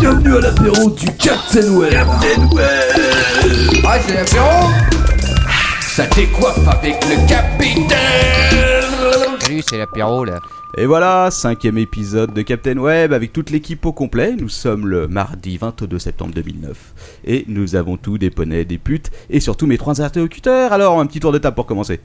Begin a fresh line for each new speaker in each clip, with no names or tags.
bienvenue à l'apéro du Captain Web. Captain Web.
Ah, c'est l'apéro Ça décoiffe avec le capitaine
Salut, c'est l'apéro là.
Et voilà, cinquième épisode de Captain Web avec toute l'équipe au complet. Nous sommes le mardi 22 septembre 2009. Et nous avons tout, des poneys, des putes et surtout mes trois interlocuteurs. Alors, un petit tour de table pour commencer.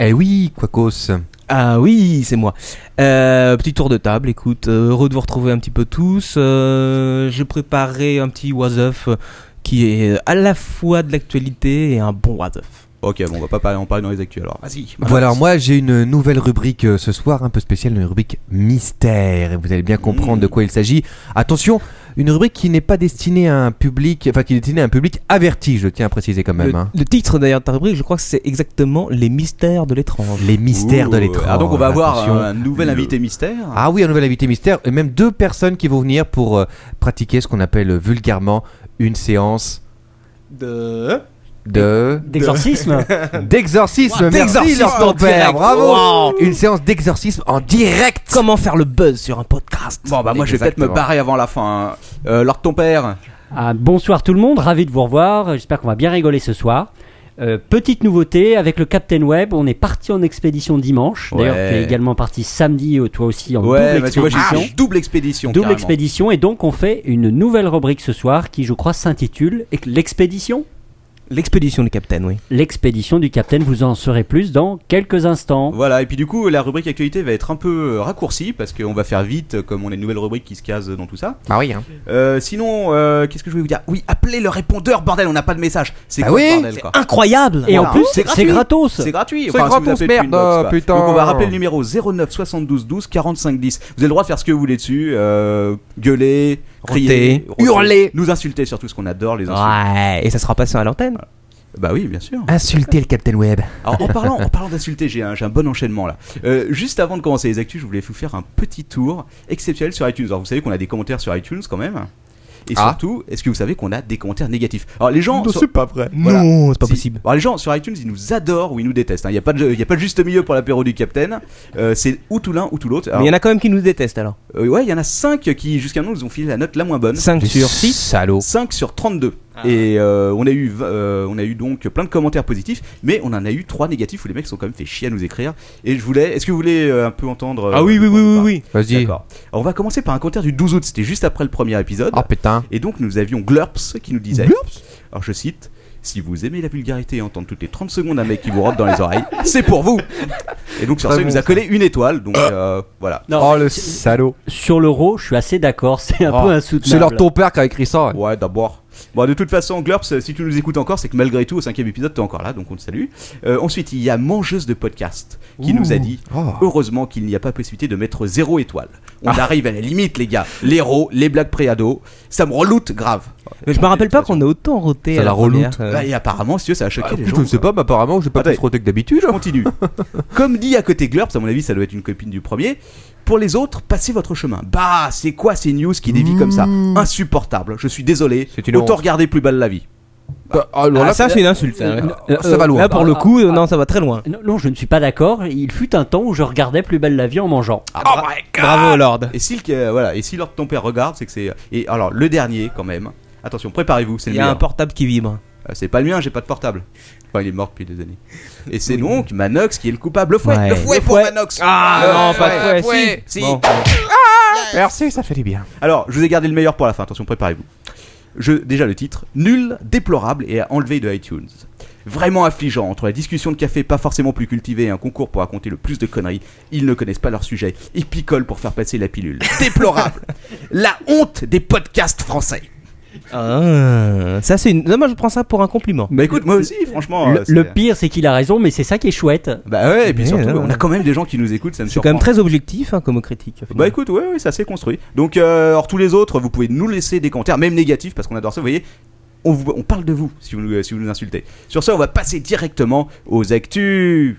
Eh oui, Quacos.
Ah oui, c'est moi. Euh, petit tour de table, écoute, euh, heureux de vous retrouver un petit peu tous. Euh, J'ai préparé un petit was -of qui est euh, à la fois de l'actualité et un bon was -of.
Ok, bon, on va pas parler, on parle dans les actus alors. Vas-y.
Voilà, alors moi j'ai une nouvelle rubrique euh, ce soir, un peu spéciale, une rubrique mystère. Et vous allez bien comprendre de quoi il s'agit. Attention, une rubrique qui n'est pas destinée à un public, enfin qui est destinée à un public averti, je tiens à préciser quand même.
Le,
hein.
le titre d'ailleurs de ta rubrique, je crois que c'est exactement les mystères de l'étrange.
Les mystères de
Ouh.
l'étrange.
Ah, donc on va avoir
Attention.
un, un nouvel invité mystère.
Ah oui, un nouvel invité mystère, et même deux personnes qui vont venir pour euh, pratiquer ce qu'on appelle euh, vulgairement une séance
De...
de...
D'exorcisme
D'exorcisme, merci
d'exorcisme
leur
en direct.
bravo Une séance d'exorcisme en direct
Comment faire le buzz sur un podcast
Bon, bah moi je vais peut-être me
Exactement.
barrer avant la fin. hein. Euh, Lord ton père.
Ah, Bonsoir tout le monde, ravi de vous revoir. J'espère qu'on va bien rigoler ce soir. Euh, petite nouveauté, avec le Captain Web, on est parti en expédition dimanche. D'ailleurs,
Ouais.
tu es également parti samedi, euh, toi aussi, en
Ouais,
double
parce que moi je
expédition.
suis double expédition.
Double
carrément.
expédition, et donc on fait une nouvelle rubrique ce soir qui, je crois, s'intitule L'expédition
L'expédition du capitaine, oui.
L'expédition du Captain, vous en saurez plus dans quelques instants.
Voilà, et puis du coup, la rubrique actualité va être un peu euh, raccourcie parce qu'on va faire vite, euh, comme on a une nouvelle rubrique qui se case dans tout ça.
Ah oui, hein.
Euh, sinon, euh, qu'est-ce que je voulais vous dire Oui, appelez le répondeur, bordel, on n'a pas de message. C'est
Bah
quoi
oui,
ce bordel quoi
Ah. Incroyable
Et
Voilà.
en plus,
C'est
c'est
gratuit.
gratos.
C'est gratuit.
C'est
si vous
gratos,
appelez depuis une
merde, euh,
box, quoi.
putain.
Donc on va rappeler le numéro 09 72 12 45 10. Vous avez le droit de faire ce que vous voulez dessus, euh, gueuler, crier,
Roter,
roter,
hurler.
nous insulter surtout ce qu'on adore les insultes.
Ouais, et ça sera passé à l'antenne.
Bah oui, bien sûr.
Insulter le Captain Web.
Alors, en parlant, en parlant d'insulter, j'ai un, j'ai un bon enchaînement là. Euh, juste avant de commencer les actus, je voulais vous faire un petit tour exceptionnel sur iTunes. Alors, vous savez qu'on a des commentaires sur iTunes quand même. Et
Ah.
surtout, est-ce que vous savez qu'on a des commentaires négatifs Alors, les gens. sur-
pas vrai.
Voilà.
Non, c'est pas
Si.
possible.
Alors, les gens sur iTunes, ils nous adorent ou ils nous détestent. hein. Il n'y a, pas de- il y a pas de juste milieu pour l'apéro du Capitaine. Euh, c'est ou tout l'un ou tout l'autre. Alors,
Mais il y en a quand même qui nous détestent alors.
euh, ouais, il y en a 5 qui, jusqu'à maintenant, nous ont filé la note la moins bonne.
5 sur 6.
Salaud.
5 sur 32. Et euh, on, a eu, v- euh, on a eu donc plein de commentaires positifs, mais on en a eu 3 négatifs où les mecs sont quand même fait chier à nous écrire. Et je voulais. Est-ce que vous voulez euh, un peu entendre. euh, le point de
Ah oui.
départ
Vas-y.
D'accord. Alors, on va commencer par un commentaire du 12 août, c'était juste après le premier épisode.
Oh putain.
Et donc nous avions Glurps qui nous disait. Alors je cite. Si vous aimez la vulgarité et entendre toutes les 30 secondes un mec qui vous rentre dans les oreilles, c'est pour vous! Et donc sur ce, il nous a collé une étoile, donc euh, voilà.
Non,
oh le salaud.
Sur l'euro, je suis assez d'accord, c'est un
Oh,
peu insoutenable.
C'est leur ton père qui a écrit ça.
Ouais, d'abord. Bon, de toute façon, Glurps, si tu nous écoutes encore, c'est que malgré tout, au cinquième épisode, t'es encore là, donc on te salue. Euh, ensuite, il y a Mangeuse de podcast qui nous a dit
Oh.
Heureusement qu'il n'y a pas possibilité de mettre zéro étoile. On arrive à la limite, les gars. Les rots, les blagues préado, ça me reloute grave.
Mais je me rappelle pas qu'on a autant roté.
Ça
à
la
première,
reloute.
euh,
Bah, et apparemment, si tu veux, ça a choqué les gens.
Je ne sais
quoi.
pas, mais apparemment, j'ai pas
Attends.
plus roté que d'habitude.
Je continue. Comme dit à côté Glurps, à mon avis, ça doit être une copine du premier. Pour les autres, passez votre chemin. Bah, c'est quoi ces news qui dévient comme ça Insupportable. Je suis désolé.
C'est une
Autant
honte.
regarder plus bas de la vie.
Bah, alors
Ah,
là,
ça c'est une insulte.
hein,
ça, ouais.
Euh,
ça va loin.
Là pour le coup, euh, non, ça va très loin.
Non, non, je ne suis pas d'accord. Il fut un temps où je regardais Plus belle la vie en mangeant.
Bravo Lord.
Et si, le- euh, voilà, et si l'ordre de ton père regarde, c'est que c'est. Et alors, le dernier, quand même. Attention, préparez-vous, c'est
Il
le
y a
meilleur.
un portable qui vibre.
Euh, c'est pas le mien, j'ai pas de portable. Enfin, il est mort depuis des années. Et c'est donc Manox qui est le coupable. Le fouet,
Ouais.
le fouet
Le
pour
fouet.
Manox.
Ah non, pas de
ouais,
si.
Bon.
merci, ça fait du bien.
Alors, je vous ai gardé le meilleur pour la fin. Attention, préparez-vous. Je, déjà le titre, nul, déplorable et à enlever de iTunes. Vraiment affligeant, entre la discussion de café pas forcément plus cultivée et un concours pour raconter le plus de conneries, ils ne connaissent pas leur sujet, ils picolent pour faire passer la pilule. Déplorable La honte des podcasts français
Ah, ça c'est une. Non, moi je prends ça pour un compliment.
Bah écoute, moi aussi, franchement. euh,
Le,
c'est-
le pire, c'est qu'il a raison, mais c'est ça qui est chouette.
Bah ouais, et puis
Mais,
surtout,
euh,
on a quand même des gens qui nous écoutent, ça me
Je suis quand même
surprend.
très objectif hein, comme critique. au final.
Bah écoute, ouais, ouais, c'est assez construit. Donc, euh, alors tous les autres, vous pouvez nous laisser des commentaires, même négatifs, parce qu'on adore ça, vous voyez. On, vous- on parle de vous si vous, nous- euh, si vous nous insultez. Sur ça, on va passer directement aux actus.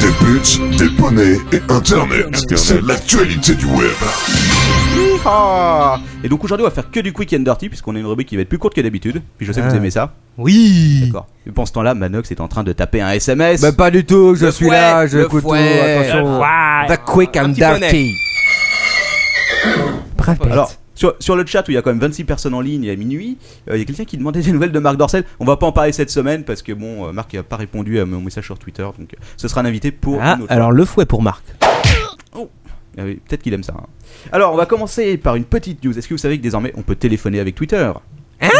Des buts, des poneys et Internet. C'est l'actualité du web.
Ah Et donc aujourd'hui, on va faire que du quick and dirty, puisqu'on a une rubrique qui va être plus courte que d'habitude. Puis je sais que vous
Ah.
aimez ça.
Oui. Bah,
D'accord. Et pendant ce temps-là, Manox est en train de taper un SMS.
Mais Bah, pas du tout, je
Le
suis
fouet,
là, je
le
Eh,
écoute tout.
ah,
fouet,
Attention. The quick and
petit bonnet.
dirty. répète.
Alors, sur, sur le chat où il y a quand même 26 personnes en ligne et à minuit, euh, il y a quelqu'un qui demandait des nouvelles de Marc Dorcel. On va pas en parler cette semaine parce que bon, euh, Marc n'a pas répondu à mon message sur Twitter, donc euh, ce sera un invité pour.
Ah,
une autre
alors le fouet pour Marc.
fois. Ah oui, Peut-être qu'il aime ça. hein. Alors, on va commencer par une petite news. Est-ce que vous savez que désormais on peut téléphoner avec Twitter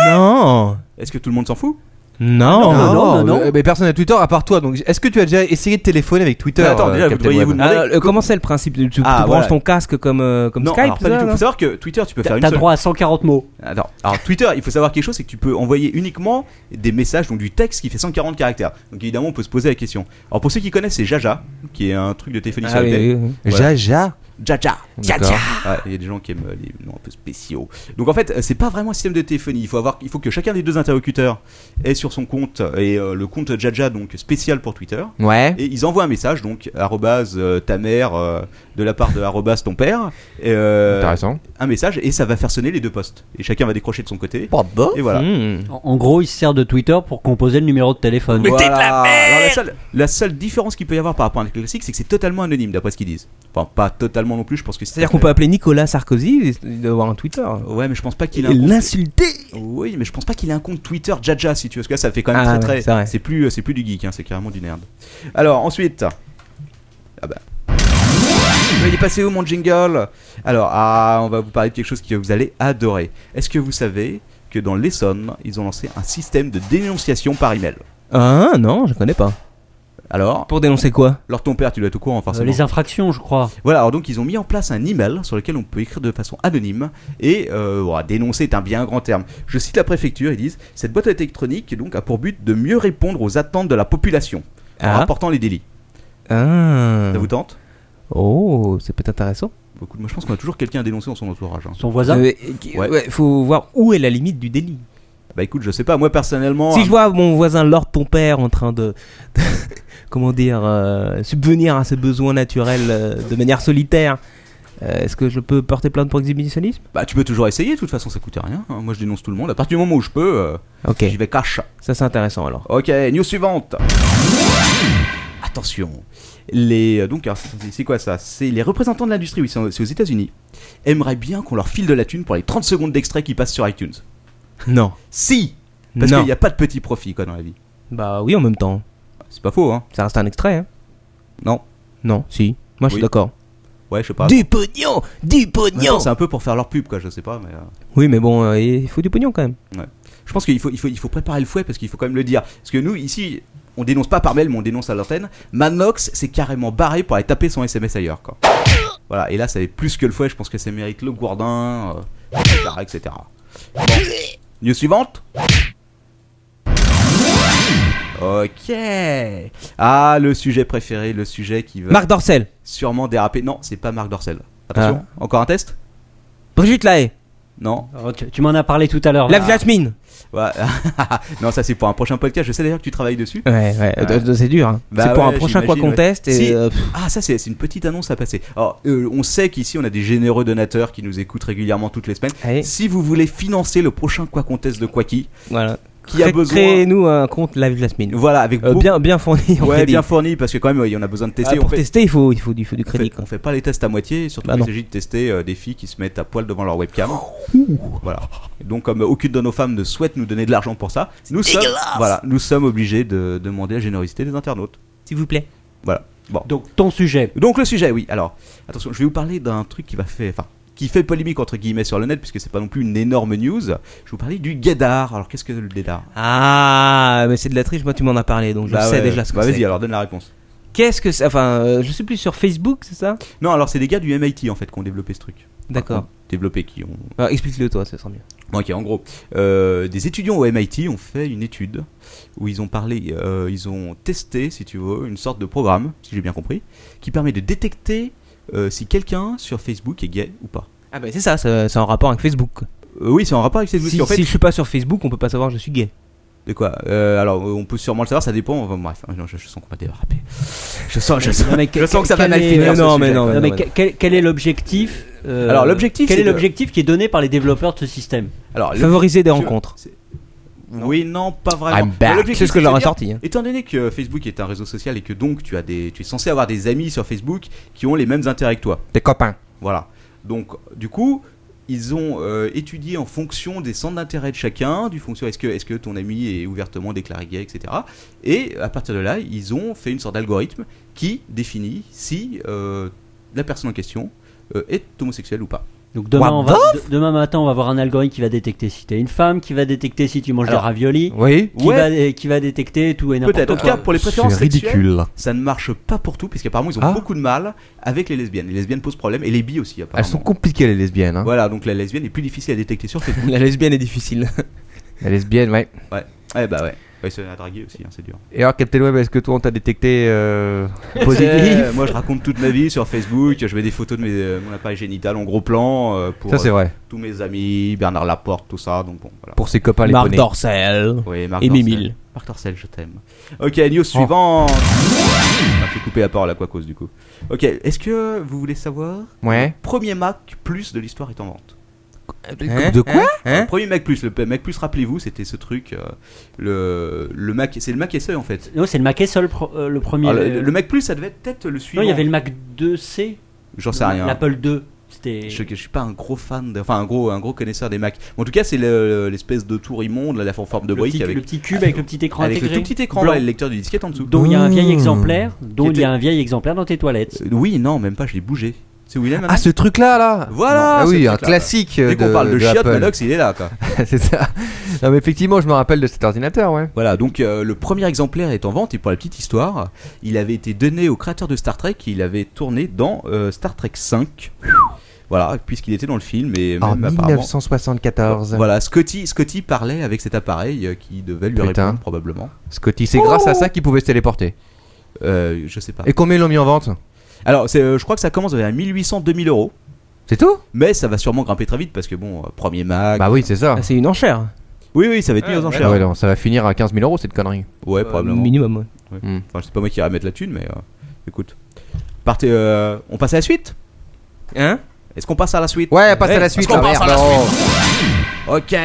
non
Est-ce que tout le monde s'en fout
Non
Non, non, non,
euh, Mais personne n'a Twitter à part toi. Donc, est-ce que tu as déjà essayé de téléphoner avec Twitter
Mais attends,
euh,
déjà, vous
Captain
devriez
Web
vous
Alors,
demander-
euh, comment c'est le principe Tu, tu
Ah,
branches
voilà.
ton casque comme, euh, comme
non,
Skype
alors, pas du
ça,
tout.
là
faut savoir que Twitter, tu peux faire
T'as
une
t'as
seule-
droit à 140 mots.
Alors, alors, Twitter, il faut savoir quelque chose, c'est que tu peux envoyer uniquement des messages, donc du texte qui fait 140 caractères. Donc évidemment, on peut se poser la question. Alors pour ceux qui connaissent, c'est Jaja, qui est un truc de téléphonie
Ah, oui,
solitaire.
oui, oui.
Voilà.
Jaja.
Jaja.
D'accord.
Ouais, Il y a des gens qui aiment euh, les noms un peu spéciaux. Donc en fait, euh, c'est pas vraiment un système de téléphonie. Il faut avoir, il faut que chacun des deux interlocuteurs ait sur son compte et euh, le compte Jaja donc spécial pour Twitter.
Ouais.
Et ils envoient un message donc arrobase euh, ta mère euh, de la part de arrobase ton père. Et, euh,
Intéressant.
un message et ça va faire sonner les deux postes. Et chacun va décrocher de son côté. Et voilà.
Hmm.
En, en gros, il se sert de Twitter pour composer le numéro de téléphone.
Voilà. Alors, la, seule, la seule différence qu'il peut y avoir par rapport à un classique, c'est que c'est totalement anonyme d'après ce qu'ils disent. Enfin, pas totalement non plus, je pense que c'est.
C'est-à-dire qu'on peut appeler Nicolas Sarkozy et d'avoir un Twitter.
Ouais, mais je pense pas qu'il
Et
a. un compte-
l'insulter
Oui, mais je pense pas qu'il ait un compte Twitter Jaja si tu veux. Parce que là, ça fait quand même
Ah, ouais,
très
c'est
très.
vrai.
C'est plus, c'est plus du geek, hein, c'est carrément du nerd. Alors ensuite. Ah bah. Il est passé où mon jingle Alors, ah, on va vous parler de quelque chose que vous allez adorer. Est-ce que vous savez que dans l'Essonne, ils ont lancé un système de dénonciation par email
Ah non, je connais pas.
Alors,
Pour dénoncer quoi
leur ton père, tu dois être au courant
Euh,
forcément.
les infractions, je crois.
Voilà, alors donc ils ont mis en place un email sur lequel on peut écrire de façon anonyme et euh, voilà, dénoncer est un bien grand terme. Je cite la préfecture, ils disent cette boîte électronique donc a pour but de mieux répondre aux attentes de la population en
Ah.
rapportant les délits.
Ah.
Ça vous tente
Oh, c'est peut-être intéressant.
Beaucoup de- Moi je pense qu'on a toujours quelqu'un à dénoncer dans son entourage. hein.
Son voisin.
Euh, et qui-
Ouais.
ouais, faut voir où est la limite du délit.
Bah écoute, je sais pas, moi personnellement.
Si
un-
je vois mon voisin Lord ton père en train de, de- comment dire euh, subvenir à ses besoins naturels euh, de manière solitaire, euh, est-ce que je peux porter plainte pour exhibitionnisme
Bah tu peux toujours essayer, de toute façon ça coûte rien. hein. Moi je dénonce tout le monde. À partir du moment où je peux, euh,
Ok,
j'y vais cash.
ça c'est intéressant alors.
Ok, news suivante. Attention. Les, donc, ah, c'est- c'est quoi ça C'est les représentants de l'industrie, oui, c'est aux c'est aux États-Unis, aimeraient bien qu'on leur file de la thune pour les 30 secondes d'extrait qui passent sur iTunes.
Non.
Si Parce
Non.
qu'il n'y a pas de petit profit, quoi, dans la vie.
Bah oui, en même temps,
C'est pas faux, hein
ça reste un extrait. Hein
Non.
Non, si. Moi je
Oui.
suis d'accord.
Ouais, je sais pas.
Du pognon, du
En même temps,
pognon.
C'est un peu pour faire leur pub, quoi, je sais pas, mais. euh,
Oui, mais bon, euh, il faut du pognon quand même.
Je pense qu'il faut, il faut, il faut préparer le fouet parce qu'il faut quand même le dire. Parce que nous, ici, on dénonce pas par mail, mais on dénonce à l'antenne. Manox s'est carrément barré pour aller taper son SMS ailleurs, quoi. Voilà, et là, ça avait plus que le fouet, je pense que ça mérite le gourdin, euh, etc. etc. Bon. News suivante Ok Ah, le sujet préféré, le sujet qui va
Marc Dorcel,
sûrement déraper. Non, c'est pas Marc Dorcel. Attention, encore un test
Brigitte Lahaye,
Non
Oh, tu tu m'en as parlé tout à
Oh
l'heure.
Lave Jasmine.
Ouais. Non, ça c'est pour un prochain podcast, je sais d'ailleurs que tu travailles dessus.
Ouais, ouais,
Ouais.
euh, c'est dur. hein.
Bah
c'est pour
ouais,
un prochain quoi
j'imagine,
qu'on
ouais.
teste. Et,
Si.
euh, pff,
Ah, ça, c'est c'est une petite annonce à passer. Alors, euh, on sait qu'ici, on a des généreux donateurs qui nous écoutent régulièrement toutes les semaines.
allez,
Si vous voulez financer le prochain Quoi qu'on teste de Quaki,
voilà.
qui a
Cré-
besoin.
Créez-nous un compte Lave Jasmine.
Voilà, avec
Euh,
beaucoup-
bien, bien fourni. en
ouais,
crédit.
bien fourni, parce que quand même, ouais, on a besoin de
Ah,
tester.
pour
on, fait,
tester, il faut, il faut du, il faut du
on fait-
crédit. quoi.
on fait pas les tests à moitié, surtout
Bah
qu'il
non.
s'agit de tester euh, des filles qui se mettent à poil devant leur webcam. Voilà. Et Donc, comme aucune de nos femmes ne souhaite nous donner de l'argent pour ça, nous sommes, voilà, nous sommes obligés de demander la générosité des internautes.
S'il vous plaît.
Voilà. Bon.
Donc, ton sujet.
Donc le sujet, oui. Alors, attention, je vais vous parler d'un truc qui va faire, enfin, qui fait polémique entre guillemets sur le net, puisque c'est pas non plus une énorme news. Je vais vous parler du guédard. Alors qu'est-ce que le guédard
Ah, mais c'est de la triche. Moi, tu m'en as parlé, donc je
Bah
sais
ouais.
déjà ce que
Bah,
c'est.
Vas-y, alors donne la réponse.
Qu'est-ce que c'est Enfin, euh, je suis plus sur Facebook, c'est ça
Non, alors c'est des gars du MIT en fait qui ont développé ce truc.
D'accord.
Enfin, Développé qui ont.
Ah, Explique-le toi, ça sera mieux.
Bon, ok, en gros, euh, des étudiants au MIT ont fait une étude où ils ont parlé, euh, ils ont testé, si tu veux, une sorte de programme, si j'ai bien compris, qui permet de détecter euh, si quelqu'un sur Facebook est gay ou pas.
Ah bah c'est ça, ça- c'est en rapport avec Facebook.
Euh, oui, c'est en rapport avec ces
Si,
en fait,
si je suis pas sur Facebook, on peut pas savoir que je suis gay.
De quoi Euh, Alors, euh, on peut sûrement le savoir, ça dépend. Enfin, bref, Ah, non, je, je sens qu'on va déraper. Je sens, je sens.
mais
Je sens que ça va
quel
mal
est- euh,
finir. ce
non, mais
sujet.
non,
Non, mais
ouais.
que- quel, quel est l'objectif euh,
Alors, l'objectif,
Quel
c'est
est
de-
l'objectif qui est donné par les développeurs de ce système
Alors, Ah, le-
Favoriser des rencontres.
c'est- Oui, non, pas vraiment.
I'm back.
L'objectif,
C'est ce que je leur ai
de
sorti. hein.
dire, Étant donné que Facebook est un réseau social et que donc tu as des, tu es censé avoir des amis sur Facebook qui ont les mêmes intérêts que toi,
Tes copains.
voilà. Donc, du coup, Ils ont euh, étudié en fonction des centres d'intérêt de chacun, du fonction est-ce que, est que ton ami est ouvertement déclaré gay, etc. Et à partir de là, ils ont fait une sorte d'algorithme qui définit si euh, la personne en question euh, est homosexuelle ou pas.
Donc demain,
What
on va- de- demain matin, on va avoir un algorithme qui va détecter si t'es une femme, qui va détecter si tu manges
Alors,
des raviolis,
Oui.
qui,
ouais.
va, et qui va détecter tout et n'importe
Peut-être. En
quoi.
tout cas, pour les
C'est
préférences sexuelles,
ridicule.
ça ne marche pas pour tout, puisqu'apparemment ils ont
Ah.
beaucoup de mal avec les lesbiennes. Les lesbiennes posent problème, et les bi aussi, apparemment.
Elles sont compliquées les lesbiennes. Hein.
Voilà, donc la lesbienne est plus difficile à détecter sur Facebook.
La lesbienne est difficile.
Les lesbiennes, ouais.
eh bah ouais. Ouais, c'est à draguer aussi, hein, c'est dur.
Et alors, Captain Web, est-ce que toi on t'a détecté euh, positif
Euh, moi, je raconte toute ma vie sur Facebook. Je mets des photos de mes, euh, mon appareil génital en gros plan euh, pour
Ça c'est
euh,
vrai.
tous mes amis, Bernard Laporte, tout ça. Donc bon, voilà.
Pour ses copains les
Marc
poneys.
Dorcel.
Oui, Marc
Et
Dorcel.
Mimile.
Marc Dorcel, je t'aime. Ok, news suivante. Ah, J'ai coupé la parole à quoi cause du coup. Ok, est-ce que vous voulez savoir
Ouais.
Premier Mac Plus de l'histoire est en vente.
Hein
de quoi
Hein
Le premier Mac Plus, le Mac Plus, rappelez-vous, c'était ce truc. euh, le, le Mac, c'est le Mac SE en fait.
Non, c'est le Mac seul le premier.
Alors, Ah, le,
euh,
le Mac Plus, ça devait être peut-être le suivant.
non, il y avait le Mac 2C,
J'en sais rien.
l'Apple 2. C'était.
Je, je suis pas un gros fan, de- enfin un gros, un gros connaisseur des Mac. Mais en tout cas, c'est le- l'espèce de tour immonde, là, la forme de
le,
brique
petit, le
avec,
petit cube avec le petit écran
avec le
intégré.
tout petit écran,
blanc,
là, et le lecteur du disquette en dessous.
dont il y a un vieil
Mmh.
exemplaire, dont
Qui
il y
était-
a un vieil exemplaire dans tes toilettes.
Euh, oui, non, même pas, je l'ai bougé. C'est où il est maintenant
Ah ce truc là là.
Voilà,
Ah
ce
oui,
truc-là,
un
là.
classique.
Dès qu'on
de-
parle de, chiottes,
Apple.
Manox, il est là, quoi.
c'est ça. Non mais effectivement, je me rappelle de cet ordinateur, ouais.
Voilà, donc euh, le premier exemplaire est en vente et pour la petite histoire, il avait été donné au créateur de Star Trek et il avait tourné dans euh, Star Trek 5. Voilà, puisqu'il était dans le film et même
en
apparemment.
1974.
Voilà, Scotty, Scotty parlait avec cet appareil euh, qui devait lui
Putain.
répondre probablement.
Scotty, c'est grâce à ça qu'il pouvait se téléporter.
Euh, je sais pas.
Et combien ils l'ont mis en vente
Alors, c'est, euh, je crois que ça commence vers 1800-2000 euros,
C'est tout
mais ça va sûrement grimper très vite parce que bon, euh, premier Mac.
Bah oui, c'est ça.
Ah, c'est une enchère.
oui, oui, ça va être mis
Ah,
aux
bah
ouais.
enchères.
Ah ouais,
Ouais,
non, ça va finir à 15 000 euros cette connerie.
Euh,
probablement.
Minimum. ouais.
Enfin, c'est pas moi qui irai mettre la thune, mais euh, écoute. Partez, euh, on passe à la suite
Hein
Est-ce qu'on passe à la suite
Ouais, passe à la
parce
suite.
qu'on
la
passe à
merde.
la
Oh.
Ok,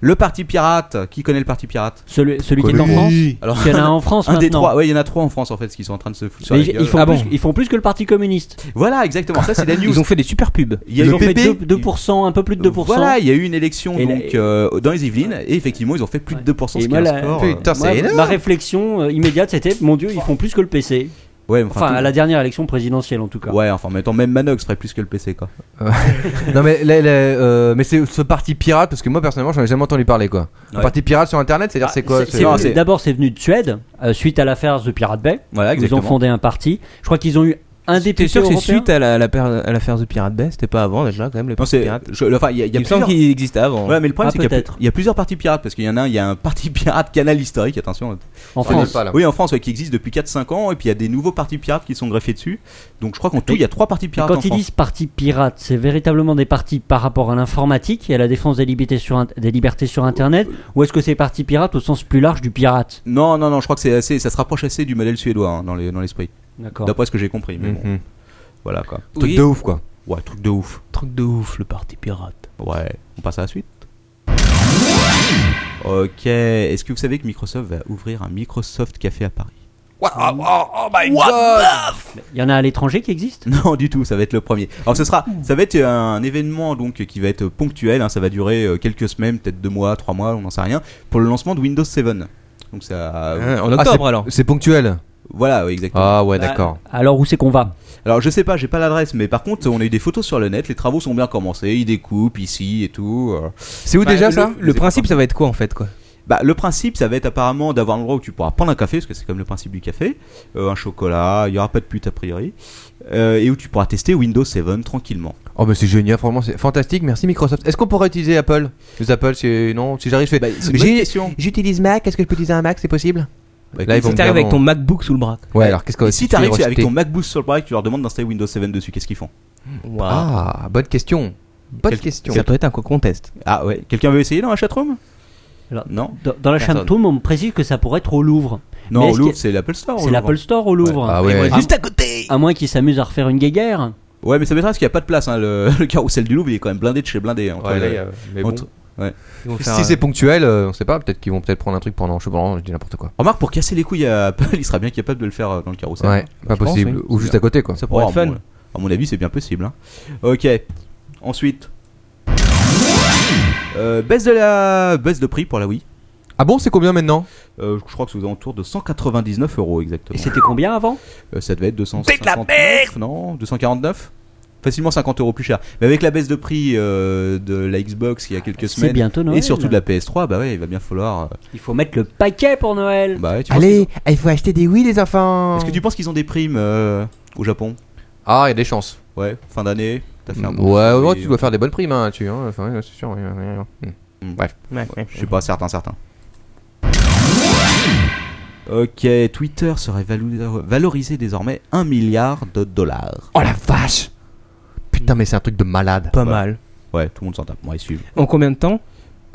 le Parti Pirate. Qui connaît le Parti Pirate
Celui, celui qui est en
Colline.
France.
Alors,
Il y en a un en France
un des
maintenant.
trois. Ouais, il y en a trois en France en fait, qui sont en train de se foutre sur
Mais
la
ils,
gueule.
ils font
Ah
plus,
bon.
ils font plus que le Parti communiste.
Voilà, exactement. Ça, c'est la news.
Ils ont fait des super pubs.
Il y a
Ils
eu-
ont fait
PP,
2%, 2%, un peu plus de 2%.
Voilà, il y a eu une élection
Et la-
donc euh, dans les Yvelines et effectivement ils ont fait plus de 2% ce
Et
qui
moi,
est un
la-
score, euh,
Putain,
Moi,
c'est énorme.
ma réflexion euh, immédiate, c'était mon Dieu, ils font plus que le PC.
Ouais, mais enfin,
Enfin,
tout-
à la dernière élection présidentielle en tout cas.
Ouais, enfin, en même temps, même Manox ferait plus que le PC, quoi.
Non mais, la- la- euh, mais c'est ce parti pirate parce que moi personnellement j'en ai jamais entendu parler quoi.
Ouais.
Un parti pirate sur internet, c'est-à-dire
Ah,
c'est quoi
c'est-
c'est-
c'est-
non, c'est- Ah,
D'abord, c'est venu de Suède, euh, suite à l'affaire The Pirate Bay.
Voilà,
Ils ont fondé un parti. Je crois qu'ils ont eu un député.
T'es sûr que c'est
européen.
suite à la- la per- à l'affaire de Pirate Bay C'était pas avant déjà quand même le
Non, c'est.
pirate.
je- Enfin, il y a, il y a
Il me semble
plusieurs.
qu'il existait avant.
Voilà, mais le problème,
Ah,
c'est qu'il y a-
peut-être.
il y, a plusieurs partis pirates, parce qu'il y en a un, il y a un parti pirate canal historique, attention.
en
Ah, il y a
France.
pas, là.
Oui, en France, ouais, qui existe depuis 4-5 ans, et puis il y a des nouveaux partis pirates qui sont greffés dessus. Donc je crois qu'en tout, il y a trois partis
Et
pirates en
quand ils
France.
disent parti pirate, c'est véritablement des partis par rapport à l'informatique et à la défense des libertés sur, int- des libertés sur Internet Ou est-ce que c'est parti pirate au sens plus large du pirate
Non, non, non, je crois que c'est assez. Ça se rapproche assez du modèle suédois hein, dans les- dans l'esprit,
D'accord.
d'après ce que j'ai compris. Mais bon,
Mhm.
voilà, quoi.
Truc de ouf quoi.
Ouais, truc de ouf.
Truc de ouf, le parti pirate.
Ouais, on passe à la suite. Ok, est-ce que vous savez que Microsoft va ouvrir un Microsoft Café à Paris
Il y en a à l'étranger qui existent
Non, du tout, ça va être le premier. Alors ce sera, ça va être un événement donc qui va être ponctuel, hein, ça va durer euh, quelques semaines, peut-être deux mois, trois mois, on n'en sait rien, pour le lancement de Windows 7. Donc ça,
Hein, en
Ah,
octobre
c'est-
alors.
C'est ponctuel.
voilà, oui, exactement.
Ah ouais, d'accord.
Alors où c'est qu'on va
Alors je sais pas, j'ai pas l'adresse, mais par contre on a eu des photos sur le net, les travaux sont bien commencés, ils découpent ici et tout. euh.
C'est où
Bah,
déjà
le-
ça
Le
c'est
principe, ça va être quoi en fait quoi
Bah, le principe, ça va être apparemment d'avoir un endroit où tu pourras prendre un café, parce que c'est comme le principe du café, euh, un chocolat, il y aura pas de pute a priori, euh, et où tu pourras tester Windows 7 tranquillement.
Oh mais c'est génial, franchement c'est fantastique. Merci Microsoft. Est-ce qu'on pourrait utiliser Apple Les Apple, c'est non. Si j'arrive, je fais.
c'est une bonne
J'ai-
question.
J'utilise Mac. Est-ce que je peux utiliser un Mac C'est possible
Bah,
Là, ils vont
Si
me
t'arrives
dire
avec ton
non.
MacBook sous le bras.
Ouais, alors qu'est-ce que
Et si
tu fais
t'arrives avec
rejeter
ton MacBook sur le bras et que tu leur demandes d'installer Windows 7 dessus, qu'est-ce qu'ils font
Waouh.
Ah, bonne question. Bonne
Quel-
question.
Ça peut être un quoi contest.
Ah ouais, quelqu'un veut essayer dans la chatroom
Alors,
Non
Dans, dans la
Personne.
chatroom, on me précise que ça pourrait être au Louvre. Mais
Non,
est-ce
au Louvre,
qu'il
c'est l'Apple Store. au
C'est
Louvre.
l'Apple Store au Louvre.
Ah ouais.
Ah,
Juste à côté
À moins qu'ils s'amusent à refaire une guéguerre.
Ouais, mais ça m'étonne parce qu'il n'y a pas de place. hein, Le, le carrousel du Louvre, il est quand même blindé de chez blindé. hein, entre
Ouais,
le-
là, il y a- mais bon.
entre-
Ils vont faire
Si
un-
c'est ponctuel, euh, on sait pas, peut-être qu'ils vont peut-être prendre un truc pendant, je sais pas, je dis n'importe quoi.
Remarque, pour casser les couilles à Apple, il sera bien capable de le faire euh, dans le carrousel.
Ouais, pas
pense,
possible.
oui.
Ou juste à côté quoi.
Ça pourrait
Oh,
être fun.
à mon- à mon avis, c'est bien possible. hein. Ok. Ensuite. Euh, baisse de la baisse de prix pour la Wii.
Ah bon, c'est combien maintenant
Euh, je crois que c'est aux alentours de 199 euros exactement.
Et c'était combien avant
Euh, ça devait être 259, non 249 Facilement 50 euros plus cher. Mais avec la baisse de prix euh, de la Xbox il y a quelques
C'est
semaines
bientôt Noël.
et surtout de la PS3, bah ouais, il va bien falloir. euh,
Il faut mettre le paquet pour Noël.
Bah ouais, tu penses qu'ils
Allez, il faut acheter des oui les
ont-
enfants.
Est-ce que tu penses qu'ils ont des primes euh, au Japon
Ah, il y a des chances.
Ouais, fin d'année. T'as fait un bon
ouais,
prix,
ouais, tu
euh,
dois faire des bonnes primes hein, là-dessus. hein. Enfin, ouais, c'est sûr. ouais, ouais, ouais, ouais.
Mm. Je suis pas certain, certain. Ok, Twitter serait valo- valorisé désormais 1 milliard de dollars.
Oh la vache Putain, mais c'est un truc de malade.
Pas
Ouais.
mal.
Ouais, tout le monde s'en tape, moi ils suivent.
En combien de temps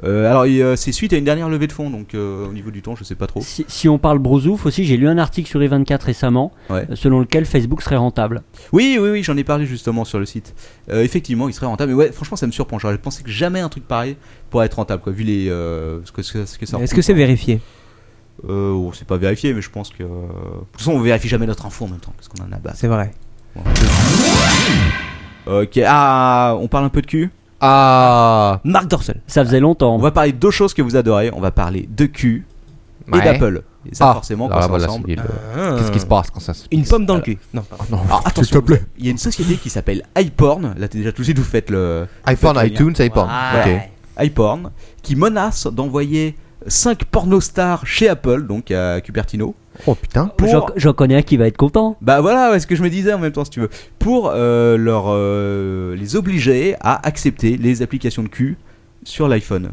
Euh, alors, il, euh, c'est suite à une dernière levée de fonds, donc euh, au niveau du temps, je sais pas trop.
Si, si on parle brosouf aussi, j'ai lu un article sur E24 récemment,
Ouais.
euh, selon lequel Facebook serait rentable.
Oui, oui, oui, j'en ai parlé justement sur le site. Euh, effectivement, il serait rentable, mais ouais, franchement, ça me surprend. J'aurais pensé que jamais un truc pareil pourrait être rentable, quoi, vu les. euh, ce, que, ce que- ce que ça
Est-ce que c'est vérifié
Euh, on sait pas vérifié, mais je pense que. euh, De toute façon, on vérifie jamais notre info en même temps, parce qu'on en a bas.
C'est vrai.
Ok, ah, on parle un peu de cul
Ah
Marc Dorcel.
Ça faisait longtemps.
On va parler de deux choses que vous adorez. On va parler de cul et
Ouais. Euh.
d'Apple. Et ça,
Ah,
forcément, quand
alors
ça
voilà,
ensemble.
c'est le-
Ah.
Qu'est-ce qui se passe quand ça se
Une pomme dans le cul. Euh, Non, pardon.
Non,
Alors, attention,
plaît.
il y a une société qui s'appelle iPorn. Là, déjà, tout de suite, vous faites le
iPhone,
Faites le
iTunes, iPhone.
Ouais. iPorn, qui menace d'envoyer 5 pornostars chez Apple, donc à Cupertino.
Ok. Oh putain.
Pour...
J'en- J'en connais un qui va être content.
Bah voilà, ouais, ce que je me disais en même temps, si tu veux. Pour euh, leur, euh, les obliger à accepter les applications de cul sur l'iPhone.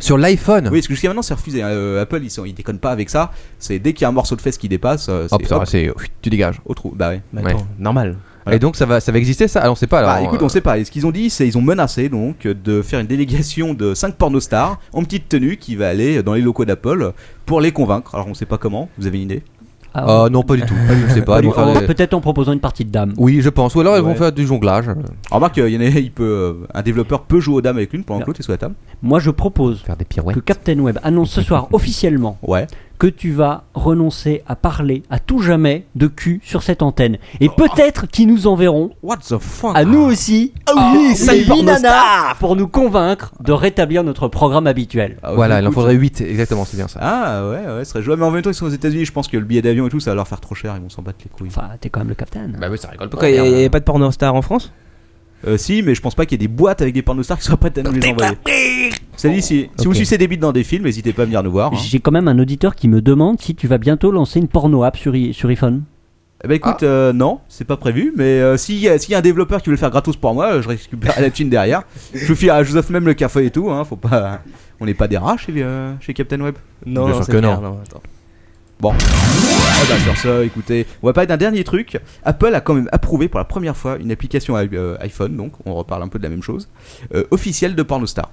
Sur l'iPhone
Oui, parce que jusqu'à maintenant, c'est refusé. hein. Euh, Apple, ils, sont, ils déconnent pas avec ça. C'est dès qu'il y a un morceau de fesse qui dépasse, euh, c'est
Hop, ça,
hop,
c'est. Tu dégages.
au trou. Bah ouais.
Bah, attends, normal.
Voilà.
Et donc ça va, ça va exister ça Ah, on sait pas alors.
bah écoute, on sait pas. Et ce qu'ils ont dit, c'est ils ont menacé donc de faire une délégation de 5 pornostars en petite tenue qui va aller dans les locaux d'Apple pour les convaincre. Alors on sait pas comment, vous avez une idée
Ah,
Ah non, pas du tout. Pas du tout, je sais pas.
pas
ils
du-
vont faire
oh,
des-
Peut-être en proposant une partie de dame.
Oui, je pense. Ou alors ils vont
Ouais.
faire du jonglage.
Remarque, euh, il y en a, il peut, euh, un développeur peut jouer aux dames avec l'une pendant que
Non.
l'autre est sous la table.
Moi, je propose
Faire des
que
pirouettes.
Captain Web annonce ce soir officiellement
Ouais.
que tu vas renoncer à parler à tout jamais de cul sur cette antenne. Et peut-être qu'ils nous enverront,
What the fuck
à nous aussi,
Ah. oui,
des huit nanas pour nous convaincre de rétablir notre programme habituel.
Ah,
Voilà, il en
écoute.
faudrait 8, exactement, c'est bien ça.
Ah ouais, ouais, ce serait jouable. Mais en même temps, ils sont aux États-Unis, je pense que le billet d'avion et tout, ça va leur faire trop cher, ils vont s'en battre les couilles.
Enfin, t'es quand même le capitaine.
Bah oui, ça rigole
Pourquoi il n'y a, pas de porno star en France
Euh, si, mais je pense pas qu'il y ait des boîtes avec des pornostars qui soient prêtes à nous les envoyer. C'est dit, si, si vous
Ok.
sucez des bites dans des films, n'hésitez pas à venir nous voir. hein.
J'ai quand même un auditeur qui me demande si tu vas bientôt lancer une porno app sur, i- sur iPhone.
Eh ben
Ah.
écoute, euh, non, c'est pas prévu, mais euh, s'il y, a- s'il y a un développeur qui veut le faire gratos pour moi, euh, je récupère la thune derrière. Je vous, file- je vous offre même le café et tout, hein, faut pas... On n'est pas des rats chez, euh, chez Captain Web.
Non,
Bien
non,
sûr
c'est
que
clair,
non.
attends.
Ah bah sur ça, écoutez, on va parler d'un dernier truc. Apple a quand même approuvé pour la première fois une application i- euh, iPhone, donc on reparle un peu de la même chose, euh, officielle de Pornostar.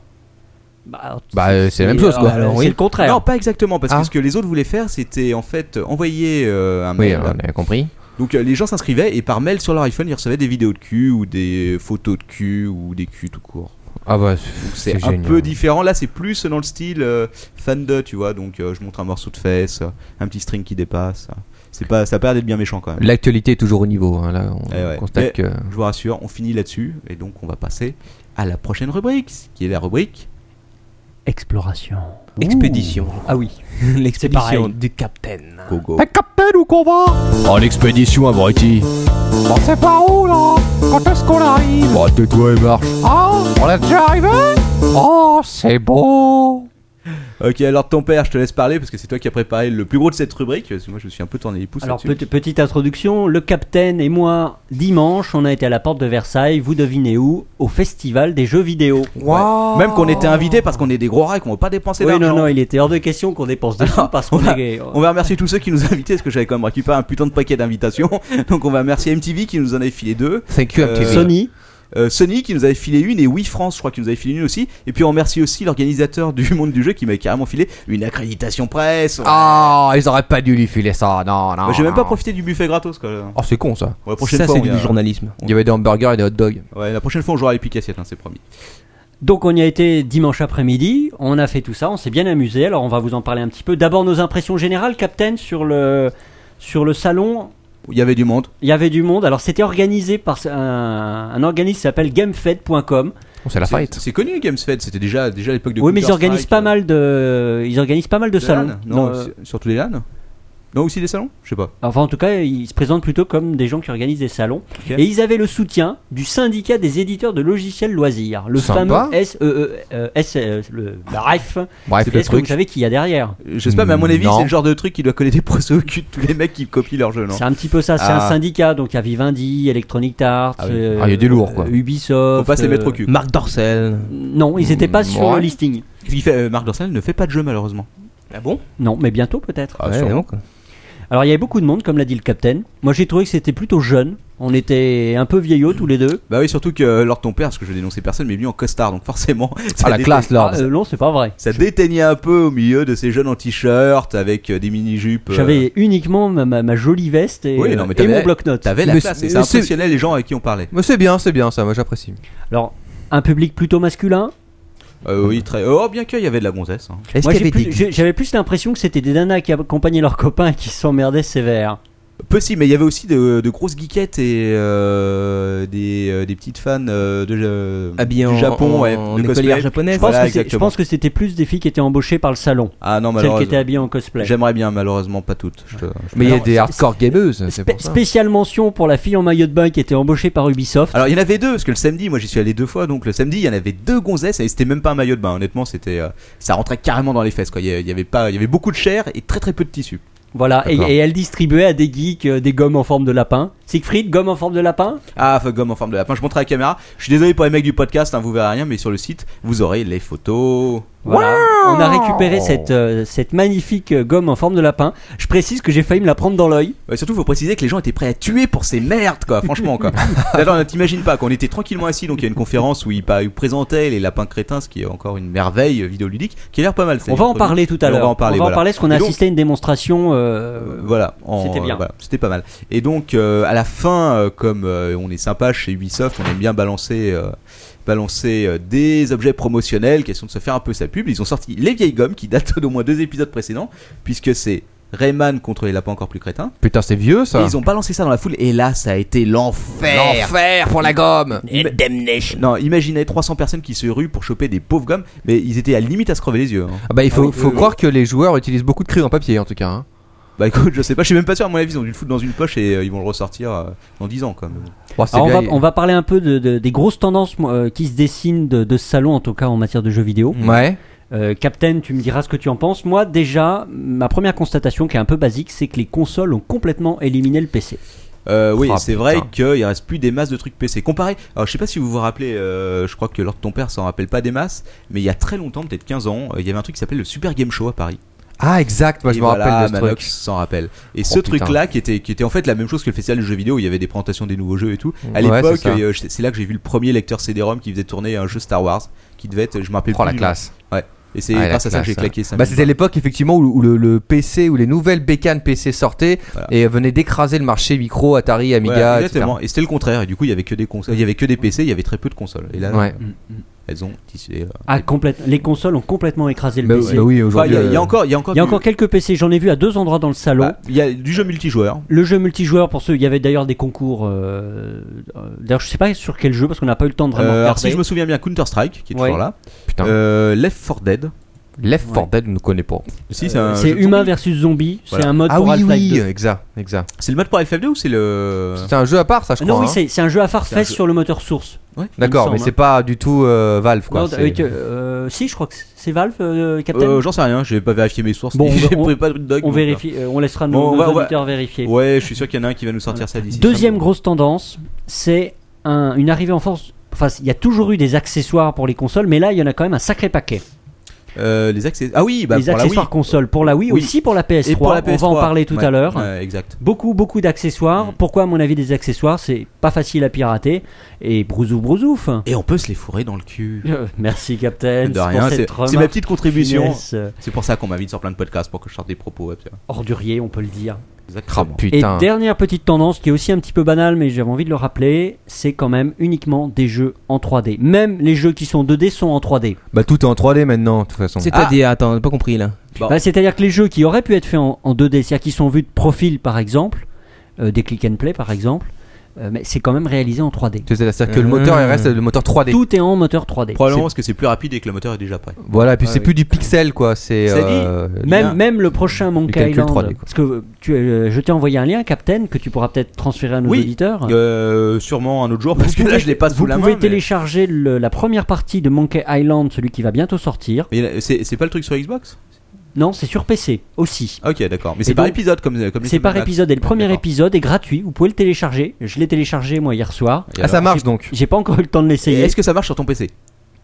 Bah,
Bah, euh, c'est la même chose, quoi.
alors,
Alors,
c'est
oui.
le contraire.
Non, pas exactement, parce
Ah.
que ce que les autres voulaient faire, c'était en fait euh, envoyer euh, un
Oui,
mail.
on a compris.
Donc euh, les gens s'inscrivaient et par mail sur leur iPhone, ils recevaient des vidéos de cul ou des photos de cul ou des culs tout court.
Ah bah,
C'est un
génial.
peu différent. Là, c'est plus dans le style euh, fan de, tu vois. Donc, euh, je montre un morceau de fesse, euh, un petit string qui dépasse. C'est pas, ça a pas l'air d'être bien méchant quand même.
L'actualité est toujours au niveau. hein, Là, on
Eh ouais.
constate
Mais-
que.
Je vous rassure, on finit là-dessus et donc on va passer à la prochaine rubrique, qui est la rubrique.
Exploration.
Expédition.
Ah oui.
L'expédition
pareil.
du capitaine.
Gogo.
capitaine, où qu'on va
En expédition à Brighty.
On sait pas où là Quand est-ce qu'on arrive
Bah, tais-toi et marche.
Ah, on est déjà arrivé Oh, c'est beau
Ok, alors ton père, je te laisse parler parce que c'est toi qui as préparé le plus gros de cette rubrique. Parce que moi, je me suis un peu tourné les pouces.
Alors,
là-dessus.
pet- petite introduction, le capitaine et moi, dimanche, on a été à la porte de Versailles, vous devinez où Au festival des jeux vidéo.
Waouh
Même qu'on était invités parce qu'on est des gros rats et qu'on veut pas dépenser
Oui,
d'argent.
non, non, il était hors de question qu'on dépense des sous parce qu'on
on a-
est-
On va remercier tous ceux qui nous ont invités parce que j'avais quand même récupéré un putain de paquet d'invitations. Donc on va remercier MTV qui nous en avait filé deux.
Thank you,
Euh,
MTV.
Sony,
Euh, Sony qui nous avait filé une et Oui France je crois qui nous avait filé une aussi et puis on remercie aussi l'organisateur du monde du jeu qui m'avait carrément filé une accréditation presse
Ah, ils auraient pas dû lui filer ça, non, non.
Bah, j'ai même
non.
pas profité du buffet gratos quoi là.
Oh, c'est con ça.
Ouais, la prochaine
Ça,
fois
c'est
on
du
ira-
journalisme.
Il y avait des hamburgers et des hot dogs.
ouais, la prochaine fois on jouera à Epic Assiette hein, c'est promis
Donc on y a été dimanche après-midi, on a fait tout ça, on s'est bien amusé. Alors on va vous en parler un petit peu. D'abord nos impressions générales, Captain, sur le sur le salon.
il y avait du monde
Il y avait du monde. Alors c'était organisé par un, un organisme qui s'appelle GameFed.com.
Bon, Oh, c'est la
C'est-
fight.
C'est connu Games Fed, c'était déjà, déjà à l'époque de
Oui, mais ils
Counter-Strike,
organisent pas
euh,
mal de, ils organisent pas mal de
des
salons.
LAN Non,
Non, euh,
sur- surtout les LAN Non, aussi des salons Je sais pas.
Enfin, en tout cas, ils se présentent plutôt comme des gens qui organisent des salons.
Ok.
Et ils avaient le soutien du syndicat des éditeurs de logiciels loisirs, le
Sympa.
fameux SEE, euh, SEE, le E bref.
Bref, le
Est-ce que vous
truc.
savez qu'il y a derrière
Je sais pas, mais à mon avis,
Non.
c'est le genre de truc qui doit coller des procès au cul de tous les mecs qui copient leur jeu, non
C'est un petit peu ça. C'est
Ah.
un syndicat, donc il y a Vivendi, Electronic Arts,
Ah oui.
euh,
Ah, il y a du lourd, quoi.
euh, Ubisoft.
Faut pas se les mettre au
euh,
cul.
Marc Dorcel.
Non, ils étaient pas sur
Ouais.
le listing.
Qu'est-ce qu'il fait Euh, Marc Dorcel ne fait pas de jeu, malheureusement.
Ah bon
Non, mais bientôt peut-être.
Ah, ouais,
sûrement.
donc.
Alors il y avait beaucoup de monde, comme l'a dit le capitaine. Moi j'ai trouvé que c'était plutôt jeune. On était un peu vieillots tous les deux.
Bah oui, surtout que euh, Lord ton père, parce que je dénonçais personne, mais lui en costard, donc forcément. ça
Ah, la
déteigne-
classe, là.
Ah, euh, non, c'est pas vrai.
Ça déteignait un peu au milieu de ces jeunes en t-shirt avec euh, des mini-jupes. euh,
J'avais uniquement ma, ma- ma jolie veste et, euh,
Oui, non, mais
et
t'avais-
mon bloc-notes.
T'avais la
Mais
classe
c'est-
et ça
mais c'est-
impressionnait les gens avec qui on parlait.
Mais c'est bien, c'est bien ça, moi j'apprécie.
Alors un public plutôt masculin.
Euh, oui, très. Oh, bien qu'il y avait de la gonzesse. hein.
Est-ce
Moi,
qu'il y
j'ai
avait
plus-
des.
j'ai- j'avais plus l'impression que c'était des nanas qui accompagnaient leurs copains et qui s'emmerdaient sévère.
Peu si, mais il y avait aussi de, de grosses geekettes et euh, des, euh, des petites fans euh, de, euh,
Habillé
du
en,
Japon,
en,
ouais,
en
de
écolière
cosplay.
Je
japonaise.
pense,
Voilà,
que c'est- je
exactement.
pense que c'était plus des filles qui étaient embauchées par le salon,
Ah non,
celles qui étaient
malheureusement.
habillées en cosplay.
J'aimerais bien, malheureusement, pas toutes. Je te- je te-
Mais il y a
Alors,
des
c'est-
hardcore gameuses, c'est
Spé-
pour ça.
spéciale mention pour la fille en maillot de bain qui était embauchée par Ubisoft.
Alors il y en avait deux, parce que le samedi, moi j'y suis allé deux fois, donc le samedi il y en avait deux gonzesses et c'était même pas un maillot de bain, honnêtement, c'était euh, ça rentrait carrément dans les fesses quoi. Il y a- il y avait pas, il y avait beaucoup de chair et très très peu de tissu.
voilà, et,
d'accord.
et elle distribuait à des geeks euh, des gommes en forme de lapin. Siegfried, gomme en forme de lapin
Ah, fuck, gomme en forme de lapin, je montrais à la caméra. Je suis désolé pour les mecs du podcast, hein, vous verrez rien, mais sur le site vous aurez les photos.
Voilà. On a récupéré cette, euh, cette magnifique euh, gomme en forme de lapin. Je précise que j'ai failli me la prendre dans l'œil.
Ouais, surtout, faut préciser que les gens étaient prêts à tuer pour ces merdes, quoi. Franchement, quoi. D'ailleurs, t'imagines pas qu'on était tranquillement assis, donc il y a une conférence où ils pa- ils présentaient les lapins crétins, ce qui est encore une merveille euh, vidéoludique, qui a l'air pas mal. c'est
On va en
entre
parler tout à
Mais on
l'heure.
va en parler, voilà.
parce qu'on a
Et donc-
assisté à une démonstration.
Euh,
euh,
voilà, en-
C'était bien.
voilà, c'était pas mal. Et donc euh, à la fin, euh, comme euh, on est sympa chez Ubisoft, on aime bien balancer, euh, balancer euh, des objets promotionnels, question de se faire un peu sa pub. Ils ont sorti les vieilles gommes qui datent d'au moins deux épisodes précédents, puisque c'est Rayman contre les lapins encore plus crétins.
Putain, c'est vieux
Et
ça.
ils ont Eh. balancé ça dans la foule, et là ça a été l'enfer.
L'enfer pour la gomme.
Non, imaginez 300 personnes qui se ruent pour choper des pauvres gommes, mais ils étaient à la limite à se crever les yeux. hein.
Ah bah il
Ah
faut,
oui,
faut
oui, oui.
croire que les joueurs utilisent beaucoup de crayons en papier en tout cas. hein.
Bah écoute, je sais pas, je suis même pas sûr, à mon avis, ils ont dû le foutre dans une poche et euh, ils vont le ressortir euh, dans 10 ans quand même.
Bon, c'est
alors Ah, on,
bien,
va, on va parler un peu de, de- des grosses tendances moi, euh, qui se dessinent de, de ce salon, en tout cas en matière de jeux vidéo.
Mm.
il- Ouais.
Euh, Captain, tu me diras ce que tu en penses. Moi, déjà, ma première constatation qui est un peu basique, c'est que les consoles ont complètement éliminé le PC.
Euh, oui,
Ah,
c'est
putain.
vrai qu'il reste plus des masses de trucs PC. Comparé, alors je sais pas si vous vous rappelez, euh, je crois que lors de ton père s'en rappelle pas des masses, mais il y a très longtemps, peut-être 15 ans, euh, il y avait un truc qui s'appelait le Super Game Show à Paris.
Ah exact, moi je
Et
me
voilà,
rappelle de ce
Manox
truc. Oh,
s'en rappelle. Et ce
putain.
truc-là, qui était, qui était en fait la même chose que le festival du jeu vidéo, où il y avait des présentations des nouveaux jeux et tout. À
Ouais,
l'époque,
c'est ça.
euh, je- c'est là que j'ai vu le premier lecteur CD-ROM qui faisait tourner un jeu Star Wars, qui devait être, je me rappelle
Oh
plus
la
du nom.
classe.
Et c'est
Ah, la
grâce à ça que
classe,
j'ai
ça.
claqué ça.
Bah c'était l'époque effectivement où, où le, le PC, où les nouvelles bécanes PC sortaient
Voilà.
et venaient d'écraser le marché micro, Atari, Amiga,
Voilà,
etc.
exactement. Et c'était le contraire. Et du coup, il y avait que des consoles, il y avait que des PC, il y avait très peu de consoles. Et là,
Ouais.
euh, elles ont tissé. euh,
Ah, complète- les consoles ont complètement écrasé le
Bah,
PC.
bah
Enfin,
oui,
Il
aujourd'hui.
y, a- il y a
euh,
encore, il y a encore,
Il y a
du-
encore quelques PC, j'en ai vu à deux endroits dans le salon.
bah, il y a du jeu multijoueur.
Le jeu multijoueur, pour ceux, il y avait d'ailleurs des concours. euh, euh, d'ailleurs, je sais pas sur quel jeu parce qu'on n'a pas eu le temps de vraiment
Euh, alors
regarder.
si je me souviens bien, Counter Strike qui est
Ouais.
toujours là.
Putain.
Euh, Left 4 Dead.
Left 4 Dead, on ne connaît pas.
Si, c'est un
Euh, c'est
jeu de
humain
zombie.
versus zombie, c'est
Voilà.
un mode
Ah
pour
oui,
Half-Life
oui,
2.
exact, exact.
C'est le mode pour FF2 ou c'est le
C'est un jeu à part, ça, je crois.
Ah Non, oui,
hein.
c'est c'est un jeu à farfetch
C'est un jeu-
sur le moteur source.
Ouais.
D'accord, mais c'est pas du tout euh, Valve, quoi.
quoi
c'est-
euh, Si, je crois que c'est Valve, euh, Captain.
Euh, J'en sais rien, j'ai pas vérifié mes sources.
Bon, on
j'ai
va- on-
pris pas de dog,
on
donc,
vérifie, euh, on laissera nos,
Bon, on
nos
va- on va-
auditeurs vérifier.
euh, Ouais, je suis sûr qu'il y en a un qui va nous sortir ça d'ici.
Deuxième grosse tendance, c'est un- une arrivée en force. Enfin, il y a toujours eu des accessoires pour les consoles, mais là, il y en a quand même un sacré paquet.
Euh, les accès. Ah oui, bah
les
pour la Wii.
accessoires consoles pour la Wii,
Oui.
aussi pour la PS3.
Et pour la
On va en
PS3.
parler tout
Ouais,
à l'heure.
ouais, exact.
Beaucoup, beaucoup d'accessoires. Pourquoi, à mon avis, des accessoires C'est pas facile à pirater. Et brousou, brousouf.
Et on peut se les fourrer dans le cul.
Euh, Merci, Captain.
De
pour
rien,
cette
c'est c'est ma
remarque
petite contribution.
finesse, euh,
C'est pour ça qu'on m'invite sur plein de podcasts pour que je sorte des propos. ouais, putain.
Ordurier, on peut le dire.
Ah,
Exactement.
putain.
Et dernière petite tendance qui est aussi un petit peu banale, mais j'avais envie de le rappeler, c'est quand même uniquement des jeux en 3D. Même les jeux qui sont 2D sont en 3D.
Bah, tout est en 3D maintenant, de toute
Ah.
façon.
C'est-à-dire, attends, j'ai pas compris là.
Bon.
Bah, C'est-à-dire que les jeux qui auraient pu être faits en, en 2D, c'est-à-dire qui sont vus de profil par exemple, euh, des click and play par exemple, euh, mais c'est quand même réalisé en 3D.
Tu sais, C'est-à-dire que le moteur il reste le moteur 3D.
Tout est en moteur 3D.
Probablement parce que c'est plus rapide et que le moteur est déjà prêt.
Voilà, et puis
Ah
c'est
oui.
plus du pixel quoi, c'est. euh,
Ça dit,
C'est-
bien.
Même, même le prochain Monkey
calcul
Island.
3D, quoi.
parce que euh, tu, euh, je t'ai envoyé un lien, Captain, que tu pourras peut-être transférer à nos
Oui.
auditeurs.
Euh, sûrement un autre jour, parce
Vous
que là
pouvez-
je l'ai pas sous
Vous
la
pouvez
main. mais-
télécharger le- la première partie de Monkey Island, celui qui va bientôt sortir.
Mais là, c'est c'est pas le truc sur Xbox
Non, c'est sur PC aussi.
Ah, Ok, d'accord. Mais c'est
Et
par
donc,
épisode comme. comme les
C'est par
Semanas.
épisode et le premier
D'accord.
épisode est gratuit. Vous pouvez le télécharger. Je l'ai téléchargé moi hier soir.
Et
Ah, ça
alors
marche donc.
J'ai pas encore eu le temps de
Et
l'essayer
Est-ce que ça marche sur ton PC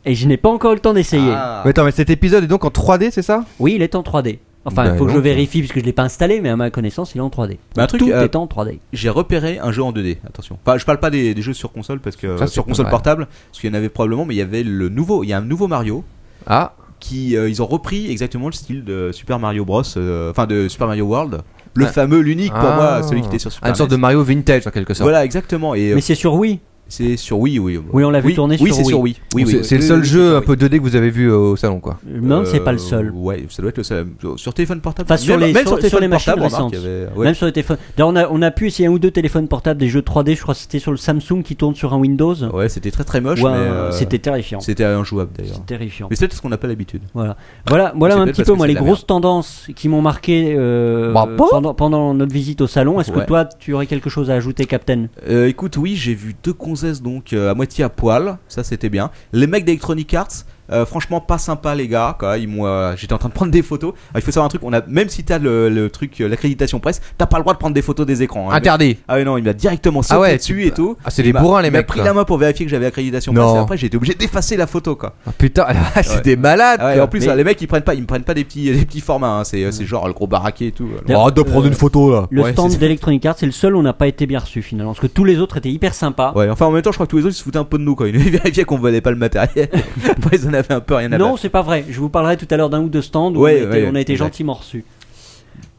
et je n'ai pas encore eu le temps d'essayer.
Ah.
Mais attends, mais cet épisode est donc en 3D, c'est ça
Oui, il est en 3D. Enfin,
Ben
il faut que
non.
je vérifie parce que je l'ai pas installé, mais à ma connaissance, il est en 3D.
Bah, un truc,
Tout
euh,
est en 3D.
J'ai repéré un jeu en 2D, attention. Enfin, je parle pas des, des jeux sur console, parce que.
Ça, c'est
sur
pas
console
mal.
portable, parce qu'il y en avait probablement, mais il y avait le nouveau. Il y a un nouveau Mario
Ah,
qui. euh, ils ont repris exactement le style de Super Mario Bros. euh, Enfin, de Super Mario World. Le
Ah.
fameux, l'unique pour
Ah.
moi, celui qui était sur Super
une sorte de
NES.
Mario vintage en quelque sorte.
Voilà, exactement. Et euh,
Mais c'est sur Wii.
c'est sur Wii, oui.
Oui, on l'a vu tourner
oui,
sur
c'est
Wii.
sur Wii. Oui, oui,
Donc c'est
oui.
c'est le
Oui,
seul
oui,
jeu
c'est
un
sur
peu 2D que vous avez vu euh, au salon quoi.
Non, c'est pas le
Euh,
seul.
Ouais, ça doit être le seul. Sur téléphone portable.
Enfin, sur
même,
les-
même
sur-
téléphone
sur les machines
portable, remarque,
récentes.
il y avait- ouais.
Même sur les téléphones. D'ailleurs, on a, on a pu essayer un ou deux téléphones portables des jeux 3D. Je crois que c'était sur le Samsung qui tourne sur un Windows.
Ouais, c'était très très moche.
Ouais,
mais, euh,
C'était terrifiant.
C'était injouable d'ailleurs.
C'est terrifiant.
Mais c'est peut-être ce qu'on n'a pas l'habitude.
Voilà, voilà, voilà
C'est
un
peut-être
petit
parce
peu
que
moi
c'est
les
de la
grosses tendances qui m'ont marqué euh,
Bah, bon.
pendant, pendant notre visite au salon. Est-ce
Ouais.
que toi tu aurais quelque chose à ajouter, Captain
Euh, écoute, oui, j'ai vu deux gonzesses donc euh, à moitié à poil. Ça, c'était bien. Les mecs d'Electronic Arts. euh, franchement, pas sympa les gars. Quoi. Ils m'ont, euh, j'étais en train de prendre des photos. Alors, il faut savoir un truc. On a même si t'as le, le truc, euh, l'accréditation presse, t'as pas le droit de prendre des photos des écrans. hein.
Interdit.
Ah ouais, non, il m'a directement sauté
Ah ouais,
dessus
tu-
et tout.
Ah, c'est
Il
des
m'a-
bourrins, les
il m'a
mecs,
pris
là.
la main pour vérifier que j'avais accréditation.
Non.
presse, et après, j'ai été obligé d'effacer la photo quoi.
Ah, putain, c'est
Ouais.
des malades.
Ah ouais,
quoi.
en plus,
Mais-
hein, les mecs ils prennent pas, ils me prennent pas des petits, des petits formats. hein. C'est, c'est genre le gros baraquet et tout. euh.
D'ailleurs,
Arrête Oh, de prendre une photo là.
Le
Ouais,
stand
c'est ça.
d'Electronic Arts, c'est le seul où on n'a pas été bien reçu finalement, parce que tous les autres étaient hyper sympas.
Ouais, enfin en même temps, je crois que tous les autres ils se foutaient un peu de nous quand ils vérifiaient qu'on valait pas le matériel. Après, ils en avaient un peu rien à
non,
battre.
c'est pas vrai. Je vous parlerai tout à l'heure d'un ou deux stands où
Ouais,
on a été,
ouais,
on a été
exact.
gentiment reçus.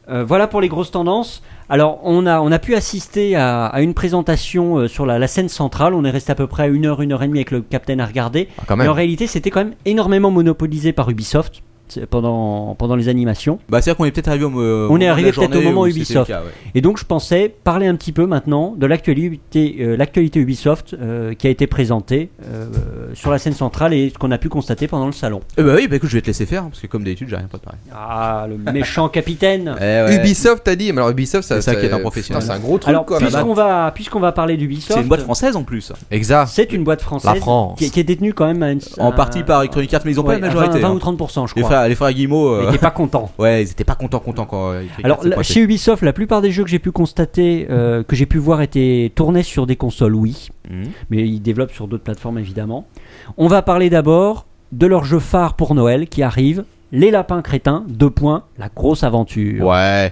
Euh, voilà pour les grosses tendances. Alors on a on a pu assister à, à une présentation euh, sur la, la scène centrale. On est resté à peu près à une heure une heure et demie avec le capitaine à regarder.
Ah, quand
Mais en
même.
réalité, c'était quand même énormément monopolisé par Ubisoft c'est- pendant, pendant les animations.
Bah, c'est-à-dire qu'on est peut-être arrivé au, mo-
On est
de la
arrivé peut-être
journée
au moment
où c'était
Ubisoft.
le cas, ouais.
Et donc, je pensais parler un petit peu maintenant de l'actualité euh, l'actualité Ubisoft euh, qui a été présentée euh, sur la scène centrale et ce qu'on a pu constater pendant le salon.
Eh bah oui, bah écoute, je vais te laisser faire parce que comme d'habitude, j'ai rien pas de pareil.
Ah, le méchant capitaine
Eh,
Ubisoft t'as dit, mais alors Ubisoft ça,
C'est ça qui est un professionnel.
putain, C'est un gros truc
Alors,
quoi. là-bas.
puisqu'on va, puisqu'on va parler d'Ubisoft,
C'est une boîte française en plus.
Exact.
c'est une boîte française
La France.
Qui, qui est détenue quand même à une-
En
à-
partie par Electronic Arts, mais ils ont
ouais,
pas la
à
majorité.
20, 20
hein.
ou 30%, je
Les
crois.
frères, les frères Guillemot,
Mais
euh,
t'es pas content.
ouais, ils étaient pas contents, contents quand. euh, Electronic
Alors
Arts s'est
là,
pointé.
chez Ubisoft, la plupart des jeux que j'ai pu constater, euh, que j'ai pu voir, étaient tournés sur des consoles Wii,
Mhm.
mais ils développent sur d'autres plateformes évidemment. On va parler d'abord de leur jeu phare pour Noël qui arrive, Les Lapins Crétins, deux points, la grosse aventure.
Ouais.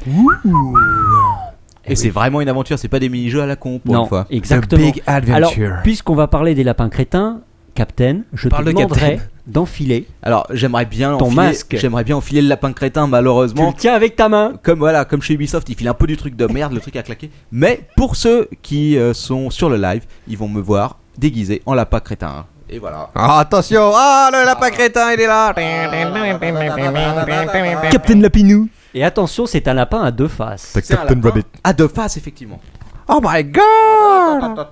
Eh
Et c'est vraiment une aventure, c'est pas des mini-jeux à la con pour
non,
une fois.
exactement.
The Big
Alors,
Adventure.
puisqu'on va parler des Lapins Crétins, Captain, je
Parle
te
de
demanderai d'enfiler.
Alors j'aimerais bien
Ton
enfiler,
masque.
j'aimerais bien enfiler le lapin crétin
Tu le
malheureusement.
tiens avec ta main.
Comme voilà, comme chez Ubisoft, il file un peu du truc de merde, le truc à claquer. Mais pour ceux qui euh, sont sur le live, ils vont me voir déguisé en lapin crétin. Et voilà.
Ah, attention, ah le lapin crétin il est là.
Captain Lapinou
Et attention, c'est un lapin à deux faces.
C'est un lapin À deux faces effectivement.
Oh my
Oh,
god.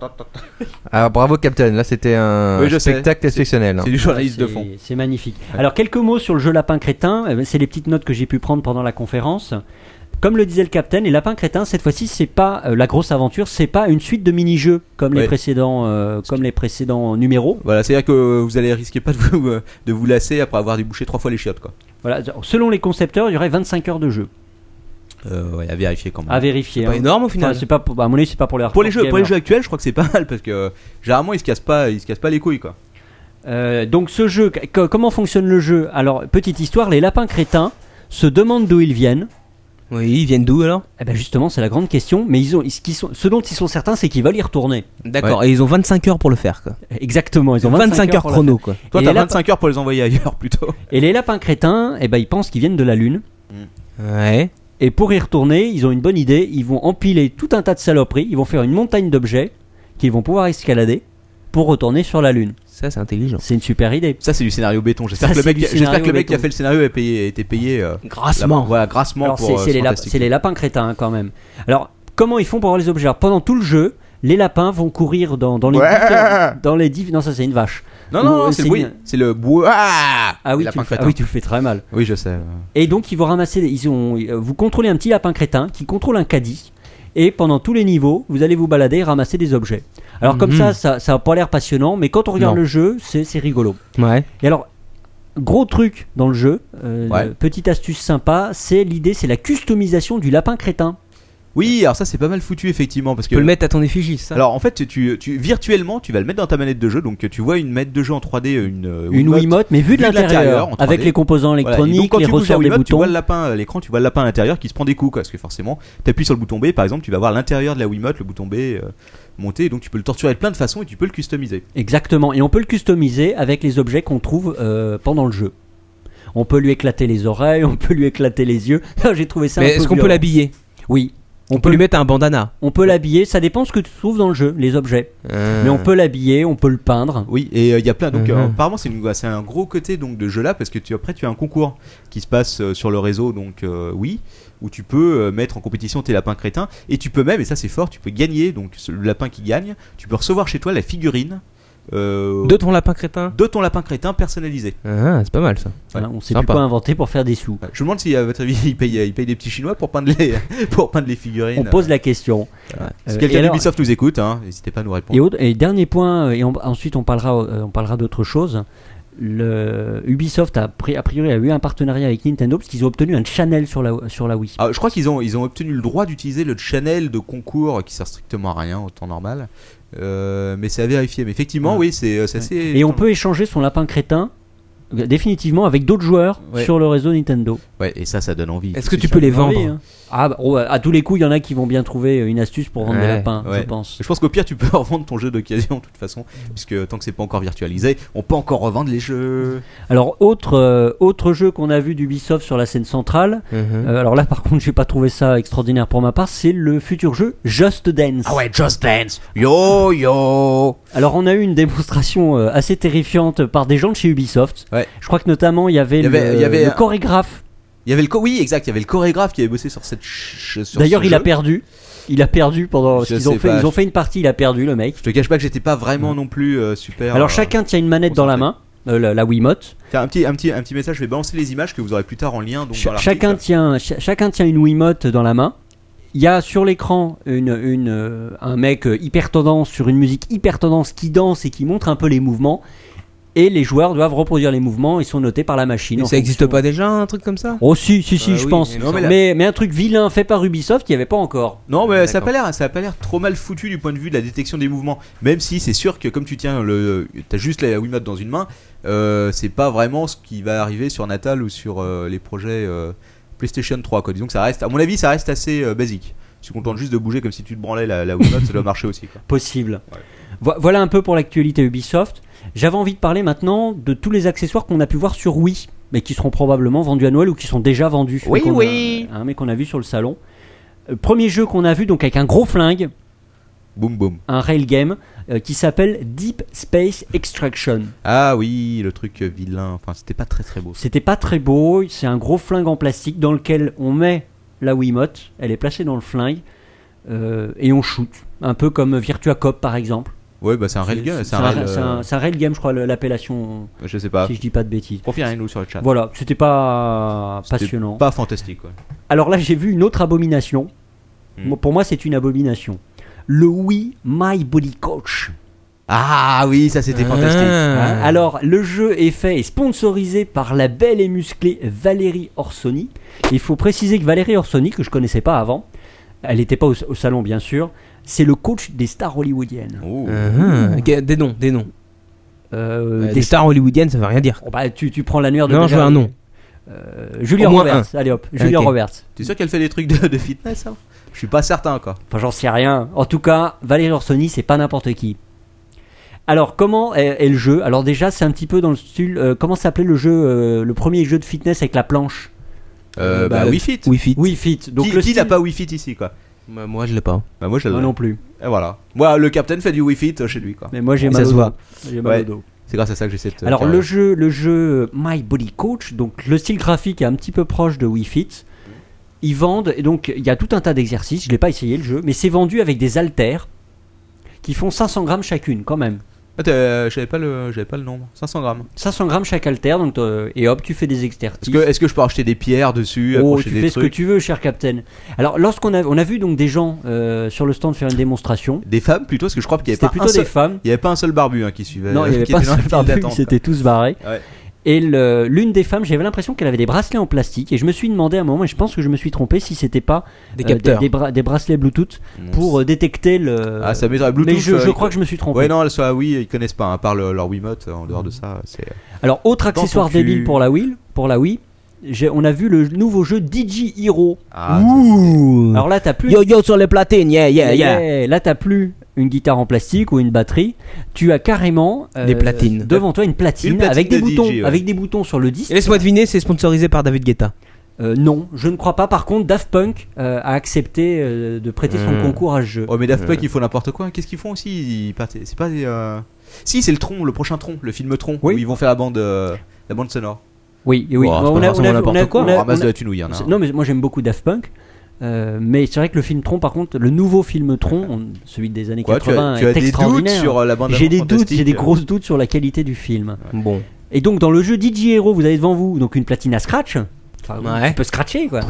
Alors bravo Captain, là c'était un
Oui, je sais.
spectacle exceptionnel. hein.
C'est du journaliste de fond.
C'est- C'est magnifique. Alors quelques mots sur le jeu Lapin Crétin. Euh, C'est les petites notes que j'ai pu prendre pendant la conférence. Comme le disait le capitaine, les Lapins Crétins cette fois-ci c'est pas euh, la grosse aventure, c'est pas une suite de mini-jeux comme les
Ouais.
précédents, euh, comme les précédents numéros.
Voilà, c'est à dire que vous allez risquer pas de vous euh, de vous lasser après avoir débouché trois fois les chiottes quoi.
Voilà. Selon les concepteurs, il y aurait 25 heures de jeu
Euh, ouais, à vérifier quand même.
à vérifier.
Pas
hein.
énorme au
Enfin,
final
c'est pas pour- à mon avis, c'est pas pour les
Pour
hardcore
les jeux, pour les
gamers.
jeux actuels, je crois que c'est pas mal parce que euh, généralement ils se cassent pas, ils se cassent pas les couilles quoi.
Euh, donc ce jeu, c- co- comment fonctionne le jeu Alors petite histoire, les Lapins Crétins se demandent d'où ils viennent.
Oui, ils viennent d'où alors
Eh ben justement, c'est la grande question. Mais ils ont, ce, qu'ils sont, ce dont ils sont certains, c'est qu'ils veulent y retourner.
D'accord, et ils ont 25 heures pour le faire quoi.
Exactement, ils ont 25,
heures
pour la
chrono quoi.
Toi
Et
t'as
les lapins-
25 heures pour les envoyer ailleurs plutôt.
faire. Et les lapins crétins, eh ben, ils pensent qu'ils viennent de la Lune.
Ouais.
Et pour y retourner, ils ont une bonne idée. Ils vont empiler tout un tas de saloperies. Ils vont faire une montagne d'objets qu'ils vont pouvoir escalader pour retourner sur la Lune.
Ça c'est intelligent.
C'est une super idée.
Ça c'est du scénario béton. J'espère
Ça,
que le
c'est
mec, j'espère que
du
le
scénario
mec qui a
béton.
fait le scénario a, payé, a été payé euh,
Grassement.
la- voilà, grassement
Alors,
pour.
c'est
euh,
c'est
ce
les, lap-
fantastique.
c'est les lapins crétins hein, quand même. Alors, comment ils font pour avoir les objets Alors, Pendant tout le jeu, les lapins vont courir dans, dans les
Ouais.
différents- dans les diff- non ça c'est une vache
Non,
Ou,
non, non,
euh,
c'est
c'est
le bruit.
une-
C'est le bois.
ah oui,
Lapin
tu le fais-
crétin.
ah oui tu le fais très mal
hein. Oui, je sais.
et donc ils vont ramasser ils ont euh, vous contrôlez un petit lapin crétin qui contrôle un caddie et pendant tous les niveaux vous allez vous balader et ramasser des objets alors comme
Mhm.
ça ça ça a pas l'air passionnant mais quand on regarde
Non.
le jeu c'est c'est rigolo
Ouais.
et alors, gros truc dans le jeu, euh,
Ouais.
petite astuce sympa, c'est l'idée, c'est la customisation du lapin crétin.
Oui, alors ça, c'est pas mal foutu, effectivement. Parce
Tu
que.
peux le mettre à ton effigie,
hein.
ça.
Alors en fait, tu, tu, virtuellement, tu vas le mettre dans ta manette de jeu, donc tu vois une manette de jeu en 3D, une, euh,
Une Wiimote, mais
Vue
vue de
de l'intérieur,
l'intérieur,
en 3D.
avec les composants
Voilà, et donc
électroniques,
quand
les
tu bouges la
ressorts des
Wiimote, tu
boutons.
vois le lapin à l'écran, tu vois le lapin à l'intérieur qui se prend des coups, quoi, parce que forcément, t'appuies sur le bouton B par exemple, tu vas voir l'intérieur de la Wiimote, le bouton B euh, monter, et donc tu peux le torturer de plein de façons et tu peux le customiser.
Exactement, et on peut le customiser avec les objets qu'on trouve euh, pendant le jeu. On peut lui éclater les oreilles, on peut lui éclater les yeux. J'ai trouvé ça
Mais
un peu
est-ce qu'on peut
violent.
l'habiller
Oui.
On, peut lui mettre un bandana.
On peut l'habiller, ça dépend ce que tu trouves dans le jeu, les objets.
Euh.
Mais on peut l'habiller, on peut le peindre.
Oui, et euh, il y a plein. Donc,
Mhm.
euh, apparemment, c'est une- c'est un gros côté donc de jeu là, parce que tu, après, tu as un concours qui se passe euh, sur le réseau, donc euh, oui, où tu peux euh, mettre en compétition tes lapins crétins, et tu peux même, et ça c'est fort, tu peux gagner. Donc, ce- le lapin qui gagne, tu peux recevoir chez toi la figurine euh,
De ton lapin crétin
de ton lapin crétin personnalisé.
Ah, C'est pas mal ça.
Ouais.
Voilà, on sait
Sympa.
plus quoi inventer pour faire des sous.
Je me demande si, à votre avis, ils payent, ils payent des petits chinois pour peindre les, pour peindre les figurines.
On pose la question.
si
Euh, et
euh, quelqu'un
alors-
d'Ubisoft nous écoute, hein, n'hésitez pas à nous répondre.
Et, autre- et dernier point, euh, et on- ensuite on parlera, euh, on parlera d'autres choses. Le, Ubisoft a, pri- a priori a eu un partenariat avec Nintendo parce qu'ils ont obtenu un channel sur la, sur la Wii.
Ah, je crois qu'ils ont, ils ont obtenu le droit d'utiliser le channel de concours qui sert strictement à rien au temps normal. Euh, mais c'est à vérifier. Mais effectivement, oui, c'est c'est assez.
Et on peut échanger son lapin crétin euh, définitivement avec d'autres joueurs
Ouais.
sur le réseau Nintendo.
Ouais, et ça, ça donne envie.
Est-ce que tu peux les vendre
Oui, hein. Ah, bah, oh, à tous les coups, il y en a qui vont bien trouver euh, une astuce pour vendre des
Ouais,
lapins,
ouais.
je pense.
Je pense qu'au pire, tu peux revendre ton jeu d'occasion de toute façon, puisque tant que c'est pas encore virtualisé, on peut encore revendre les jeux.
Alors, autre, euh, autre jeu qu'on a vu d'Ubisoft sur la scène centrale, euh, alors là par contre, j'ai pas trouvé ça extraordinaire pour ma part, c'est le futur jeu Just Dance.
Ah
Just Dance, yo yo.
Alors on a eu une démonstration euh, assez terrifiante par des gens de chez Ubisoft.
Ouais.
Je crois que notamment il y avait,
Il y avait-
le,
il y avait
le
un-
chorégraphe.
Il y avait le co- oui, exact. Il y avait le chorégraphe qui avait bossé sur cette. ch- sur
D'ailleurs
ce
il a
jeu.
perdu. Il a perdu pendant.
Je
ce qu'ils ont
sais
fait,
pas.
ils ont fait une partie, il a perdu le mec.
Je te cache pas que j'étais pas vraiment non plus euh, super.
Alors
euh,
chacun tient une manette dans la main, euh, la, la Wiimote.
Tiens, un petit, un petit, un petit message. Je vais balancer les images que vous aurez plus tard en lien. Donc
Ch-
dans l'article.
chacun tient, ch- chacun tient une Wiimote dans la main. Il y a sur l'écran une, une, euh, un mec euh, hyper tendance sur une musique hyper tendance qui danse et qui montre un peu les mouvements. Et les joueurs doivent reproduire les mouvements et sont notés par la machine. en
Ça existe
fonction-
pas déjà un truc comme ça
Oh si, si, si,
Euh,
je
oui,
pense.
il me
Mais,
semble.
mais, un truc vilain fait par Ubisoft, il n'y avait pas encore.
Non, mais
Ouais,
ça a pas
d'accord.
l'air, ça a pas l'air trop mal foutu du point de vue de la détection des mouvements. Même si c'est sûr que comme tu tiens le, t'as juste la Wiimote dans une main, euh, c'est pas vraiment ce qui va arriver sur Natal ou sur euh, les projets euh, PlayStation 3. Quoi. Disons que ça reste, à mon avis, ça reste assez euh, basique. Si on tente juste de bouger comme si tu te branlais la, la Wiimote, ça doit marcher aussi. Quoi.
Possible. Vo- voilà un peu pour l'actualité Ubisoft. J'avais envie de parler maintenant de tous les accessoires qu'on a pu voir sur Wii, mais qui seront probablement vendus à Noël ou qui sont déjà vendus.
Oui,
mais qu'on
oui.
a- hein, mais qu'on a vu sur le salon. Euh, Premier jeu qu'on a vu, donc avec un gros flingue,
Boum boum.
un rail game, euh, qui s'appelle Deep Space Extraction.
Ah oui, le truc vilain. Enfin, c'était pas très très beau.
C'était pas très beau, c'est un gros flingue en plastique dans lequel on met la Wiimote, elle est placée dans le flingue, euh, et on shoot. Un peu comme Virtua Cop par exemple.
Ouais, bah c'est un railgun, c'est un rail.
c'est
euh, Ah.
un- c'est un rail game, je crois, le- l'appellation,
Je sais pas.
si je dis pas de bêtises.
Confirmez-nous sur le chat.
Voilà, c'était pas
C'était
passionnant.
Pas fantastique. Quoi.
Alors là, j'ai vu une autre abomination.
Hmm.
Moi, Pour moi, c'est une abomination. Le Wii My Body Coach.
Ah oui, ça c'était fantastique.
Ah.
Hein. Alors, le jeu est fait et sponsorisé par la belle et musclée Valérie Orsoni. Il faut préciser que Valérie Orsoni, que je connaissais pas avant, elle n'était pas au, au salon bien sûr, c'est le coach des stars hollywoodiennes.
Oh.
Ah, ok, Des noms, des noms.
Euh,
Des stars hollywoodiennes, ça veut rien dire.
Oh, bah, tu, tu prends l'annuaire de.
Non, je veux un nom.
Euh, Julia
Au moins Ah,
Roberts. Allez hop, Julia
Ok.
Roberts.
T'es sûr qu'elle fait des trucs de, de fitness hein Je suis pas certain quoi.
Enfin, j'en sais rien. En tout cas, Valérie Orsoni, c'est pas n'importe qui. Alors, comment est, est le jeu Alors, déjà, c'est un petit peu dans le style. euh, comment s'appelait le jeu, euh, le premier jeu de fitness avec la planche
Euh, bah,
Bah,
Wii Fit.
Wii Fit.
Oui, fit. Donc,
qui
le
qui
style-
n'a pas Wii Fit ici quoi
Bah, moi, je l'ai pas.
Bah moi je l'ai.
Moi non plus.
Et voilà. Moi le capitaine fait du Wii Fit euh, chez lui quoi.
Mais moi, j'ai
Ça
mal,
se
au
voit.
dos. J'ai mal
Ouais.
au dos.
C'est grâce à ça que j'ai cette. euh,
Alors,
carrière.
le jeu, le jeu euh, My Body Coach, donc le style graphique est un petit peu proche de Wii Fit. Ils vendent, et donc il y a tout un tas d'exercices. Je l'ai pas essayé le jeu, mais c'est vendu avec des haltères. qui font 500 grammes chacune, quand même.
Attends, euh, j'avais pas le, j'avais pas le nombre. 500 grammes.
500 grammes chaque halter, donc t'as- et hop, tu fais des
Est-ce
expertises.
que, est-ce que je peux acheter des pierres dessus,
Oh,
accrocher
tu
des
fais ce que
trucs
tu veux, cher Captain. Alors, lorsqu'on a, on a vu donc des gens euh, sur le stand faire une démonstration,
Des femmes plutôt, parce que je crois qu'il y avait
c'était
pas un
plutôt
seul,
des femmes.
il y avait pas un seul barbu hein, qui suivait.
non, il n'y avait
qui
pas
était dans la file
un
d'attente, quoi.
c'était tous barrés.
Ouais.
Et le- l'une des femmes, j'avais l'impression qu'elle avait des bracelets en plastique, et je me suis demandé à un moment, et je pense que je me suis trompé, si c'était pas
Des
euh,
capteurs.
des, bra- des bracelets Bluetooth pour euh, détecter le.
Ah, ça m'étonne. Bluetooth.
mais je,
euh,
je
ils-
crois que je me suis trompé.
Ouais, non, soit oui, ils connaissent pas, hein, à part le- leur Wiimote, en dehors de ça, c'est.
Alors, autre
ton
accessoire
cul.
débile pour la Wii, pour la Wii, j'ai- on a vu le nouveau jeu DJ Hero.
Ah,
Ouh.
Alors là, t'as plus
Yo yo sur les platines, yeah yeah
Yeah,
yeah.
yeah. Là, t'as plus une guitare en plastique ou une batterie. Tu as carrément euh,
Des platines.
devant toi une platine,
Une platine
avec des
de
boutons,
DJ, ouais.
avec des boutons sur le disque.
Et laisse-moi deviner, c'est sponsorisé par David Guetta.
Euh, non, je ne crois pas. Par contre, Daft Punk euh, a accepté euh, de prêter son
Hmm.
concours à ce jeu.
Oh mais Daft Punk ils font n'importe quoi. Qu'est-ce qu'ils font aussi Ils partent- C'est pas des. euh, Si c'est le Tron, le prochain Tron, le film Tron
Oui.
où ils vont faire la bande, euh, la bande sonore. Oh,
Oui, et oui.
Oh,
Bah,
c'est pas
on, a, on,
forcément
a, on,
n'importe
a,
quoi,
on
On,
a-
ramasse
on a-
de la thune, oui, il y en a.
c'est-
un.
non, mais moi j'aime beaucoup Daft Punk. Euh, mais c'est vrai que le film Tron, par contre, le nouveau film Tron, on- celui des années
Quoi, tu
80,
as, tu as
est
des doutes
extraordinaire.
sur euh, la bande
J'ai des doutes,
fantastique. euh.
j'ai des gros doutes sur la qualité du film.
Bon.
Et donc dans le jeu DJ Hero, vous avez devant vous donc une platine à scratch. Enfin,
Ouais.
Tu peux scratcher quoi.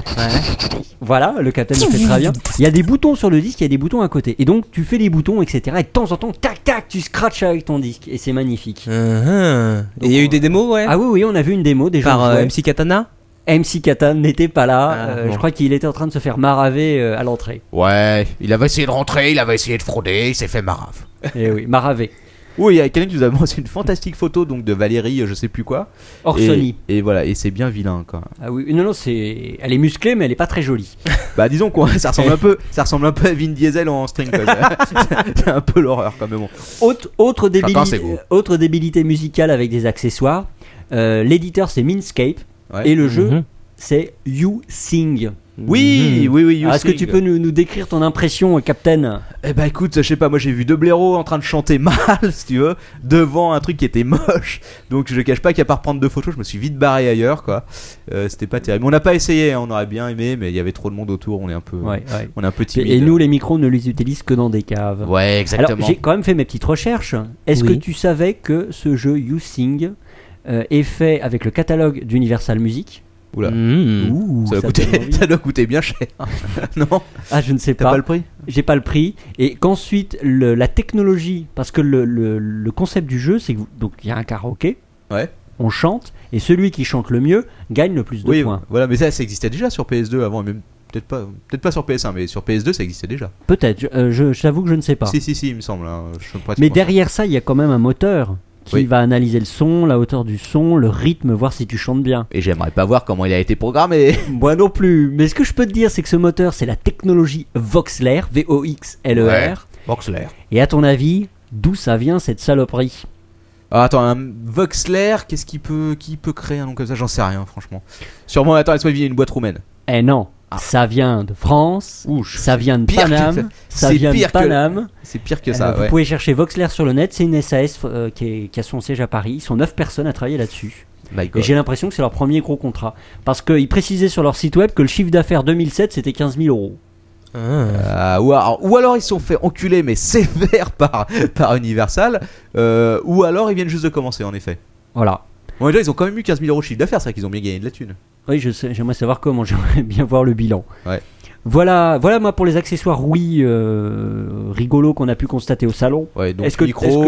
Voilà, le captain le fait très bien. Il y a des boutons sur le disque, il y a des boutons à côté. Et donc tu fais des boutons, etc. Et de temps en temps, tac tac, tu scratches avec ton disque. Et c'est magnifique.
Uhum. Uh-huh. Et il y a eu des démos, ouais.
Ah oui, oui, on a vu une démo déjà.
par euh, MC Katana.
MC Katan n'était pas là.
Ah,
Euh,
bon.
Je crois qu'il était en train de se faire maraver euh, à l'entrée.
Ouais, il avait essayé de rentrer, il avait essayé de frauder, il s'est fait marave.
Et oui, maraver.
Oui, il y a quelqu'un qui nous a montré une fantastique photo donc de Valérie, euh, je sais plus quoi.
Hors
Et,
Sony.
et voilà, et c'est bien vilain quoi.
Ah oui, non, non, c'est. Elle est musclée, mais elle est pas très jolie.
Bah disons quoi, ça ressemble un peu, ça ressemble un peu à Vin Diesel en string. quoi. C'est- c'est un peu l'horreur quand même. Bon.
Autre, autre,
ses
débilité, euh,
goûts.
autre débilité musicale avec des accessoires. Euh, L'éditeur c'est Minscape
Ouais.
et le jeu
Mhm.
c'est You Sing.
Oui,
Mhm.
oui, oui.
Alors, Ah, Est-ce que tu peux nous, nous décrire ton impression, euh, Captain
Eh bah écoute, je sais pas, moi j'ai vu deux blaireaux en train de chanter mal, si tu veux, devant un truc qui était moche. Donc je cache pas qu'à part prendre deux photos, je me suis vite barré ailleurs, quoi. Euh, C'était pas terrible. On n'a pas essayé, hein, on aurait bien aimé, mais il y avait trop de monde autour, on est un peu, on est un peu timide.
Et, et nous les micros ne les utilisent que dans des caves.
Ouais,
Alors
exactement.
j'ai quand même fait mes petites recherches. Est-ce
Oui.
que tu savais que ce jeu You Sing euh, est fait avec le catalogue d'Universal Music
Oula.
Mmh.
Ouh,
Hmm. ça, doit
hmm, ça donne
coûter,
envie.
ça doit coûter bien cher. non,
Ah je ne sais
t'as pas le prix
j'ai pas le prix et qu'ensuite le- la technologie parce que le, le- le concept du jeu c'est que vous- donc il y a un karaoké
Ouais.
on chante et celui qui chante le mieux gagne le plus de
Oui,
points
voilà, mais ça, ça existait déjà sur PS2 avant, et même peut-être pas, peut-être pas sur PS1, mais sur PS2 ça existait déjà.
peut-être je, euh, je- je t'avoue que je ne sais pas
Si, si, si, il me semble. hein, je suis pratiquement
mais
sûr.
derrière ça il y a quand même un moteur qui
Oui.
va analyser le son la hauteur du son le rythme voir si tu chantes bien
Et j'aimerais pas voir comment il a été programmé.
moi non plus mais ce que je peux te dire c'est que ce moteur c'est la technologie Voxler V O X L E R
Ouais. Boxler.
et à ton avis d'où ça vient cette saloperie
Ah, attends, un Voxler, qu'est-ce qui peut, qui peut créer un nom comme ça J'en sais rien, franchement. Sûrement, attends, laisse-moi deviner une boîte roumaine.
eh non
Ah.
ça vient de France
Ouh, je-
Ça vient de
pire que
Paname. Ça
c'est
vient
pire
de
que-
Paname.
c'est pire que
Euh,
ça.
vous
ouais.
pouvez chercher Voxler sur le net. C'est une SAS euh, qui, est- qui a son siège à Paris. Ils sont 9 personnes à travailler là-dessus.
My
Et
God.
j'ai l'impression que c'est leur premier gros contrat. Parce qu'ils précisaient sur leur site web que le chiffre d'affaires 2007 c'était 15 000 euros.
Ah.
Ah, ou, alors, ou alors ils se sont fait enculer, mais sévère par, par Universal. euh, ou alors ils viennent juste de commencer, en effet.
Voilà.
Bon, déjà, ils ont quand même eu 15 000 euros de chiffre d'affaires, c'est vrai qu'ils ont bien gagné de la thune.
Oui, je sais- j'aimerais savoir comment. J'aimerais bien voir le bilan.
Ouais.
Voilà, voilà moi pour les accessoires oui euh, rigolos qu'on a pu constater au salon.
Ouais, donc
Est-ce que-
micro,
est-ce que-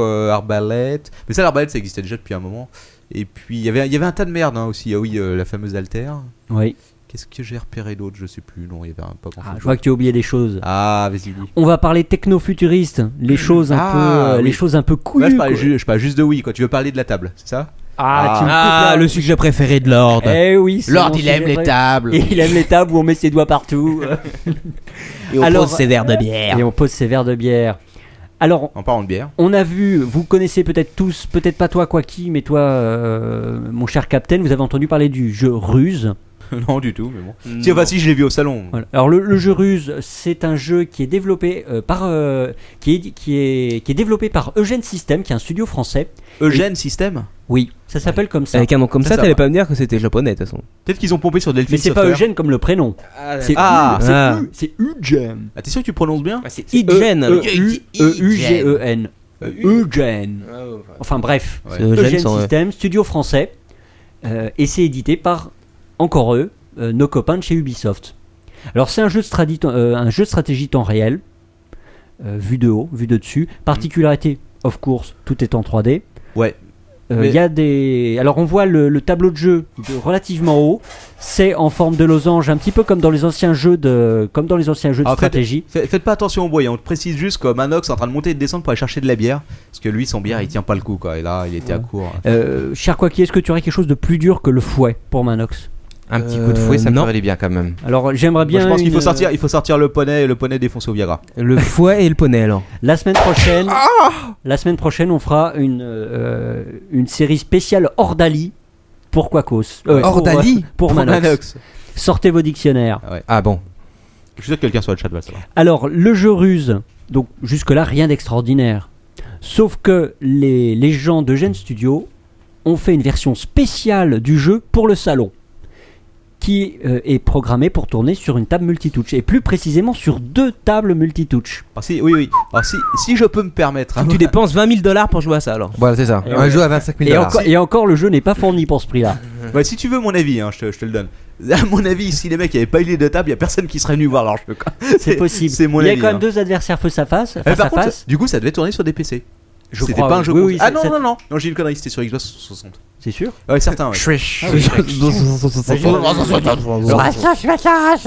euh, arbalète. Mais ça, l'arbalète, ça existait déjà depuis un moment. Et puis, il y avait- il y avait un tas de merde hein, aussi. Ah oui, euh, la fameuse altère.
Oui.
Qu'est-ce que j'ai repéré d'autre Je sais plus. Non, il y avait un pas
Ah,
grand-chose.
je vois que tu as oublié des choses.
Ah, vas-y, dis.
On va parler techno-futuriste, les choses un
Ah,
peu, euh, les
oui.
choses un peu
Là, je
couillues.
parlais,
quoi.
ju- je parlais juste de oui, quand tu veux parler de la table, c'est ça
Ah, tu me coupes
Ah,
là.
le sujet préféré de l'ordre.
Eh oui, c'est
Lord,
mon
il aime
sujet
les
préféré.
tables.
Et il aime les tables où on met ses doigts partout.
Et on
alors-
pose ses verres de bière.
et on pose ses verres de bière. Alors,
En parlant de bière.
on a vu, vous connaissez peut-être tous, peut-être pas toi, Quacky, mais toi, euh, mon cher Captain, vous avez entendu parler du jeu Ruse.
non, du tout, mais bon. Si, enfin, si, je l'ai vu au salon.
Voilà. Alors le, le jeu ruse, c'est un jeu qui est développé euh, par euh, qui, est, qui, est, qui est développé par Eugène System, qui est un studio français.
Eugène System
Oui, ça s'appelle comme ça.
Avec un nom Eh, comme
Ça,
ça,
ça
t'allais
va.
pas me dire que c'était japonais de toute façon.
Peut-être qu'ils ont pompé sur Delphine
Mais c'est pas
Software.
Eugène comme le prénom. C'est
Ah,
U, c'est
ah.
U, c'est Eugène.
Ah, t'es sûr que tu prononces bien
c'est
Eugène.
Hygiène
E,
alors.
E, E-U-G-E-N.
Euh,
Eugène. E, Enfin bref,
Ouais.
C'est Eugène
Eugène
sans-
System, studio français, euh, et c'est édité par, encore eux, euh, nos copains de chez Ubisoft. Alors c'est un, jeu de stradi- euh, un jeu de stratégie temps réel, euh, vu de haut, vu de dessus. Particularité, of course, tout est en 3D.
Mm. Ouais.
Euh, Il
Mais-
y a des. Alors on voit le, le tableau de jeu de relativement haut. C'est en forme de losange, un petit peu comme dans les anciens jeux de, comme dans les anciens jeux de
Ah, En fait,
stratégie.
Fait- Faites pas attention au boy, on te précise juste comme un ox en train de monter et de descendre pour aller chercher de la bière, parce que lui son bière il tient pas le coup quoi, et là il était à court.
Euh, cher Kwaki, est-ce que tu aurais quelque chose de plus dur que le fouet pour Manox
Un petit coup de fouet, ça me
non.
ferait du bien quand même.
Alors j'aimerais bien.
Moi, je pense qu'il
une- euh,
faut sortir, il faut sortir le poney et le poney défoncer au Viagra.
Le fouet et le poney alors.
euh, La semaine prochaine,
Ah
la semaine prochaine, on fera une, euh, une série spéciale Ordali pour Quacos. Euh, pour,
Ordali
euh, pour, Manox. Sortez vos dictionnaires.
Ah bon.
Je suis sûr que quelqu'un sur le chat va le savoir.
Alors, le jeu ruse, donc jusque-là, rien d'extraordinaire. Sauf que les, les gens de Gen Studio ont fait une version spéciale du jeu pour le salon, qui euh, est programmée pour tourner sur une table multitouch, et plus précisément sur deux tables multitouch.
Alors, si, oui oui. Alors si, si je peux me permettre. hein.
Ah, Tu dépenses 20 000 dollars pour jouer à ça alors.
Voilà, c'est ça. Un jeu à 25 000
Et,
dollars.
encore- et encore, le jeu n'est pas fourni pour ce prix-là.
Ouais, Bah, si tu veux mon avis, hein, je, te, je te le donne. À mon avis, si les mecs avaient pas eu les deux tables, y a personne qui serait venu voir leur jeu. quoi.
C'est possible.
C'est mon
Il y a
avis,
quand même
hein.
deux adversaires face à face.
Mais
face
par
à
contre,
face.
du coup, ça devait tourner sur des PC.
Je
C'était
crois,
pas un
oui.
jeu.
Oui,
console.
oui,
ah
c'est-
non,
c'est-
non, non, non, j'ai une connerie, c'était sur Xbox 60.
C'est sûr.
Ouais, certain. ouais.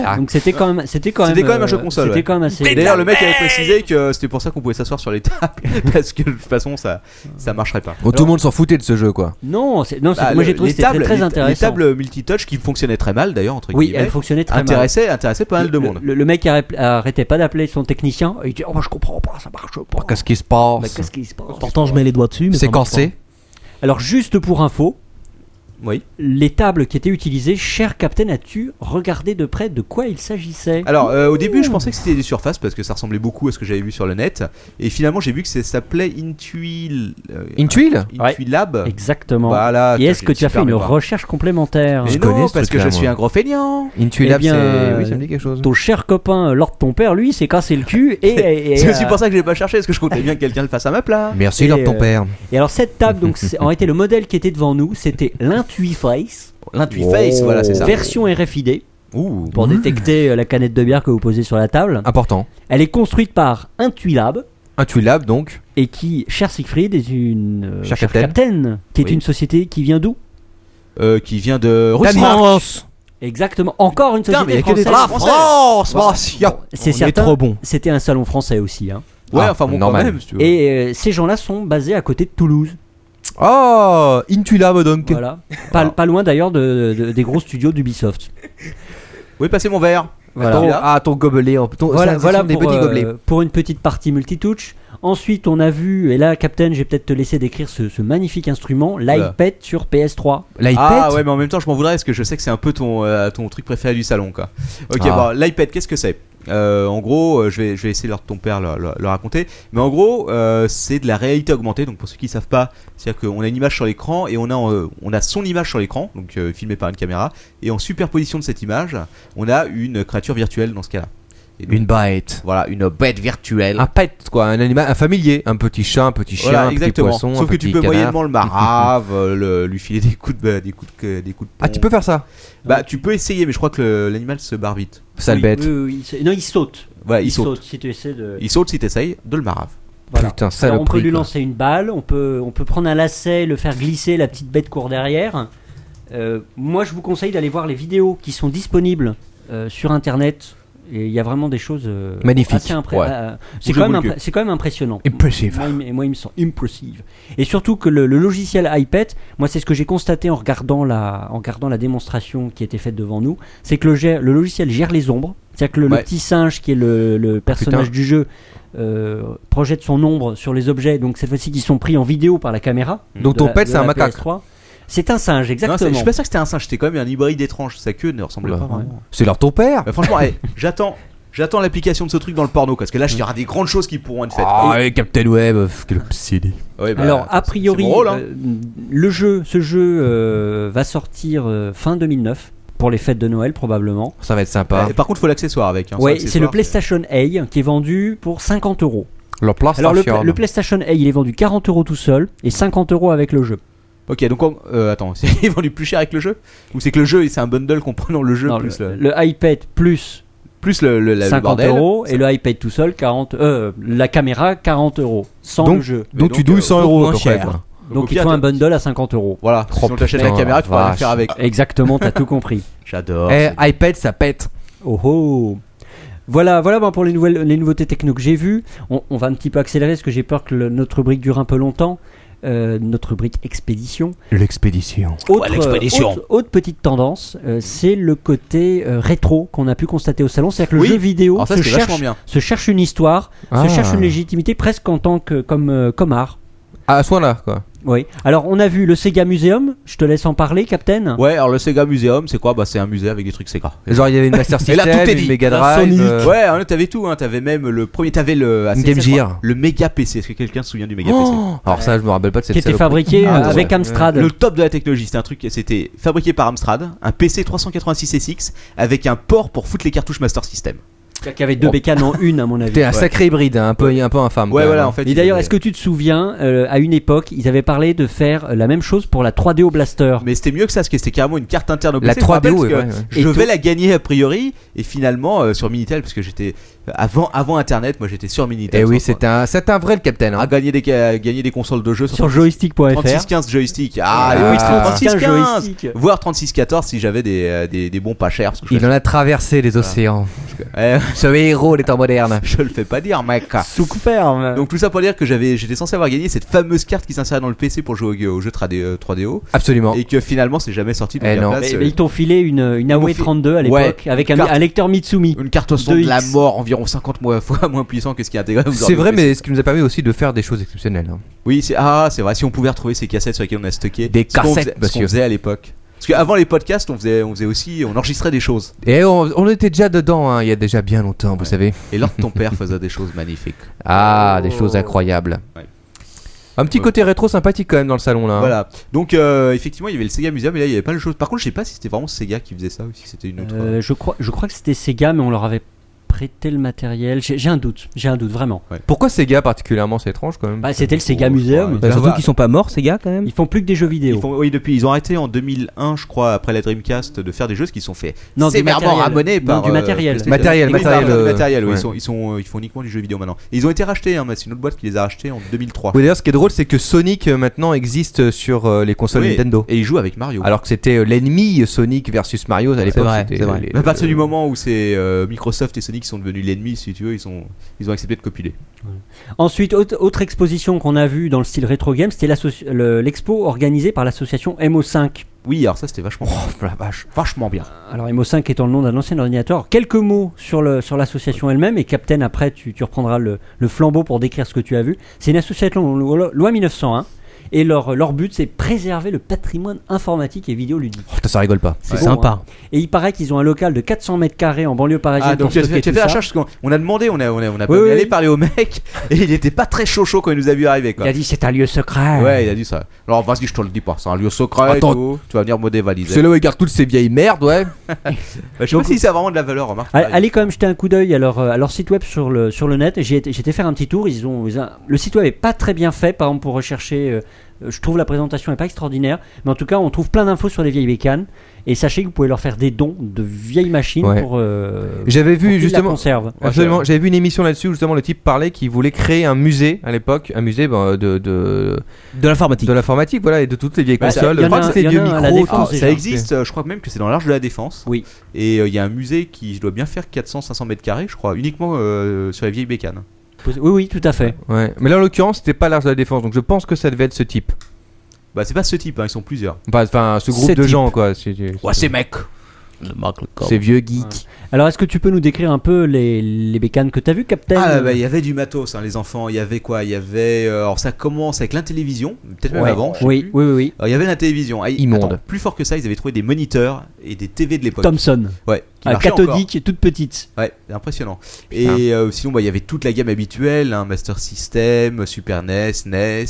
ah. Donc c'était quand même, c'était quand même,
C'était quand même un
euh,
jeu console,
C'était
ouais.
quand même assez.
D'ailleurs, le mec avait précisé que c'était pour ça qu'on pouvait s'asseoir sur les tables, parce que de toute façon, ça, ça marcherait pas.
Bon, tout le monde s'en foutait de ce jeu quoi.
Non, c'est- non, c'est-
Bah,
moi
le-
j'ai trouvé que
les
c'était très,
tables-
très
les-
intéressant.
Les tables multitouch qui fonctionnaient très mal d'ailleurs, entre
oui,
guillemets,
elles fonctionnaient très mal.
intéressaient, intéressaient pas mal de
Le-
monde.
Le, le mec arrête- arrêtait pas d'appeler son technicien. Il dit Oh, moi, je comprends pas, ça marche pas.
Qu'est-ce qui se
Mais
passe
Bah, qu'est-ce qui se passe
Pourtant je mets les doigts dessus. mais
C'est
ça marche
corsé.
Alors, juste pour info,
Oui.
les tables qui étaient utilisées, cher Captain, as-tu regardé de près de quoi il s'agissait
Alors euh, au début je pensais que c'était des surfaces parce que ça ressemblait beaucoup à ce que j'avais vu sur le net et finalement j'ai vu que ça s'appelait Intuil euh,
Intuil
Intuilab.
Exactement.
Voilà,
Et
tiens,
est-ce
j'ai
que
une
tu as fait
super
une
mémoire.
recherche complémentaire
Mais
Je
non,
connais ce
parce que
truc-là,
je
moi.
suis un gros feignant.
Eh
Intuilab,
bien,
c'est.
euh,
Oui, ça me dit quelque chose.
Ton cher copain, euh, Lord ton père, lui, s'est cassé le cul et, et- et,
C'est
euh,
aussi pour ça que j'ai pas cherché parce que je comptais bien que quelqu'un le fasse à ma place.
Merci,
Et,
Lord ton
euh,
père.
et alors cette table, donc, c'est- en réalité, le modèle qui était devant nous, c'était l'Intuiface,
L'Intuiface, voilà, c'est ça.
version RFID,
Ouh.
pour détecter euh, la canette de bière que vous posez sur la table.
Important.
Elle est construite par Intuilab,
Intuilab donc.
et qui, cher Siegfried, est une... euh,
Cher Captain.
Captain, qui est
Oui.
une société qui vient d'où
Euh, qui vient de Russie.
France.
Exactement, encore une
Putain, mais il y
société
a que des
française.
trucs français.
Ah,
On
C'est
est
certain,
trop bon.
c'était un salon français aussi. hein.
Ouais,
Ah,
enfin bon,
normal.
quand même, si tu veux.
Et euh, ces gens-là sont basés à côté de Toulouse.
Oh, Intuilab donc.
Voilà. Pas, pas loin d'ailleurs de- de- des gros studios d'Ubisoft.
Oui, passez mon verre.
Voilà.
Ton- ah, ton gobelet. en- ton-
Voilà,
ça, ce
voilà
sont des
pour,
petits
euh,
gobelets.
pour une petite partie multitouch. Ensuite, on a vu, et là, Captain, je vais peut-être te laisser décrire ce, ce magnifique instrument, l'iPad sur PS3.
L'iPad
Ah ouais, mais en même temps, je m'en voudrais parce que je sais que c'est un peu ton, euh, ton truc préféré du salon, quoi. Ok,
Ah.
bon, l'iPad, qu'est-ce que c'est Euh, En gros, euh, je vais, je vais essayer leur ton père le, le- le raconter. Mais en gros, euh, c'est de la réalité augmentée. Donc pour ceux qui savent pas, c'est-à-dire qu'on a une image sur l'écran et on a, euh, on a son image sur l'écran, donc euh, filmée par une caméra, et en superposition de cette image, on a une créature virtuelle dans ce cas-là. Et donc,
Une bête.
voilà, une bête virtuelle.
Ah,
Un pet quoi, un animal, un familier, un petit chat, un petit chien,
Voilà,
un
exactement.
petit poisson,
Sauf
un
que
petit
tu peux
canard.
moyennement le marave, euh, le- lui filer des coups de, bah, des coups de, des coups de
Ah, tu
pompe.
peux faire ça,
Bah, tu peux essayer, mais je crois que le- l'animal se barre vite.
sale
Oui.
bête.
Oui, oui, il sa- non, il saute.
Voilà, Ah, il, saute.
si tu essaies de.
Il saute si t'essayes de le marave.
Voilà.
Putain,
Alors,
saloperie.
on peut lui
quoi.
lancer une balle, on peut, on peut prendre un lacet, le faire glisser, la petite bête court derrière. Euh, moi, je vous conseille d'aller voir les vidéos qui sont disponibles euh, sur Internet. Et il y a vraiment des choses euh,
Magnifique.
assez impré-
Ouais.
euh, c'est
Bougez-vous
quand, même
le
impré- c'est quand même impressionnant.
Impressive.
Moi, il me- moi, il me semble impressive. Et surtout que le, le logiciel iPad, moi, c'est ce que j'ai constaté en regardant, la, en regardant la démonstration qui était faite devant nous, c'est que le, gère- le logiciel gère les ombres. C'est-à-dire que le, le
Ouais. Ah,
petit singe qui est le, le personnage du jeu euh, projette son ombre sur les objets, donc cette fois-ci qui sont pris en vidéo par la caméra.
Donc
de
ton
la-
pet
de
c'est un
la
macaque.
PS3. C'est un singe,
Non, c'est- je
exactement.
suis pas sûr que c'était un singe, c'était quand même un hybride étrange. Sa queue ne ressemblait
Oula.
pas vraiment.
C'est leur ton père
Euh, franchement, eh, j'attends, j'attends l'application de ce truc dans le porno, parce que là, il y aura des grandes choses qui pourront être faites.
Ah, et Captain Web, pff, quel obsédé.
Ouais, bah,
Alors, a
c'est- c'est
priori,
mon rôle, hein.
euh, le jeu, ce jeu euh, va sortir euh, fin 2009 pour les fêtes de Noël probablement.
Ça va être
Euh,
sympa.
et par contre, faut l'accessoire avec. hein,
ouais,
ça,
c'est le
l'accessoire,
PlayStation A qui est vendu pour 50 euros.
Leur
Alors le,
PlayStation.
le PlayStation A, il est vendu 40 euros tout seul et 50 euros avec le jeu.
Ok, donc on- euh, attends, c'est ils vendent du plus cher avec le jeu Ou c'est que le jeu, c'est un bundle comprenant le jeu
Non,
plus
le,
le,
le iPad plus
plus le, le- le
50
bordel
euros et le iPad tout seul 40, euh, la caméra 40 euros sans
Donc,
le jeu.
Mais
Donc tu
donc,
douilles
euh,
100
beaucoup
euros à
moins
peu près,
cher.
quoi.
au
Donc il
pire,
faut un
t'as-
bundle à 50 euros.
Voilà,
Oh,
sinon t'achètes la
putain,
caméra, tu pourras rien
vache.
faire avec.
Exactement, t'as tout compris.
J'adore.
Eh, iPad, ça pète.
Oh oh voilà, voilà bon, pour les, nouvelles, les nouveautés techno que j'ai vues. On, on va un petit peu accélérer parce que j'ai peur que le- notre rubrique dure un peu longtemps. Euh, notre rubrique expédition.
L'expédition.
Autre,
l'expédition.
euh, autre- autre petite tendance, euh, c'est le côté euh, rétro qu'on a pu constater au salon. C'est-à-dire que le
Oui.
jeu vidéo
Alors ça,
se,
c'était vachement
cherche,
bien.
se cherche une histoire,
Ah.
se cherche une légitimité presque en tant que comme, euh, comme art.
Ah, à ce point-là, quoi.
Oui. Alors on a vu le Sega Museum. Je te laisse en parler, Captain.
Hein. Ouais, alors le Sega Museum, c'est quoi Bah, c'est un musée avec des trucs Sega.
Genre, il y avait une Master System,
là, tout est dit.
une Mega Drive. euh,
Ouais, hein, t'avais tout, hein. t'avais même le premier, t'avais le. ah, c'est-
Game
c'est quoi
Gear.
Le méga PC, est-ce que quelqu'un se souvient du méga PC
Oh Alors ça, je me rappelle pas de cette
qui était
saloperie.
fabriqué
Ah,
euh,
ouais.
avec Amstrad.
Le top de la technologie, c'était un truc, c'était fabriqué par Amstrad, un PC 386SX avec un port pour foutre les cartouches Master System.
Qui avait deux bécanes en une, à mon avis.
C'était un sacré hybride, hein, un peu, un peu infâme.
Ouais,
quand
voilà,
même.
en fait. euh,
Et
ils
d'ailleurs,
avaient-
est-ce que tu te souviens, euh, à une époque, ils avaient parlé de faire euh, la même chose pour la 3DO Blaster
Mais c'était mieux que ça, parce que c'était carrément une carte interne au
La
PC. Je me rappelle,
3DO,
parce que
ouais, ouais.
Je
Et
devais
tout.
la gagner a priori, et finalement euh, sur Minitel, parce que j'étais euh, avant, avant Internet, moi j'étais sur Minitel.
Eh oui,
sans-
c'est un, c'est un vrai le Captain.
à
hein.
gagner des, ca- gagner des consoles de jeux sur
sur joystick.fr.
3615 joystick. Ah,
Ah,
les
oui,
petits
3615
3615
joystick.
Voire 3614 si j'avais des, euh, des, des bons pas chers. Parce que je,
Il en a traversé les océans.
Eh,
Ce héros des temps modernes.
je le fais pas dire, mec.
Sous ferme.
Donc tout ça pour dire que j'avais, j'étais censé avoir gagné cette fameuse carte qui s'insérait dans le PC pour jouer au, au jeu 3D, euh, 3DO
Absolument.
et que finalement c'est jamais sorti. Donc
Eh
la
non.
place,
Mais,
euh,
mais ils t'ont filé une, une
m'ont
AOE
fi-
32 à l'époque avec un,
carte-
un lecteur Mitsumi.
une carte son de
2X.
la mort environ 50 mois- fois moins puissant que ce qui est intégré. aux
C'est
ordinateurs
vrai,
PC.
mais ce qui nous a permis aussi de faire des choses exceptionnelles. hein.
Oui, c'est ah, c'est vrai. Si on pouvait retrouver ces cassettes sur lesquelles on a stocké
Des
ce qu'on faisait-
cassettes,
ce
monsieur.
qu'on faisait à l'époque. Parce qu'avant les podcasts, on faisait, on faisait aussi, on enregistrait des choses.
Et on, on était déjà dedans, hein, il y a déjà bien longtemps, vous savez.
Et l'ordre de ton père faisait des choses magnifiques.
Ah, des choses incroyables.
Oh. Ouais.
Un petit
Ouais.
côté rétro sympathique quand même dans le salon là. hein.
Voilà. Donc euh, effectivement, il y avait le Sega Museum, mais là il y avait pas le jeu. Par contre, je sais pas si c'était vraiment Sega qui faisait ça ou si c'était une autre.
Euh, je, crois, je crois que c'était Sega, mais on leur avait prêté le matériel. J'ai j'ai un doute, j'ai un doute vraiment.
Pourquoi Sega particulièrement C'est étrange quand même.
Bah, c'était le Sega
Oh, je
Museum.
crois,
Bah, surtout
va.
qu'ils sont pas morts, ces gars, quand même.
Ils font plus que des jeux vidéo.
Ils font- oui, depuis, ils ont arrêté en 2001, je crois, après la Dreamcast, de faire des jeux qui sont faits
Non, du
sévèrement
matériel.
ramenés
Non,
par.
du
euh,
matériel.
PlayStation.
Matériel,
Oui,
matériel,
pardon,
euh,
matériel, oui,
ouais.
ils, sont, ils, sont, euh, ils font uniquement du jeu vidéo maintenant. Et ils ont été rachetés, hein, mais c'est une autre boîte qui les a rachetés en 2003.
Oui, D'ailleurs, ce qui est drôle, c'est que Sonic euh, maintenant existe sur euh, les consoles
Oui,
Nintendo.
Et ils jouent avec Mario.
Alors que c'était euh, l'ennemi Sonic versus Mario à l'époque.
vrai,
c'était
c'est vrai.
les-
Mais à partir
le-
du moment où c'est euh, Microsoft et Sonic qui sont devenus l'ennemi, si tu veux, ils, sont, ils ont accepté de copiler.
Ensuite, autre, autre exposition qu'on a vue dans le style rétro game, c'était l'associ- le- l'expo organisée par l'association MO5.
Oui, alors ça c'était vachement,
Oh, la vache.
vachement bien.
Alors MO5 étant le nom d'un ancien ordinateur, quelques mots sur, le, sur l'association elle-même et Captain après tu, tu reprendras le, le flambeau pour décrire ce que tu as vu. C'est une association lo- lo- loi 1901 et leur, leur but c'est préserver le patrimoine informatique et vidéoludique.
Oh, putain, ça rigole pas.
C'est beau, hein. Et il paraît qu'ils ont un local de 400 mètres carrés en banlieue parisienne
Ah, donc
pour
tu as,
stocker
tu as
tout
fait la
ça.
charge parce qu'on on a demandé, on a, on a, on a
Oui,
on est
oui,
allé
oui.
parler au mec et il était pas très chaud chaud quand il nous a vu arriver
Il
quoi.
a dit c'est un lieu secret.
Ouais, il a dit ça. Alors vas-y, je te le dis pas, c'est un lieu secret. et
Attends.
tout, Tu vas venir me dévaliser.
C'est là où ils gardent toutes ces vieilles merdes, ouais.
Bah, je sais pas si ça a vraiment de la valeur, remarque.
Allez, allez quand même jeter un coup d'œil à leur, euh, à leur site web sur le, sur le net. J'ai été- J'étais faire un petit tour. Ils ont, ils ont- le site web est pas très bien fait, par exemple pour rechercher. euh, euh, je trouve la présentation est pas extraordinaire, mais en tout cas on trouve plein d'infos sur les vieilles bécanes. Et sachez que vous pouvez leur faire des dons de vieilles machines
Ouais.
pour. euh,
J'avais
pour
vu
qu'ils La
justement.
conservent.
Absolument, j'avais vu une émission là-dessus où justement le type parlait qu'il voulait créer un musée à l'époque, un musée ben, de, de,
De l'informatique.
de l'informatique, voilà, et de toutes les vieilles
Bah, ça-
consoles,
y
de
en a
toutes
un-
les
y en
vieux
a un à la
micros.
Défense,
tout.
déjà.
Ah, ça existe, euh, je crois même que c'est dans l'Arche de la Défense.
Oui.
Et euh, il y a un musée qui doit bien faire 400-500 mètres carrés, je crois, uniquement euh, sur les vieilles bécanes.
Oui, oui, tout à fait.
Ouais. Mais là en l'occurrence, c'était pas l'Arche de la Défense, donc je pense que ça devait être ce type.
Bah, c'est pas ce type, hein, ils sont plusieurs.
Enfin, Enfin, ce groupe
Ce
de
type.
gens, quoi. c'est- c'est-
Ouais, c'est mec.
Le Marc, le corps.
C'est vieux geek.
Alors, est-ce que tu peux nous décrire un peu les, les bécanes que t'as vu, Captain
Ah bah il y avait du matos, hein, les enfants. Il y avait quoi Il y avait. euh, alors ça commence avec l'intélévision, peut-être même
Ouais.
avant. je sais
oui,
plus.
oui, oui, oui.
Alors, il y avait l'intélévision. Ah, il-
Immonde.
attends, plus fort que ça, ils avaient trouvé des moniteurs et des TV de l'époque.
Thomson,
Ouais. qui
Ah,
marchaient encore.
cathodique, toute petite.
Ouais, c'est impressionnant. Et euh, sinon, bah, il y avait toute la gamme habituelle hein, Master System, Super E NES, NES.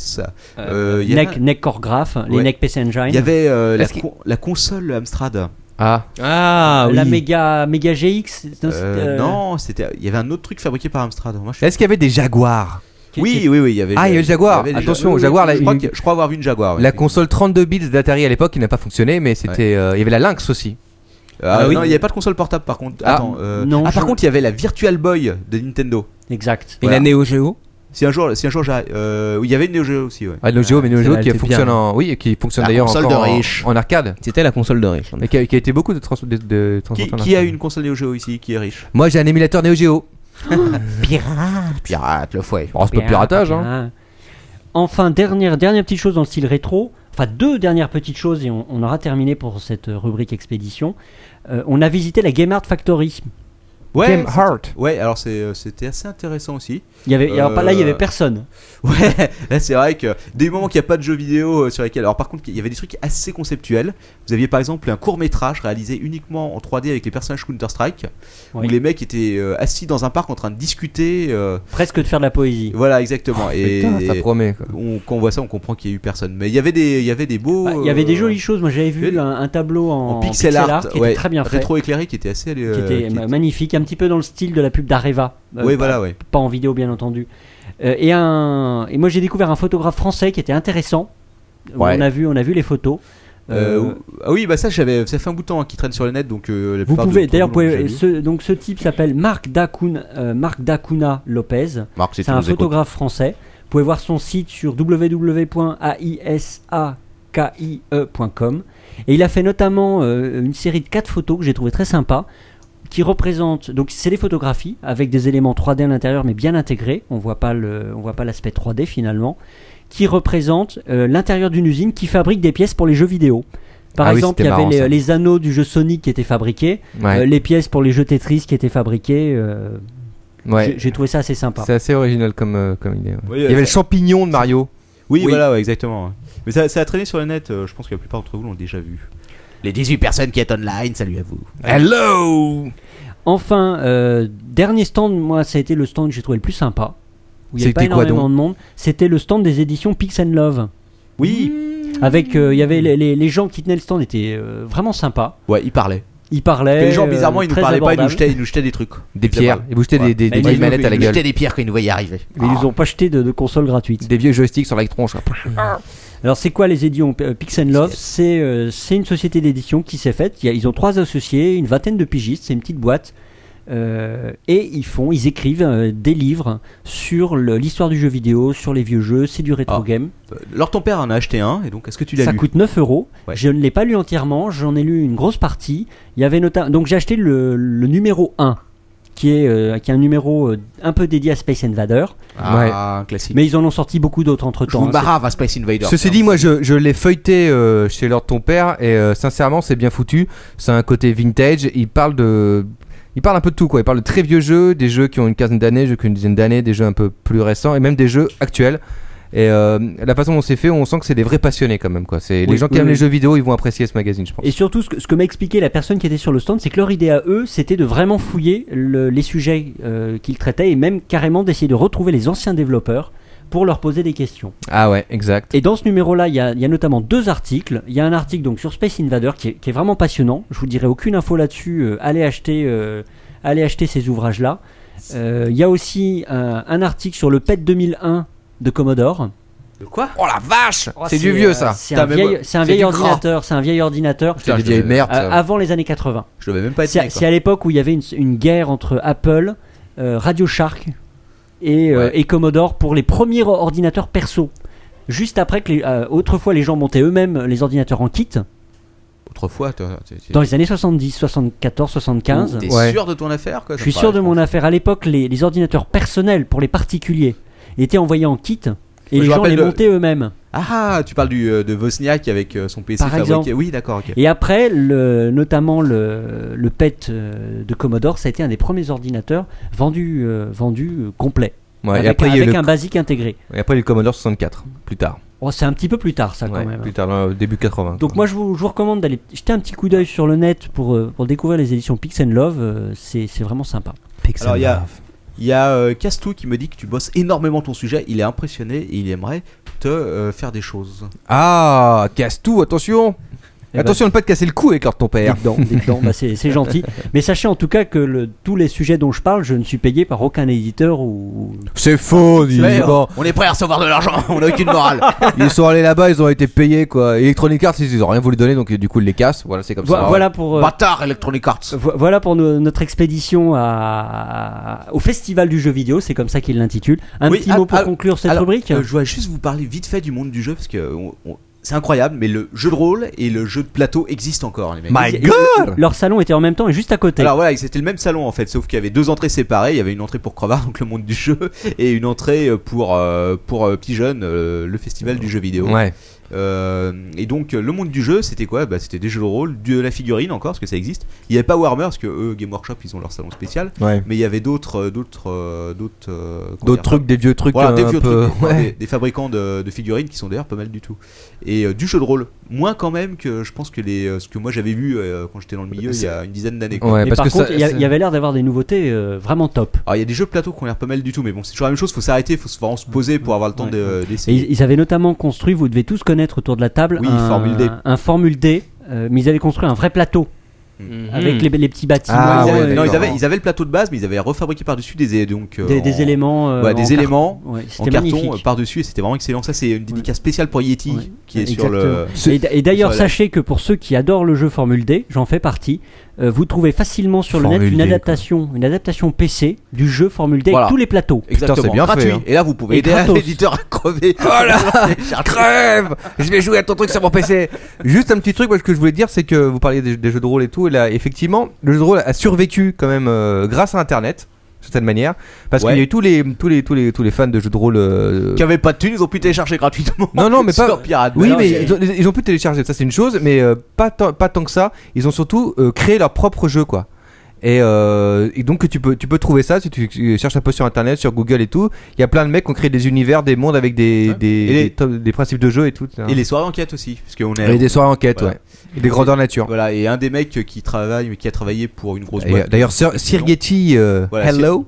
euh, il y avait-
Neck, neck Core Graph, les
Ouais.
Neck PC Engine.
il y avait euh, la,
Est-ce que-
con- la console Amstrad. Euh,
Ah,
Ah, oui.
La Mega, Mega GX. Non,
Euh,
c'était, euh,
Non, c'était. Il y avait un autre truc fabriqué par Amstrad. Moi, je suis-
est-ce qu'il y avait des Jaguars
qui-
Oui,
qui-
oui, oui, il y avait.
Ah, il y avait le Jaguar.
les
Attention,
Ja-
au Jaguar, là,
je, crois
une-
que- je crois avoir vu une Jaguar. ouais.
La console 32 bits d'Atari à l'époque qui n'a pas fonctionné, mais c'était. euh, il y avait la Lynx aussi.
Ah,
Ah oui.
Non, il n'y avait pas de console portable par contre.
Ah,
Attends, euh,
non,
ah, par
je-
contre, il y avait la Virtual Boy de Nintendo.
Exact.
Et la Neo Geo
Si un jour, si un jour, j'ai- euh, oui, il y avait une Neo Geo aussi, ouais.
Ah, Neo Geo, mais Neo
c'est
Geo
là,
qui
elle était
fonctionne
bien.
en. Oui, qui fonctionne
La
d'ailleurs
console
encore
de
en-
riche.
en, arcade.
C'était la console de riche.
Et qui a, qui a été beaucoup de, trans de, de
Qui,
transformations en
qui a
arcade.
une console Neo Geo ici qui est riche
Moi j'ai un émulateur Neo Geo. Ah,
Pirate, le fouet.
Oh, c'est pas piratage, hein.
Ah. Enfin, dernière, dernière petite chose dans le style rétro. Enfin, deux dernières petites choses et on, on aura terminé pour cette euh, rubrique expédition. Euh, on a visité la Game Art Factory.
Game Heart.
Ouais, alors c'est, euh, c'était assez intéressant aussi.
Il y avait, il y avait
Euh,
pas- là, il y avait personne.
Ouais, là, c'est vrai que des moments qu'il n'y a pas de jeux vidéo euh, sur lesquels. Alors par contre, il y avait des trucs assez conceptuels. Vous aviez par exemple un court métrage réalisé uniquement en 3D avec les personnages Counter Strike,
Oui.
où les mecs étaient euh, assis dans un parc en train de discuter. euh,
Presque de faire de la poésie.
voilà, exactement.
Ah,
et
Putain, ça promet quoi.
on, quand on voit ça, on comprend qu'il n'y a eu personne. Mais il y avait des, il y avait des beaux.
Bah, il y avait des
euh,
jolies choses. Moi, j'avais vu
des-
un, un tableau en,
en pixel art,
qui
ouais,
était très bien fait,
rétro-éclairé qui était assez euh,
qui était
qui-
ma- magnifique, un petit peu dans le style de la pub d'Areva. Euh,
ouais
pas-
voilà ouais
pas en vidéo bien entendu. Euh, et un et moi j'ai découvert un photographe français qui était intéressant. Euh,
Ouais.
On a vu on a vu les photos.
Euh,
Euh,
ah oui bah ça j'avais ça fait un bout de temps hein, qui traîne sur le net donc euh, la
vous
plupart
pouvez
d'entre
d'ailleurs
vous l'ont
pouvez-
déjà vu.
ce, donc ce type s'appelle Marc Dacuna euh, Marc Dacuna Lopez.
Marc,
C'est un photographe français. Vous pouvez voir son site sur www.aisaki.com e et il a fait notamment euh, une série de quatre photos que j'ai trouvé très sympa qui représentent donc c'est des photographies avec des éléments 3D à l'intérieur mais bien intégrés. On voit pas le on voit pas l'aspect 3D finalement qui représentent euh, l'intérieur d'une usine qui fabrique des pièces pour les jeux vidéo. Par
Ah oui,
exemple,
c'était
il y avait
marrant, ça.
les, les anneaux du jeu Sonic qui étaient fabriqués, euh,
Ouais.
les pièces pour les jeux Tetris qui étaient fabriquées. euh, j'ai-
ouais.
J'ai trouvé ça assez sympa.
C'est assez original comme, euh, comme idée. ouais.
Oui,
il y
ça-
avait le champignon de Mario.
oui,
Oui.
voilà ouais, exactement ouais. mais ça, ça a traîné sur le net euh, je pense que la plupart d'entre vous l'ont déjà vu
Les 18 personnes qui est online, salut à vous.
Hello
Enfin, euh, dernier stand, moi, ça a été le stand que j'ai trouvé le plus sympa. Où il n'y avait pas
C'était quoi
énormément de monde. C'était le stand des éditions Pix and Love.
oui
Avec, euh, il y avait les, les- les gens qui tenaient le stand étaient euh, vraiment sympas.
ouais ils parlaient
Ils parlaient.
les gens
euh,
bizarrement ils nous
très
parlaient pas ils nous
abordables.
jetaient, ils nous jetaient des trucs
Des pierres. Et vous jetez
Ouais.
des, des,
Mais
des
ils
vieilles
ont
manettes à la gueule.
J'étais des pires qu'ils nous voyaient arriver.
Mais ils ont pas acheté de, de console
Mmh.
gratuite.
Des vieux joysticks sur la tronche.
Alors, c'est quoi les éditions euh, Pix and Love C'est euh, c'est une société d'édition qui s'est faite. Il y a- Ils ont trois associés, une vingtaine de pigistes, c'est une petite boîte. Euh, et ils font, ils écrivent euh, des livres sur le- l'histoire du jeu vidéo, sur les vieux jeux, c'est du rétro
Ah.
game.
Euh, alors ton père en a acheté un et donc est-ce que tu l'as
Ça
lu
coûte 9 euros.
Ouais.
Je ne l'ai pas lu entièrement, j'en ai lu une grosse partie. Il y avait notamment, donc j'ai acheté le, le numéro 1, qui est, euh, qui est un numéro euh, un peu dédié à Space Invader.
ah un classique
Mais ils en ont sorti beaucoup d'autres hein. entre
Je
temps.
vous marave un Space Invader.
Ceci dit, moi je, je l'ai feuilleté euh, chez leur ton père et euh, sincèrement c'est bien foutu. C'est un côté vintage. Il parle de, il parle un peu de tout quoi. Il parle de très vieux jeux, des jeux qui ont une quinzaine d'années, des jeux qui ont une dizaine d'années, des jeux un peu plus récents et même des jeux actuels. Et euh, la façon dont c'est fait, on sent que c'est des vrais passionnés quand même quoi. C'est les
Oui,
gens qui
oui,
aiment
oui.
les jeux vidéo, ils vont apprécier ce magazine, je pense.
Et surtout, ce que, ce que m'a expliqué la personne qui était sur le stand, c'est que leur idée à eux, c'était de vraiment fouiller le- les sujets euh, qu'ils traitaient et même carrément d'essayer de retrouver les anciens développeurs pour leur poser des questions.
Ah ouais, exact.
Et dans ce numéro-là, il y, a- il y a notamment deux articles. Il y a un article donc sur Space Invader qui est, qui est vraiment passionnant. Je vous dirai aucune info là-dessus. Euh, allez acheter, euh, allez acheter ces ouvrages-là. Euh, il y a aussi un, un article sur le E PET 2001 de Commodore.
de quoi
Oh la vache, c'est du
euh,
vieux ça.
C'est
Putain,
un
mais
vieil,
moi,
c'est un
c'est
vieil
du gras.
ordinateur. C'est un vieil ordinateur.
C'est des
je,
vieilles
devais-
merdes.
euh,
ça.
avant les années 80.
je devais même pas être
C'est
né,
à,
quoi.
c'est à l'époque où il y avait une, une guerre entre Apple, euh, Radio Shark et, euh,
Ouais.
et Commodore pour les premiers ordinateurs perso. Juste après que, les- euh, autrefois, les gens montaient eux-mêmes les ordinateurs en kit.
autrefois toi, t'es- t'es-
Dans les années 70, 74, 75.
t'es
Ouais.
sûr de ton affaire quoi
Je suis sûr de mon affaire. À l'époque, les, les ordinateurs personnels pour les particuliers étaient envoyés en kit. Et
Je
les
me
gens
rappelle
les
le-
montaient eux-mêmes.
Ah, tu parles du, euh, de Wozniak avec euh, son PC
Par
fabriqué.
exemple.
Oui, d'accord. ok.
Et après, le, notamment le, le PET euh, de Commodore, ça a été un des premiers ordinateurs vendus euh, vendus, euh, complet.
Ouais,
avec
et, après, il y a eu
avec
le-
un basique intégré.
et après, il y a eu le Commodore 64, plus tard.
Oh, c'est un petit peu plus tard, ça,
Ouais,
quand même.
Plus tard, dans le début 80.
Donc moi je vous, je vous recommande d'aller jeter un petit coup d'œil sur le net pour, euh, pour découvrir les éditions Pix and Love, euh, c'est c'est vraiment sympa.
Pixel
Alors, il y a-
Love.
Il y a euh, Castou qui me dit que tu bosses énormément ton sujet. Il est impressionné et il aimerait te euh, faire des choses.
Ah, casse tout, attention
Eh ben,
Attention de ne pas te casser le cou avec l'heure de ton
dites
père.
donc, dites donc, bah, c'est c'est gentil. Mais sachez en tout cas que le- tous les sujets dont je parle, je ne suis payé par aucun éditeur ou...
C'est hein. faux, dis
vrai,
donc.
On est prêt à recevoir de l'argent, on a aucune morale.
Ils sont allés là-bas, ils ont été payés quoi. Electronic Arts, ils ils ont rien voulu donner, donc du coup ils les cassent. Voilà, c'est comme
Vo-
ça.
voilà pour... euh,
Bâtard Electronic Arts.
vo- Voilà pour no- notre expédition à- au Festival du jeu vidéo, c'est comme ça qu'il l'intitule. Un
Oui,
petit
ah,
mot pour
ah,
conclure cette
Alors,
rubrique
euh, Je voudrais juste vous parler vite fait du monde du jeu parce que euh, on- on- c'est incroyable, mais le jeu de rôle et le jeu de plateau existent encore, les mecs.
My
Ils- ils-
God
Leur salon était en même temps et juste à côté.
Alors voilà, c'était le même salon en fait, sauf qu'il y avait deux entrées séparées. Il y avait une entrée pour Crevard, donc le monde du jeu, et une entrée pour euh, pour euh, Pigeon, euh, le festival du jeu vidéo.
Ouais.
Euh, et donc euh, le monde du jeu, c'était quoi bah, C'était des jeux de rôle, de la figurine encore, parce que ça existe. Il n'y avait pas Warhammer, parce que eux, Game Workshop, ils ont leur salon spécial.
Ouais.
Mais il y avait d'autres, euh, d'autres, euh, d'autres, euh, comment
D'autres
dire
trucs, des vieux trucs
Voilà,
euh,
des
un
vieux
peu.
trucs, des-
ouais.
des, des fabricants de, de figurines qui sont d'ailleurs pas mal du tout. Et euh, du jeu de rôle, moins quand même que je pense que les, euh, ce que moi j'avais vu euh, quand j'étais dans le milieu il y a une dizaine d'années. quoi.
Ouais,
Mais
parce
par
que ça-
contre, il y, a-
ça-
il y avait l'air d'avoir des nouveautés euh, vraiment top.
Alors il y a des jeux plateaux qui ont l'air pas mal du tout, mais bon, c'est toujours la même chose, faut s'arrêter, faut se- vraiment se poser pour avoir le temps
Ouais.
de-
Et
d'essayer.
ils, ils avaient notamment construit, vous devez tous connaître autour de la table,
Oui,
un,
Formule D.
un Formule D, euh, mais ils avaient construit un vrai plateau
Mhm. Hmm.
avec les, les petits bâtiments, euh,
Ah
Non, ils
ouais,
avaient- non, ils
d'accord.
avaient, ils avaient le plateau de base, mais ils avaient refabriqué par-dessus des, donc, euh,
des, des
en-
éléments, euh,
ouais,
en
des
car-
éléments
ouais,
en
c'était
carton euh,
magnifique.
par-dessus, et c'était vraiment excellent. Ça, c'est une dédicace spéciale pour Yeti
Ouais,
qui est sur le.
exactement. Et d- Et, d'ailleurs,
sur la-
sachez que pour ceux qui adorent le jeu Formule D, j'en fais partie, euh, vous trouvez facilement sur le net
Formule D,
une
quoi.
adaptation, une adaptation PC du jeu Formule D
Voilà.
avec tous les plateaux.
Exactement,
c'est bien
gratuit.
fait, hein. Oh
Et là, vous pouvez
Et
aider à
gratos.
l'éditeur à crever.
Crève Je vais jouer à ton truc sur mon PC. Juste un petit truc, moi, ce que je voulais dire, c'est que vous parliez des, des jeux de rôle et tout. Et là, effectivement, le jeu de rôle a survécu quand même euh, grâce à Internet, d'une certaine manière, parce
Ouais.
qu'il y a eu tous les, tous les, tous les, tous les fans de jeux de rôle. euh,
Qui avait pas de thunes, ils ont pu télécharger gratuitement.
Non, non, mais pas-
Sur Pirate
Oui,
Bay.
mais ils ont, ils ont pu télécharger, ça c'est une chose, mais euh, pas, tant, pas tant que ça. Ils ont surtout euh, créé leur propre jeu, quoi. Et, euh, et donc tu peux, tu peux trouver ça si tu, tu cherches un peu sur internet, sur Google et tout. Il y a plein de mecs qui ont créé des univers, des mondes avec des, des,
Et les-
des top- des principes de jeu et tout.
Et les soirées enquêtes aussi, parce qu'on est.
Et des soirées enquête,
Voilà.
ouais. Des grandeurs nature.
Voilà, et un des mecs qui travaille, qui a travaillé pour une grosse
Et, euh,
boîte.
D'ailleurs, Sir- Sirgetti, euh,
Voilà,
hello.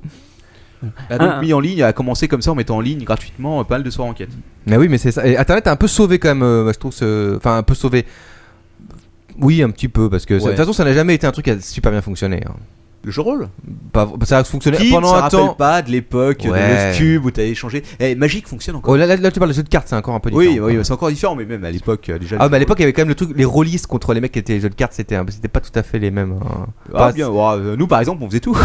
a donc
Ah,
mis en ligne, a commencé comme ça en mettant en ligne gratuitement euh, pas mal de soirées enquête.
Mais oui, mais c'est ça. Et Internet a un peu sauvé quand même, euh, je trouve. ce- Enfin, un peu sauvé. Oui, un petit peu, parce que ça- de
Ouais.
toute façon, ça n'a jamais été un truc qui a super bien fonctionné. hein.
Le jeu de rôle
Pas- ça a fonctionné
Qui
pendant
se
un temps.
rappelle pas de l'époque
Ouais.
de Love Cube où t'avais échangé Eh, Magic fonctionne encore.
Oh, là, là, là, tu parles de jeux de cartes, c'est encore un peu différent.
oui, oui, c'est encore différent, mais même à l'époque euh, déjà.
Ah,
le
mais
jeu de
à l'époque, il y avait quand même le truc, les rôlistes contre les mecs qui étaient les jeux de cartes, c'était un- c'était pas tout à fait les mêmes. hein.
rôle- Ah,
Pas-
bien, ouais, euh, nous par exemple, on faisait tout.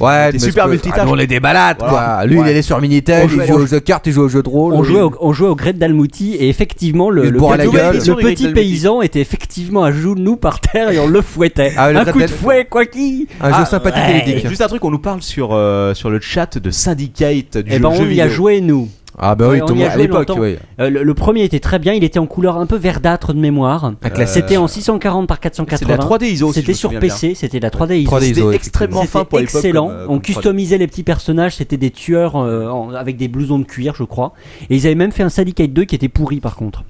Ouais,
était
mais
super
ce que-
multitâche.
Ah, nous, on est des balades,
Voilà.
quoi. Lui,
Ouais.
il allait sur
On
Minitel, il
jouait-
jouait
on
aux jeux de cartes, il jouait aux jeux de rôle.
On jouait, au, on jouait au Great Dalmouti et effectivement le,
Il
le,
se bourrait la
petit-
gueule.
le petit paysan était effectivement à genoux par terre et on le fouettait.
Ah, le
un
Great
coup de
Dal-
fouet quoi qu'il. Eh
Un jeu sympathique et ludique.
Ah, Juste un truc, on nous parle sur, euh, sur le chat de Syndicate du
Eh
jeu,
ben
jeu
on y
vidéo.
a joué nous.
Ah, bah oui,
Ouais,
tout
on
le
y
monde
a
à
joué
l'époque,
longtemps.
oui.
Euh, le, le premier était très bien, il était en couleur un peu verdâtre de mémoire.
Ah,
Un classique.
C'était en 640 par
C'était la
480.
3D ISO si je
C'était
me
sur
souviens bien.
PC, c'était la 3D ISO.
3D ISO,
C'était
effectivement.
extrêmement fin pour
C'était
l'époque.
excellent.
comme, euh,
on
comme 3D.
customisait les petits personnages. C'était des tueurs euh, en- avec des blousons de cuir, je crois. Et ils avaient même fait un Syndicate 2 qui était pourri, par contre.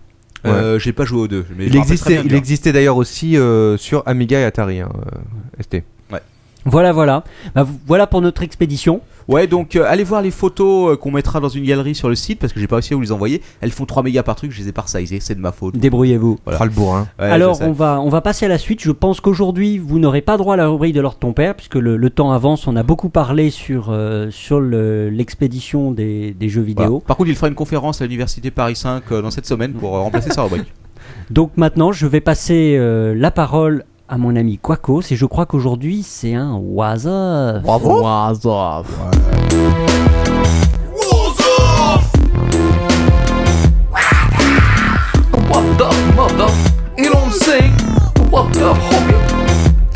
Euh, J'ai pas joué aux deux. Mais je
Il
me rappelle très
existait,
bien
il
de
existait d'ailleurs aussi euh, sur Amiga et Atari, hein, euh, ST.
Voilà, voilà. Bah, v- voilà pour notre expédition.
Ouais, donc euh, allez voir les photos euh, qu'on mettra dans une galerie sur le site parce que j'ai pas réussi à vous les envoyer. Elles font 3 mégas par truc, je les ai pas resizées, c'est de ma faute.
Débrouillez-vous.
Voilà.
Oh, le bourrin.
Ouais,
Alors,
je sais.
on va, on va passer à la suite. Je pense qu'aujourd'hui, vous n'aurez pas droit à la rubrique de l'ordre de ton père, puisque le, le temps avance. On a beaucoup parlé sur, euh, sur le- l'expédition des, des jeux
Voilà.
vidéo.
Par contre, il fera une conférence à l'université Paris 5 euh, dans cette semaine pour euh, remplacer sa rubrique.
Donc maintenant, je vais passer euh, la parole à mon ami Quacos, et je crois qu'aujourd'hui, c'est un was-off.
Bravo.
What the mother? You don't sing. What the hobby?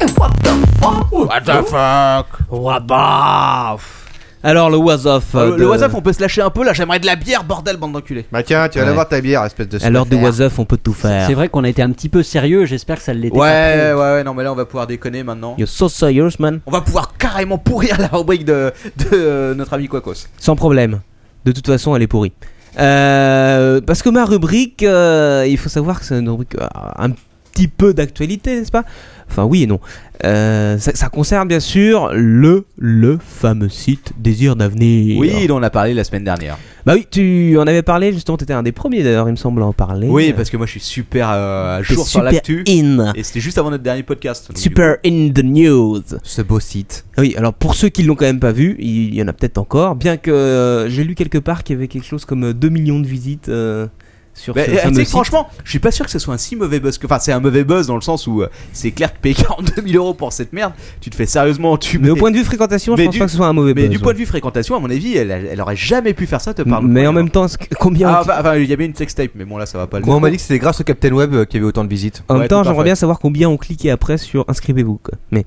And what the fuck?
Hein What the fuck
Wabaf Alors le was off.
Euh,
euh,
Le
de-
WhatsApp, on peut se lâcher un peu. Là, j'aimerais de la bière, bordel, bande d'enculés.
Bah tiens, tu vas
Ouais.
la voir ta bière, espèce de.
Alors du
sucker.
was off, on peut tout faire.
C'est vrai qu'on a été un petit peu sérieux, j'espère que ça l'était
Ouais,
pas
ouais,
trop.
ouais, non, mais là, on va pouvoir déconner maintenant.
You're so serious, man.
On va pouvoir carrément pourrir la rubrique de, de, euh, notre ami Quacos.
Sans problème. De toute façon, elle est pourrie. Euh, parce que ma rubrique, euh, il faut savoir que c'est une rubrique euh, un petit peu d'actualité, n'est-ce pas Enfin, oui et non. Euh, ça, ça concerne bien sûr le, le fameux site Désir d'avenir.
Oui, dont on a parlé la semaine dernière.
Bah oui, tu en avais parlé justement, t'étais un des premiers d'ailleurs, il me semble, à en parler.
Oui, parce que moi, je suis super euh, à
T'es
jour sur
super
l'actu.
in.
Et c'était juste avant notre dernier podcast. donc,
Super in the news.
Ce beau site.
Oui, alors pour ceux qui l'ont quand même pas vu, il y en a peut-être encore, bien que euh, j'ai lu quelque part qu'il y avait quelque chose comme euh, 2 millions de visites euh, sur
Bah,
ce
eh, tu
fameux
sais,
site.
franchement, je suis pas sûr que ce soit un si mauvais buzz. que- Enfin, c'est un mauvais buzz dans le sens où euh, c'est clair que payer 42 000 euros pour cette merde, tu te fais sérieusement tu
Mais au point de vue fréquentation, je
mais
pense
du-
pas que ce soit un mauvais
mais
buzz,
du
ouais.
point de vue fréquentation, à mon avis, elle, elle aurait jamais pu faire ça, te parle.
Mais en même temps, ce que- combien
Ah, enfin, enfin, il y avait une sextape, mais bon, là, ça va pas le
Moi, on m'a dit que c'était grâce au Captain Web euh, qu'il y avait autant de visites.
en même
ouais,
temps,
tout à
j'aimerais
fait.
bien savoir combien ont cliqué après sur inscrivez-vous. quoi. Mais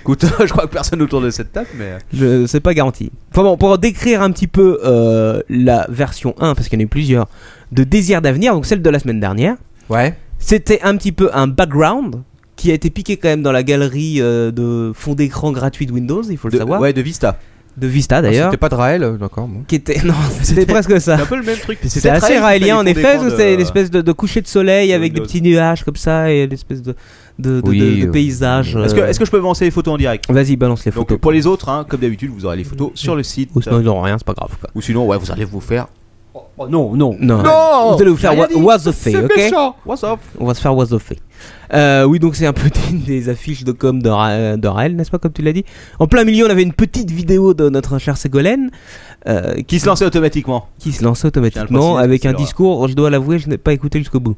Écoute, je crois que personne autour de cette table, mais.
je c'est pas garanti. Enfin bon, pour décrire un petit peu euh, la version 1, parce qu'il y en a eu plusieurs, de Désir d'avenir, donc celle de la semaine dernière,
Ouais.
C'était un petit peu un background qui a été piqué quand même dans la galerie euh, de fond d'écran gratuit de Windows, il faut le
De-
savoir,
ouais, de Vista.
de Vista
Ah,
d'ailleurs,
C'était pas de Raël, euh, d'accord. bon.
qui était non, c'était presque
C'est
ça.
un peu le même truc.
C'était assez raélien en effet, parce que c'était une
l'espèce
espèce de, de coucher de soleil
de
avec des
Windows.
petits nuages comme ça et l'espèce de de, de-
Oui,
de- de
euh,
paysage.
Est-ce que,
euh,
est-ce que je peux avancer les photos en direct
Vas-y, balance les
Donc, euh,
photos.
pour les autres, hein, comme d'habitude, vous aurez les photos sur le site.
Ou sinon ils auront rien, c'est pas grave. Quoi.
Ou sinon, ouais, vous allez vous faire.
Oh, non, non.
Non, vous allez vous faire wa- was the fait, ok
What's up
On va se faire was the fait. Euh, oui, donc c'est un peu des, des affiches de com de, Ra- euh, de Raël, n'est-ce pas, comme tu l'as dit. En plein milieu, on avait une petite vidéo de notre cher Ségolène euh,
Qui se lançait automatiquement
qui se lançait
Je tiens à le
automatiquement
préciser,
avec
c'est
un
l'horreur.
discours, je dois l'avouer, je n'ai pas écouté jusqu'au bout.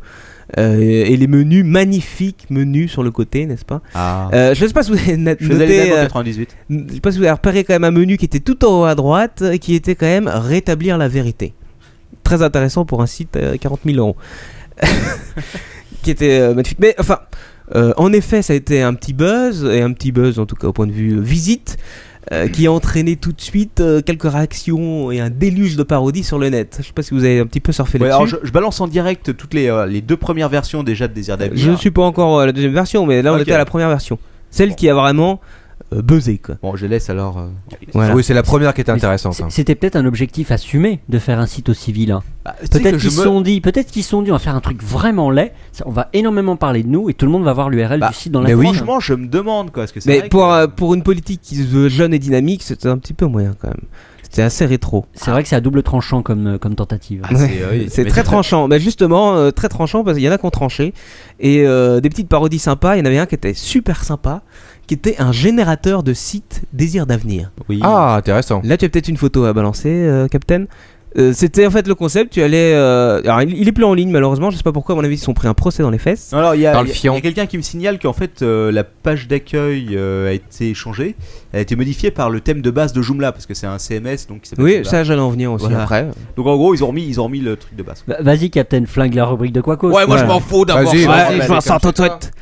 Euh, et les menus, magnifiques menus sur le côté, n'est-ce pas
Ah.
Euh, Je ne sais pas si vous avez na-
Je faisais les
noté,
dames en
euh,
98.
je sais pas si vous avez repéré quand même un menu qui était tout en haut à droite, euh, qui était quand même rétablir la vérité. Très intéressant pour un site à 40 000 euros. qui était euh, magnifique. Mais enfin, euh, en effet, ça a été un petit buzz, et un petit buzz en tout cas au point de vue euh, visite, euh, qui a entraîné tout de suite euh, quelques réactions et un déluge de parodies sur le net. Je sais pas si vous avez un petit peu surfé
Ouais, alors
là-dessus.
je, je balance en direct toutes les, euh, les deux premières versions déjà de Désir d'avenir.
Je ne suis pas encore à la deuxième version, mais là on
Ok.
était à la première version. Celle qui a vraiment euh, buzzé quoi.
Bon, je laisse alors. euh,
Voilà.
Oui, c'est la première qui était
Mais
intéressante. hein.
C'était peut-être un objectif assumé de faire un site aussi vilain.
bah, tu sais que
Peut-être
je
qu'ils se
me-
sont dit, peut-être qu'ils se sont dit, on va faire un truc vraiment laid. Ça, on va énormément parler de nous et tout le monde va voir l'URL
Bah,
du site dans
Mais
la prochaine.
Franchement, je me demande quoi. Parce que c'est
Mais
vrai
pour,
que-
euh, pour une politique qui se veut jeune et dynamique, c'était un petit peu moyen quand même. C'était assez rétro.
C'est vrai que c'est à double tranchant comme, euh, comme tentative.
Ah, c'est, euh, oui,
C'est
mais
très tranchant. Mais justement, euh, très tranchant parce qu'il y en a qui ont tranché. Et euh, des petites parodies sympas. Il y en avait un qui était super sympa, qui était un générateur de sites désir d'avenir.
Oui.
Ah, intéressant.
Là, tu as peut-être une photo à balancer, euh, Captain. Euh, c'était en fait le concept, tu allais... euh, Alors il il est plus en ligne malheureusement, je sais pas pourquoi à mon avis ils se sont pris un procès dans les fesses.
Non, alors, il y a,
Dans le
il y a-
fion.
il y a quelqu'un qui me signale qu'en fait euh, la page d'accueil euh, a été changée, a été modifiée par le thème de base de Joomla parce que c'est un CMS donc qui s'appelle
Oui,
Joomla.
ça j'allais en venir aussi
Voilà.
après.
Donc en gros ils ont remis ils ont remis le truc de base.
Va- Vas-y, Captain, flingue la rubrique de Quacos.
Ouais, moi je
Voilà.
m'en fous d'abord.
Vas-y,
ça.
vas-y.
Ouais,
bah,
je m'en
c'est comme
sors tout de
ça.
suite.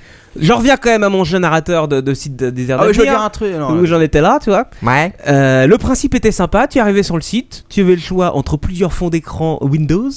Je reviens quand même à mon générateur de, de sites de- désir
Ah oui je veux dire
d'avenir.
un truc. non,
où j'en étais là, tu vois.
Ouais.
Euh, le principe était sympa, tu arrivais sur le site, tu avais le choix entre plusieurs fonds d'écran Windows,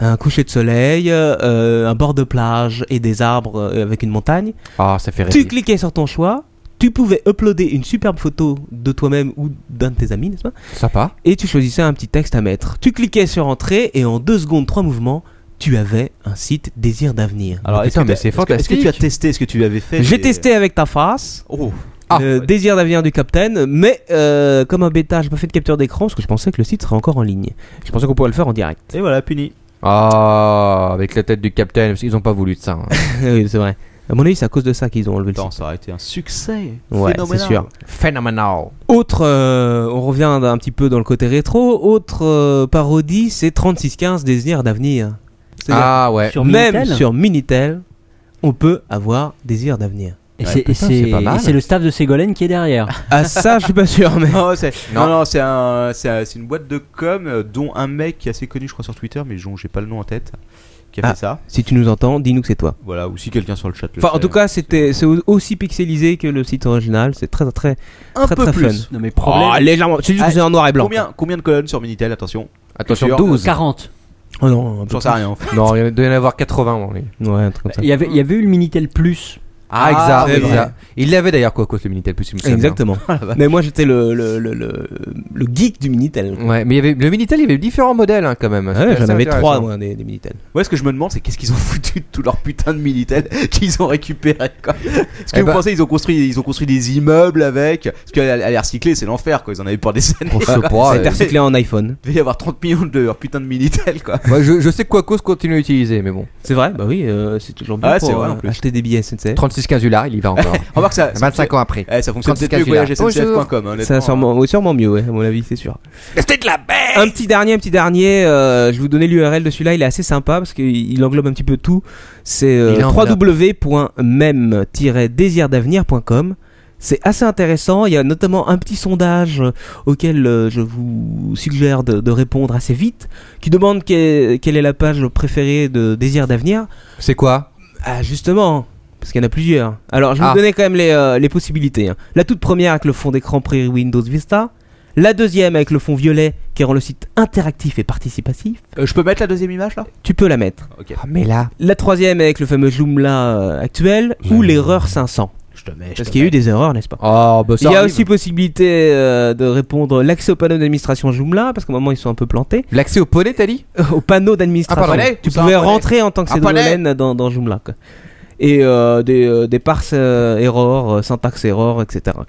un coucher de soleil, euh, un bord de plage et des arbres euh, avec une montagne.
Ah, ça fait
Tu
rêver.
cliquais sur ton choix, tu pouvais uploader une superbe photo de toi-même ou d'un de tes amis, n'est-ce pas
Sympa.
Et tu choisissais un petit texte à mettre. Tu cliquais sur entrée et en deux secondes, trois mouvements, tu avais un site désir d'avenir.
Alors,
est-ce
putain,
que t'as-
mais c'est
est-ce que- Est-ce que
fantastique.
tu as testé ce que tu avais fait
J'ai
des-
testé avec ta face,
Oh.
Ah.
le Euh, désir d'avenir du Captain, mais euh, comme un bêta, j'ai pas fait de capture d'écran parce que je pensais que le site serait encore en ligne. Je pensais qu'on pourrait le faire en direct.
Et voilà puni.
Ah, avec la tête du Captain, parce qu'ils ont pas voulu de ça. hein.
oui, c'est vrai. À mon avis, c'est à cause de ça qu'ils ont enlevé le
Attends
site.
ça aurait été un succès.
Ouais, c'est
phénoménal.
sûr.
Phenomenal.
Autre, euh, on revient un petit peu dans le côté rétro, autre euh, parodie, c'est 3615 Désir d'avenir. C'est-à-dire,
Ah ouais.
Sur
même
Minitel
sur Minitel, on peut avoir Désir d'avenir.
Et
Ouais,
c'est-
putain,
et c'est
c'est pas mal.
et c'est le staff de Ségolène qui est derrière.
Ah ça, je suis pas sûr, mais...
Non, c'est non,
Non.
non, c'est un, c'est un- c'est une boîte de com euh, dont un mec qui est assez connu, je crois, sur Twitter, mais dont j'ai pas le nom en tête, qui qui a
Ah.
fait ça.
Si tu nous entends, dis-nous que c'est toi.
Voilà, ou si quelqu'un sur le chat le
Enfin, en
sait.
tout cas, c'était c'est au- aussi pixelisé que le site original. C'est très très
un
très,
peu
très
plus.
fun.
Non mais problème.
Oh, légèrement. C'est juste
Ah,
que c'est en noir et blanc.
Combien, combien de colonnes sur Minitel Attention,
Attention,
Sur
euh,
12.
40.
Oh non, un peu
j'en sais rien. hein. en fait.
Non, il y en a- doit y en avoir 80. mon ami.
plus. Ouais, un truc comme ça.
Il y avait, il y avait eu le Minitel Plus.
Ah, exact,
c'est vrai.
exact. Il l'avait d'ailleurs, quoi, cause le Minitel Plus, il me semble, hein.
Exactement. Mais moi, j'étais le, le, le, le, le geek du Minitel.
hein. Ouais, mais il y avait, le Minitel, il y avait différents modèles hein, quand même. C'était
Ouais, j'en
assez
avais
intéressant.
trois, moi, des, des Minitel.
Moi, ce que je me demande, c'est qu'est-ce qu'ils ont foutu de tout leur putain de Minitel qu'ils ont récupéré. quoi. Est-ce que
Eh
vous
ben-
pensez ils ont construit, ils ont construit des immeubles avec Parce qu'à à les recycler, c'est l'enfer. Quoi, ils en avaient pour des années.
Pour ce poids, euh,
C'était recyclé en iPhone.
Il devait y avoir 30 millions de leur putain de Minitel. Quoi.
Moi, je, je sais que Quacos continue à utiliser, mais bon.
C'est vrai, bah oui, euh, c'est toujours bien
Ah,
pour
c'est vrai,
euh,
en plus.
acheter des billets SNCF.
36-15 dollars, il y va encore.
Remarque ça.
25 ans après.
Eh, ça fonctionne peut-être mieux que
34
voyagesncf.com. hein, honnêtement.
Ça sûrement, ouais, sûrement mieux, ouais, à mon avis, c'est sûr. Un petit dernier, un petit dernier. euh, je vous donnais l'URL de celui-là. Il est assez sympa parce qu'il il englobe un petit peu tout. C'est euh,
Il englobe.
www.meme-désirdavenir.com. C'est assez intéressant. Il y a notamment un petit sondage euh, auquel euh, je vous suggère de, de répondre assez vite, qui demande que- quelle est la page préférée de Désir d'avenir.
C'est quoi
Ah justement, parce qu'il y en a plusieurs. Alors je vais
Ah.
vous donner quand même les, euh, les possibilités. hein. La toute première avec le fond d'écran pré Windows Vista. La deuxième avec le fond violet qui rend le site interactif et participatif.
Euh, je peux mettre la deuxième image là
Tu peux la mettre.
Ok.
Ah, Mais là,
La troisième avec le fameux Joomla euh, actuel ou l'erreur 500.
Je te mets.
Parce qu'il y a eu des erreurs, n'est-ce pas
Oh, bah,
Il
ça
y a
arrive.
aussi possibilité euh, de répondre l'accès au panneau d'administration Joomla parce qu'au moment ils sont un peu plantés.
L'accès au poney, t'as dit
au panneau d'administration.
Un poney
tu
Ou ça,
pouvais
un poney
rentrer en tant que
Un poney
CWN dans, dans Joomla. quoi. Et euh, des, euh, des parses euh, error, euh, syntaxe error, etc. quoi.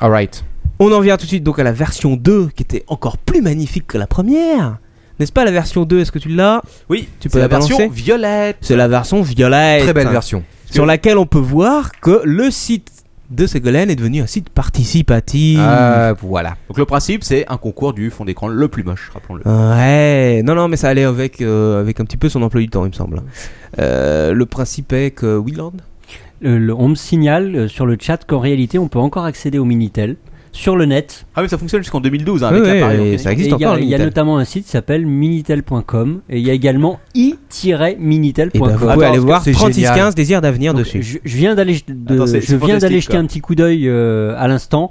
Alright.
On en vient tout de suite donc à la version 2 qui était encore plus magnifique que la première. N'est-ce pas la version 2 Est-ce que tu l'as
Oui,
Tu peux
c'est
la
la version
balancer
violette.
C'est la version violette.
Très belle version.
Sur laquelle on peut voir que le site de Ségolène est devenu un site participatif.
Euh, voilà.
Donc le principe, c'est un concours du fond d'écran le plus moche, rappelons-le.
Ouais, non, non, mais ça allait avec, euh, avec un petit peu son emploi du temps, il me semble. Euh, le principe est que Willand
Euh, le- on me signale euh, sur le chat qu'en réalité, on peut encore accéder au Minitel sur le net.
Ah mais ça fonctionne jusqu'en 2012 hein,
Oui,
avec
oui, oui.
l'appareil.
Et
organique.
ça existe
Et il y a-
encore, le
Il y a
Minitel.
notamment un site qui s'appelle minitel.com et il y a également
Et ben, vous
i-minitel.com.
pouvez
Attends,
aller voir
c'est
3615
génial.
Désir d'avenir
Donc,
dessus.
Je, je viens d'aller je- de-
Attends, c'est-
je
c'est
viens d'aller
fantastique,
jeter
quoi.
un petit coup d'œil euh, à l'instant.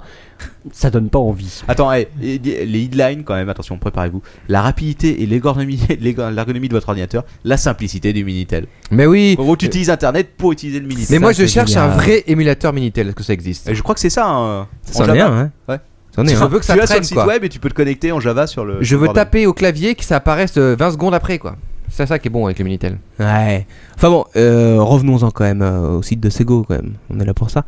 Ça donne pas envie.
Attends, hey, et- les headlines quand même, attention, préparez-vous. La rapidité et l'ergonomie l'ergon- l'ergonomie de votre ordinateur, la simplicité du Minitel.
Mais oui.
En gros, tu utilises Internet pour utiliser le Minitel.
Mais moi, je
c'est
cherche
génial.
un vrai émulateur Minitel. Est-ce que ça existe
Et je crois que c'est ça. hein, en
Ça en est
Java.
un, hein
Ouais.
Ça en est
Je
un.
veux que ça
tu vas sur le
traîne,
site
quoi.
web et tu peux te connecter en Java sur le.
Je veux
bordel.
taper au clavier que ça apparaisse euh, 20 secondes après, quoi. C'est ça qui est bon avec le Minitel.
Ouais. Enfin bon, euh, revenons-en quand même euh, au site de Sego quand même. On est là pour ça.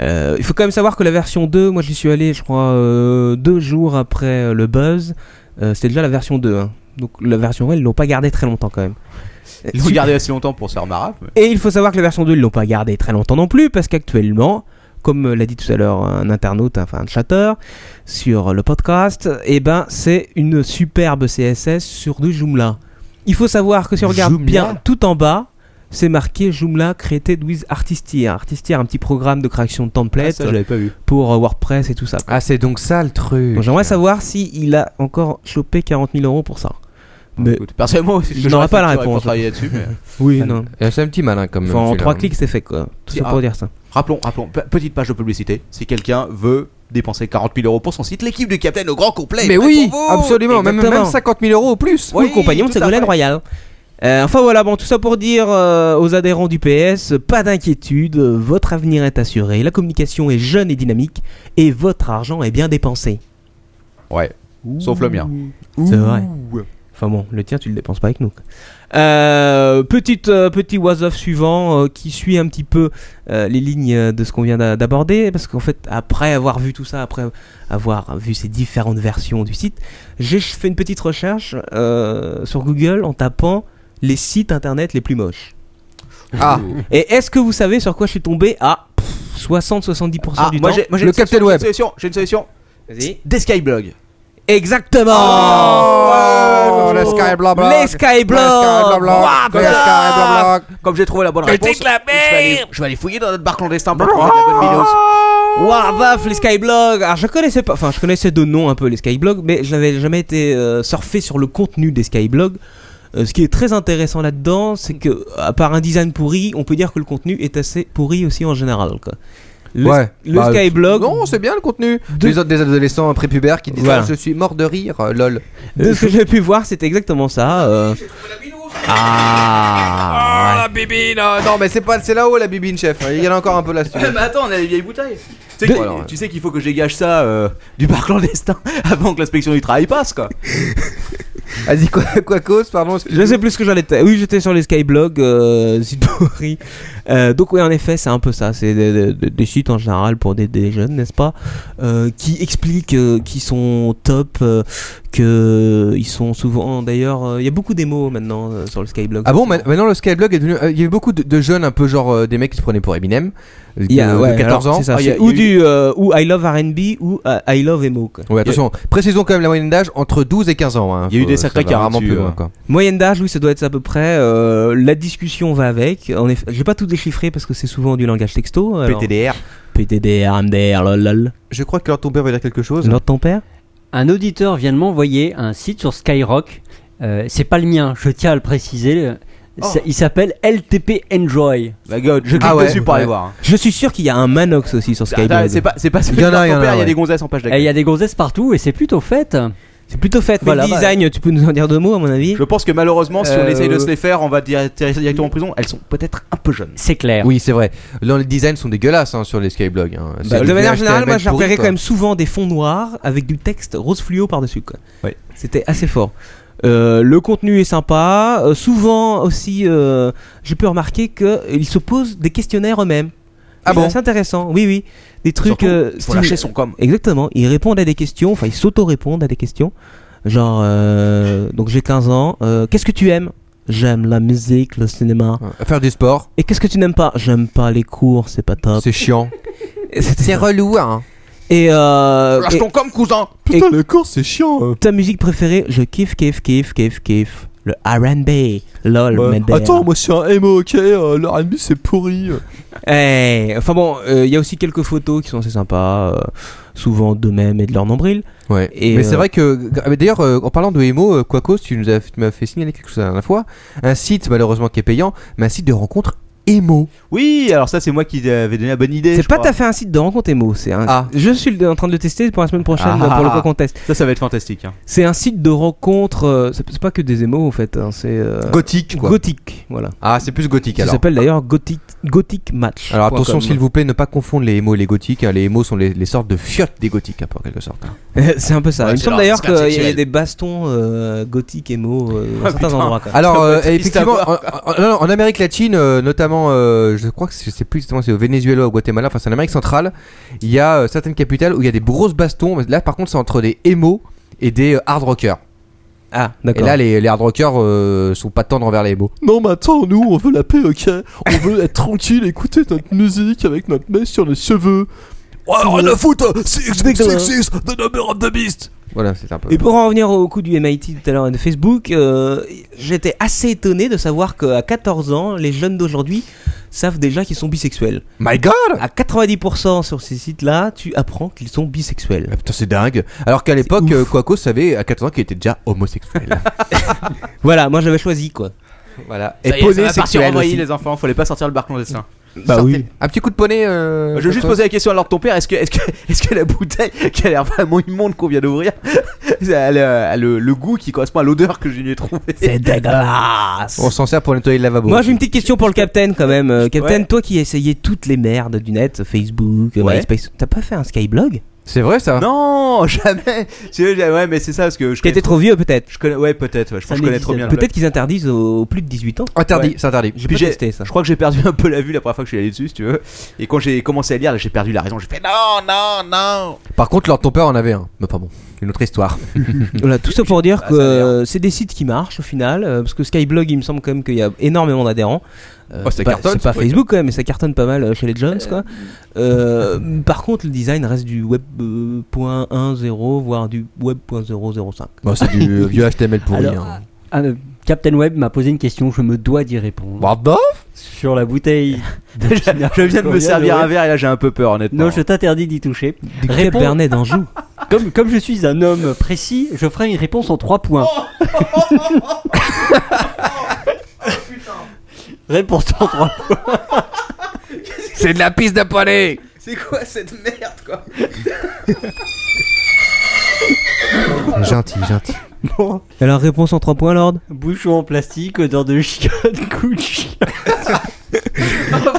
Euh, il faut quand même savoir que la version 2, moi j'y suis allé, je crois, euh, deux jours après euh, le buzz. Euh, C'était déjà la version 2. hein. Donc la version 1, ils l'ont pas gardée très longtemps quand même.
Ils l'ont gardé assez longtemps pour se faire marrer, mais-
Et il faut savoir que la version 2, ils l'ont pas gardée très longtemps non plus, parce qu'actuellement, comme euh, l'a dit tout à l'heure un internaute, enfin un chatter, sur le podcast, eh ben, c'est une superbe CSS sur du Joomla. Il faut savoir que si on regarde
Joomla
bien tout en bas, c'est marqué Joomla Created with Artistier. Artistier, un petit programme de création de
Ah,
templates
ça, je l'avais pas vu.
pour euh, WordPress et tout ça. quoi.
Ah, c'est donc ça le truc.
Donc, J'aimerais savoir s'il a encore chopé 40 000 euros pour ça. Mais
Bah, Écoute, personnellement, je
n'aurai
l'aurais
pas
fait,
la
j'aurais
réponse.
travaillé là-dessus, mais-
oui, non.
Euh, C'est un petit malin comme.
Enfin, en
celui-là.
trois clics, c'est fait quoi. Tout ça
Ah.
pour dire ça.
Rappelons, rappelons, pe- petite page de publicité. Si quelqu'un veut dépenser 40 000 euros pour son site, l'équipe du Capitaine au grand complet. est
Mais
prête
oui,
pour vous.
absolument. Même,
Exactement.
même 50 000 euros ou plus.
ou le compagnon de
tout à
Ségolène
fait.
Royal. Euh, enfin voilà, bon, tout ça pour dire euh, aux adhérents du PS, euh, pas d'inquiétude, euh, votre avenir est assuré, la communication est jeune et dynamique, et votre argent est bien dépensé.
Ouais. Sauf le mien.
C'est vrai. Enfin bon, le tien, tu le dépenses pas avec nous. quoi. Euh, petite, euh, petit was-off suivant euh, qui suit un petit peu euh, les lignes euh, de ce qu'on vient d'a- d'aborder, parce qu'en fait, après avoir vu tout ça, après avoir vu ces différentes versions du site, j'ai ch- fait une petite recherche euh, sur Google en tapant les sites internet les plus moches.
Ah,
Et est-ce que vous savez sur quoi je suis tombé Ah, à 60-70%
Ah,
du
moi
temps
j'ai, moi, j'ai
Le
une solution,
Captain
j'ai une
Web.
solution, J'ai une solution.
Vas-y.
Des Skyblog.
Exactement
Oh, le Skyblock.
Les Skyblock Waouh,
Comme j'ai trouvé la bonne réponse, je, vais aller, je vais aller fouiller dans notre bar clandestin
Ah.
pour trouver la bonne vidéo.
Warbaf, les Skyblog. Alors je connaissais pas, enfin je connaissais de nom un peu les Skyblog, mais je n'avais jamais été euh, surfé sur le contenu des Skyblog. Euh, ce qui est très intéressant là-dedans, c'est que, à part un design pourri, on peut dire que le contenu est assez pourri aussi en général. quoi. Le,
Ouais,
le
Bah,
Skyblog,
Non, c'est bien le contenu.
De-
Des, autres- des adolescents prépubères qui disent
Voilà.
Ah, Je suis mort de rire, euh, lol.
de ce que j'ai pu voir, c'était exactement ça. euh. Ah,
la bibine Non, mais c'est pas c'est là-haut la bibine, chef. Il y en a encore un peu là. si tu veux.
Eh, mais attends, on a les vieilles bouteilles. Tu sais,
De-
que-
Voilà, ouais.
tu sais qu'il faut que j'égage ça euh, du bar clandestin avant que l'inspection du travail passe, quoi.
Vas-y, quoi, quoi cause, pardon.
Je sais plus ce que j'allais. te- Oui, j'étais sur les skyblogs, euh, sites pourris. Euh, donc oui, en effet, c'est un peu ça. C'est des, des- des sites en général pour des, des jeunes, n'est-ce pas, euh, qui expliquent euh, qu'ils sont top, euh, que ils sont souvent. D'ailleurs, euh, il y a beaucoup d'émos maintenant euh, sur le skyblog.
Ah bon, ma- maintenant le Skyblog est devenu. euh, Il y avait beaucoup de, de jeunes, un peu genre euh, des mecs qui se prenaient pour Eminem, euh,
Il y a
de- de
ouais, alors,
14 ans.
c'est ça,
Ah, il y a-
c'est-
il y a
ou du euh, ou I love R&B ou euh, I love emo. quoi.
Ouais, attention, précisons quand même la moyenne d'âge entre 12 et 15 ans. hein.
Il y a eu
Faut-
des
ça
sacrés
va
carrés
rarement plus
dessus,
loin,
euh,
ouais.
quoi.
Moyenne d'âge, oui, ça doit être ça à peu près. Euh, la discussion va avec. En effet, j'ai pas tout déchiffré parce que c'est souvent du langage texto. alors-
PTDR.
PTDR, MDR, lol, lol.
Je crois que leur ton père va dire quelque chose.
Lors de ton père
Un auditeur vient de m'envoyer un site sur Skyrock. Euh, c'est pas le mien, je tiens à le préciser.
Oh.
Ça- Il s'appelle LTP Enjoy.
La god, je clique
Ah ouais,
dessus pour aller
ouais.
voir. hein.
Je suis sûr qu'il y a un Manox aussi sur
Attends,
Skyblog.
bah, C'est pas, c'est pas
Il y en a,
par
il y en
ton
a,
père, Il y a
ouais.
des gonzesses en page
Et Il y
d'accueil.
a des gonzesses partout et c'est plutôt fait.
C'est plutôt fait. Mais
Voilà,
le design, tu peux nous en dire deux mots à mon avis
Je pense que malheureusement, si on
Euh,
essaye de se les faire, on va dire directement en prison. Elles sont peut-être un peu jeunes.
C'est clair.
Oui, c'est vrai. Dans les designs sont dégueulasses hein, sur les Skyblogs. hein. C'est
Bah,
du
De manière
PHTML
générale, moi j'ai
pourri,
repéré
quoi.
quand même souvent des fonds noirs avec du texte rose fluo par-dessus. quoi.
Ouais.
C'était assez fort. Euh, le contenu est sympa. Euh, souvent aussi, euh, j'ai pu remarquer qu'ils se posent des questionnaires eux-mêmes.
Ah
Et
bon
C'est intéressant. Oui, oui. Des trucs.
Surtout,
euh,
Faut
style-
lâcher son com.
Exactement, ils répondent à des questions, enfin ils s'auto-répondent à des questions. Genre, euh, donc j'ai 15 ans, euh, qu'est-ce que tu aimes J'aime la musique, le cinéma.
Ouais. Faire du sport,
Et qu'est-ce que tu n'aimes pas J'aime pas les cours, c'est pas top.
c'est chiant.
Et c'était ça.
relou, hein.
Et, euh,
Lâche
et
ton com, cousin
Putain,
les courses, c'est chiant. euh.
ta musique préférée Je kiffe, kiffe, kiffe, kiffe, kiffe. Le RB, lol, Mender.
moi je suis un emo, ok. euh, le RB c'est pourri.
Eh, Enfin bon, euh, il y a aussi quelques photos qui sont assez sympas, euh, souvent d'eux-mêmes et de leur nombril.
Ouais.
Et,
mais
euh,
c'est vrai que. ah, mais D'ailleurs, euh, en parlant de emo, euh, Quacos, tu nous as- tu m'as fait signaler quelque chose la dernière fois. Un site, malheureusement, qui est payant, mais un site de rencontre emo.
Oui, alors ça, c'est moi qui avais donné la bonne idée.
C'est
je
pas
crois.
tout à fait un site de rencontre emo, c'est un.
Ah.
Je suis le- en train de le tester pour la semaine prochaine
Ah.
pour le quoi conteste.
Ça, ça va être fantastique. hein.
C'est un site de rencontre. euh, c'est c'est pas que des émos en fait, hein, c'est euh,
Gothique, quoi.
gothique, voilà.
ah, c'est plus gothique
Ça
alors.
s'appelle d'ailleurs hein. gothic gothic match.
Alors attention,
com.
s'il vous plaît, ne pas confondre les emo et les gothiques. hein. Les emo sont les, les sortes de fiottes des gothiques, hein, en quelque sorte. hein.
c'est un peu ça.
Ouais,
Il me
c'est
semble
leur
d'ailleurs qu'il
discard
y a
sexuel.
des bastons euh, gothiques emo euh,
Ah,
dans certains
putain.
endroits. quoi.
Alors,
va
euh,
être triste
effectivement,
à
en, en- en- en Amérique latine, euh, notamment, euh, je crois que c'est- je sais plus exactement, si c'est au Venezuela ou au Guatemala, enfin c'est en Amérique centrale, il y a euh, certaines capitales où il y a des grosses bastons. Là, par contre, c'est entre des émos et des euh, hard rockers.
Ah,
Et
d'accord.
là, les, les hard rockers euh, sont pas tendres envers les émos.
Non, mais attends, nous on veut la paix, ok On veut être tranquille, écouter notre musique avec notre mèche sur les cheveux. Ouais, rien à foutre Six, hein. six, six, six, the number of the beast
Voilà, c'est un peu.
Et pour en revenir au coup du MIT tout à l'heure et de Facebook, euh, j'étais assez étonné de savoir qu'à 14 ans, les jeunes d'aujourd'hui savent déjà qu'ils sont bisexuels.
My God
À 90% sur ces sites-là, tu apprends qu'ils sont bisexuels.
Ah, Putain, c'est dingue. Alors qu'à l'époque, euh, Quaco savait à 14 ans qu'il était déjà homosexuel.
Voilà, moi j'avais choisi quoi.
voilà.
Ça
Et
y est, ça
poney
va partir
sexuel
envoyer,
aussi.
les enfants. Fallait pas sortir le bar clandestin.
Bah oui.
Un petit coup de poney. euh,
Je veux juste
Quacos
poser la question alors de ton père. Est-ce que, est-ce que, est-ce que la bouteille qui a l'air vraiment immonde qu'on vient d'ouvrir, elle a, a le, le goût qui correspond à l'odeur que je lui ai trouvé
C'est dégueulasse.
On s'en sert pour nettoyer le lavabo.
Moi j'ai une petite question pour le Captain quand même. Euh, Captain,
Ouais.
toi qui as essayé toutes les merdes du net, Facebook, euh,
Ouais.
MySpace, t'as pas fait un Skyblog
C'est vrai ça
Non, jamais. Tu sais, j'ai- Ouais, mais c'est ça parce que je
T'étais
connais.
trop vieux peut-être.
Je connais, ouais, peut-être. ouais, je
Ça
pense que je connais trop bien.
n'existe
le-
Peut-être qu'ils interdisent aux aux plus de 18 ans.
Interdit,
Ouais.
c'est interdit.
J'ai
Ah, Puis
pas
j'ai-
testé ça.
Je crois que j'ai perdu un peu la vue la première fois que je suis allé dessus, si tu veux. Et quand j'ai commencé à lire, là, j'ai perdu la raison. J'ai fait non, non, non.
Par contre, Lord ton père en avait un. Mais pas bon. Une autre histoire.
Voilà, tout ça pour dire
Ah,
que
ça a l'air.
euh, c'est des sites qui marchent au final, euh, parce que Skyblog, il me semble quand même qu'il y a énormément d'adhérents. Euh,
Oh, ça
c'est pas,
cartonne,
c'est
ce
pas
truc.
Facebook quand même, mais ça cartonne pas mal euh, chez les Jones quoi. Euh, par contre, le design reste du web euh, point .10 voire du web point .005.
Bon, c'est du vieux HTML pourri.
Alors,
hein.
Ah, euh, Captain Web m'a posé une question, je me dois d'y répondre.
What the
sur la bouteille. de Gina
Je viens de me
Victoria
servir
Noël.
un verre et là j'ai un peu peur honnêtement.
Non, je t'interdis d'y toucher.
Du
Réponds.
Cabernet d'Anjou.
Comme, comme je suis un homme précis, je ferai une réponse en trois points. Réponse en trois points.
C'est de la piste de poney
C'est quoi cette merde quoi
Gentil, gentil.
Alors, réponse en 3 points, Lord
Bouchon en plastique, odeur de chiottes, coup de chiottes.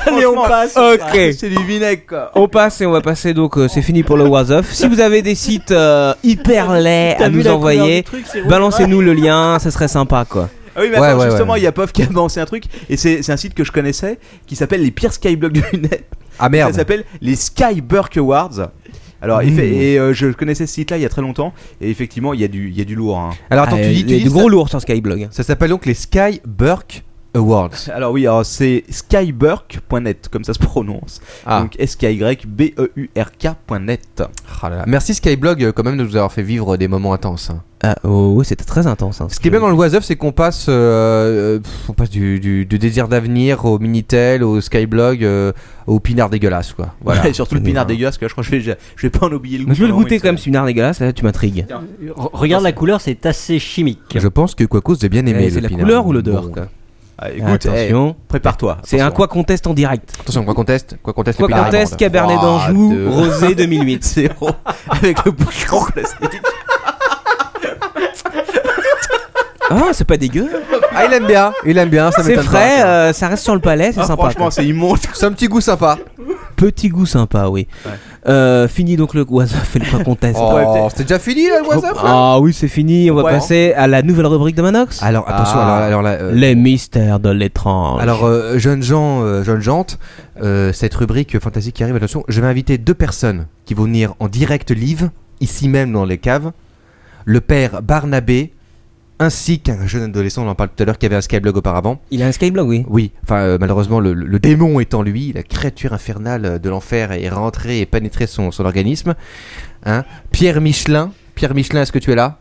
Allez, on
Franchement,
passe.
Ok.
C'est du vinaigre quoi.
On passe et on va passer donc, euh, c'est fini pour le was Off. Si vous avez des sites euh, hyper laids
T'as
à
vu
nous
la couleur
envoyer,
du truc, c'est rouge.
balancez-nous le lien, ça serait sympa quoi.
Bah, Ah oui, mais
Ouais,
attends,
ouais,
justement,
ouais.
il y a Pov qui a balancé un truc, et c'est c'est un site que je connaissais qui s'appelle les pires skyblogs du net.
Ah
Ça
merde.
s'appelle les Skyburk Awards. Alors, il
Mmh.
Hmm.
fait- et euh, je connaissais ce site-là il y a très longtemps, et effectivement, il y a du, il y a du lourd. hein.
Alors attends,
Ah,
tu dis,
il y a
tu dis
du
ça-
gros lourd sur Skyblog.
Ça s'appelle donc les Sky Burke Awards.
Alors oui, alors c'est skyburk.net, comme ça se prononce.
Ah.
Donc E S-K-Y-B-E-U-R-K.net.
Ah là là. Merci Skyblog euh, quand même de nous avoir fait vivre des moments intenses. hein.
Ah, oh, ouais, c'était très intense. hein.
Ce qui est bien dans le Oiseuf, c'est qu'on passe, euh, euh, pff, on passe du, du- du désir d'avenir au Minitel, au Skyblog, euh, au pinard dégueulasse quoi. Voilà.
Et surtout le pinard dégueulasse, que je crois que je vais, je vais pas en oublier le goût.
Mais je vais le
pendant
goûter
une
quand même,
semaine.
celui-là dégueulasse, là tu m'intrigues.
Re- Regarde la couleur, c'est assez chimique.
Je pense que Quacos j'ai bien aimé.
Eh, C'est
le
la
pinard.
couleur ou l'odeur
Bon.
quoi.
Ah,
Ah,
écoute, eh,
hein,
Attention.
prépare-toi.
C'est un
attention.
quoi conteste en direct.
Attention, quoi qu'on teste, quoi qu'on teste,
Quoi
le pinard
conteste,
demande.
Cabernet
Trois, deux.
d'Anjou, Rosé 2008.
C'est rond, avec le bouchon plastique.
Ah, c'est pas dégueu.
Ah, il aime bien, il aime bien, ça hein.
C'est
m'étonne
frais,
pas, ça.
euh, ça reste sur le palais, c'est
Ah,
sympa.
franchement,
quoi.
c'est immonde.
C'est un petit goût sympa.
Petit goût sympa, oui. Euh, fini donc le was Off et le quoi conteste.
Oh, c'était déjà fini là, le Oiseuf là
Ah oui, c'est fini, on va
Ouais.
passer à la nouvelle rubrique de Manox.
Alors attention,
Ah.
alors, alors là, euh,
Les mystères de l'étrange.
Alors, euh, jeunes gens, euh, jeunes gentes, euh, cette rubrique euh, fantastique qui arrive, attention, je vais inviter deux personnes qui vont venir en direct live, ici même dans les caves. Le père Barnabé, ainsi qu'un jeune adolescent, on en parle tout à l'heure, qui avait un skyblog auparavant.
il a un skyblog, oui.
Oui, enfin, euh, malheureusement, le, le- le démon étant lui, la créature infernale euh, de l'enfer est rentrée et pénétrée son, son organisme. Hein Pierre Michelin, Pierre Michelin, est-ce que tu es là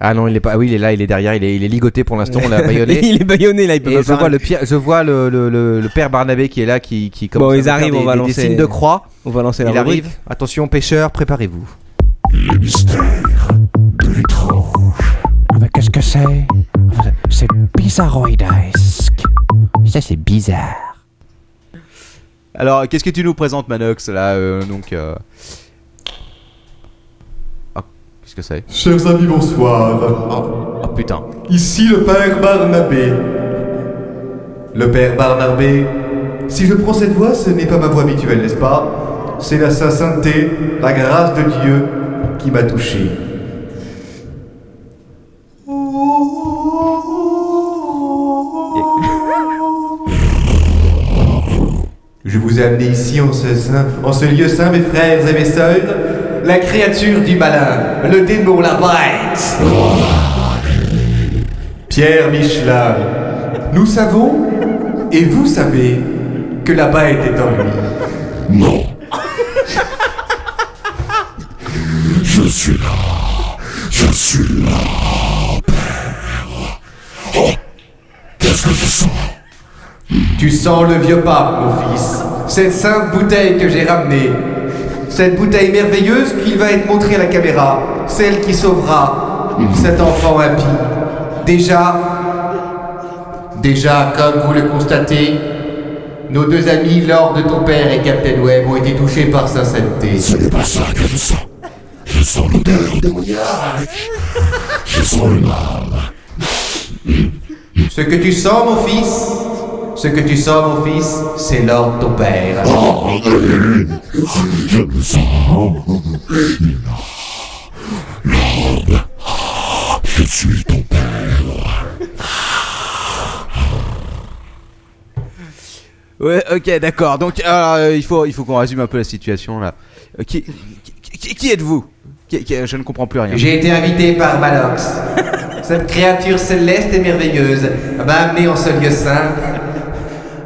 ah non, il est pas. ah oui, il est là, il est derrière, il est, il est ligoté pour l'instant, on l'a baïonné.
il est baïonné là, il peut
Et
pas
je
parler.
vois, le Pierre- je vois le, le- le- le père Barnabé qui est là, qui, qui commence
Bon,
à
ils
nous faire
arrivent,
des,
on va
des- des
lancer-
signes de croix.
On va lancer la
Il
rubrique.
arrive. Attention, pêcheurs, préparez-vous.
Les mystères de l'étrange.
Ah, Mais qu'est-ce que c'est C'est hein. bizarroidesque. Ça, c'est bizarre.
Alors, qu'est-ce que tu nous présentes, Manox, là, euh, donc... euh, Ah, qu'est-ce que c'est
Chers amis, bonsoir.
Oh, putain.
Ici le père Barnabé. Le père Barnabé. Si je prends cette voix, ce n'est pas ma voix habituelle, n'est-ce pas C'est la sa sainteté, la grâce de Dieu qui m'a touché. Je vous ai amené ici en ce, sein- en ce lieu saint, mes frères et mes sœurs, la créature du malin, le démon, la bête. Pierre Michelin, nous savons, et vous savez, que la bête est en lui.
Non. Je suis là. Je suis là, père. Oh, qu'est-ce que je sens
Tu sens le vieux pape, mon fils. Cette sainte bouteille que j'ai ramenée. Cette bouteille merveilleuse qui va être montrée à la caméra. Celle qui sauvera cet enfant impie. Déjà, déjà, comme vous le constatez, nos deux amis, Lord de ton père et Captain Webb, ont été touchés par sa sainteté.
Ce n'est pas ça que je sens. Je sens l'odeur démoniaque. Je sens le mal.
Ce que tu sens, mon fils, ce que tu sens, mon fils, c'est Lord ton père.
Oh, oui, je le sens. Il est là. Lord, je suis ton père.
Ouais, ok, d'accord. Donc, euh, il faut, il faut qu'on résume un peu la situation, là. Euh, qui qui, qui- qui êtes-vous Qui- qui- Je ne comprends plus rien.
J'ai été invité par Malox. Cette créature céleste et merveilleuse m'a amené en ce lieu saint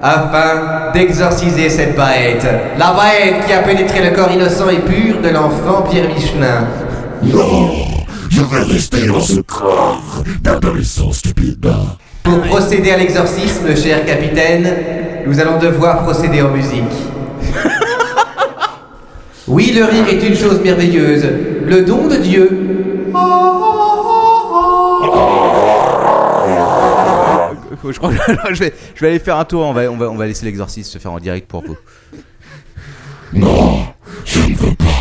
afin d'exorciser cette bête. La bête qui a pénétré le corps innocent et pur de l'enfant Pierre Michelin.
Non, je vais rester dans ce corps d'adolescent stupide.
Pour procéder à l'exorcisme, cher capitaine, nous allons devoir procéder en musique. Oui, le rire est une chose merveilleuse, le don de Dieu.
Je crois que je vais, je vais aller faire un tour. On va, on va, on va laisser l'exorciste se faire en direct pour vous.
Non, je ne veux pas.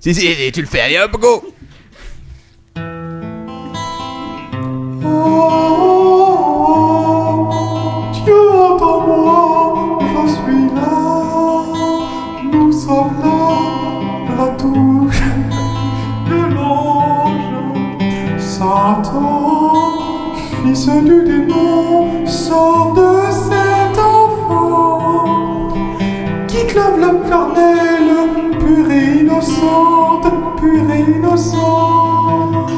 Si, si, si, tu le fais. Allez, hop, go
Dieu entends-moi, je suis là, nous sommes là, la touche de l'ange. Satan, fils du démon, sors de cet enfant qui clave la cornelle, pure et innocente, pure et innocente.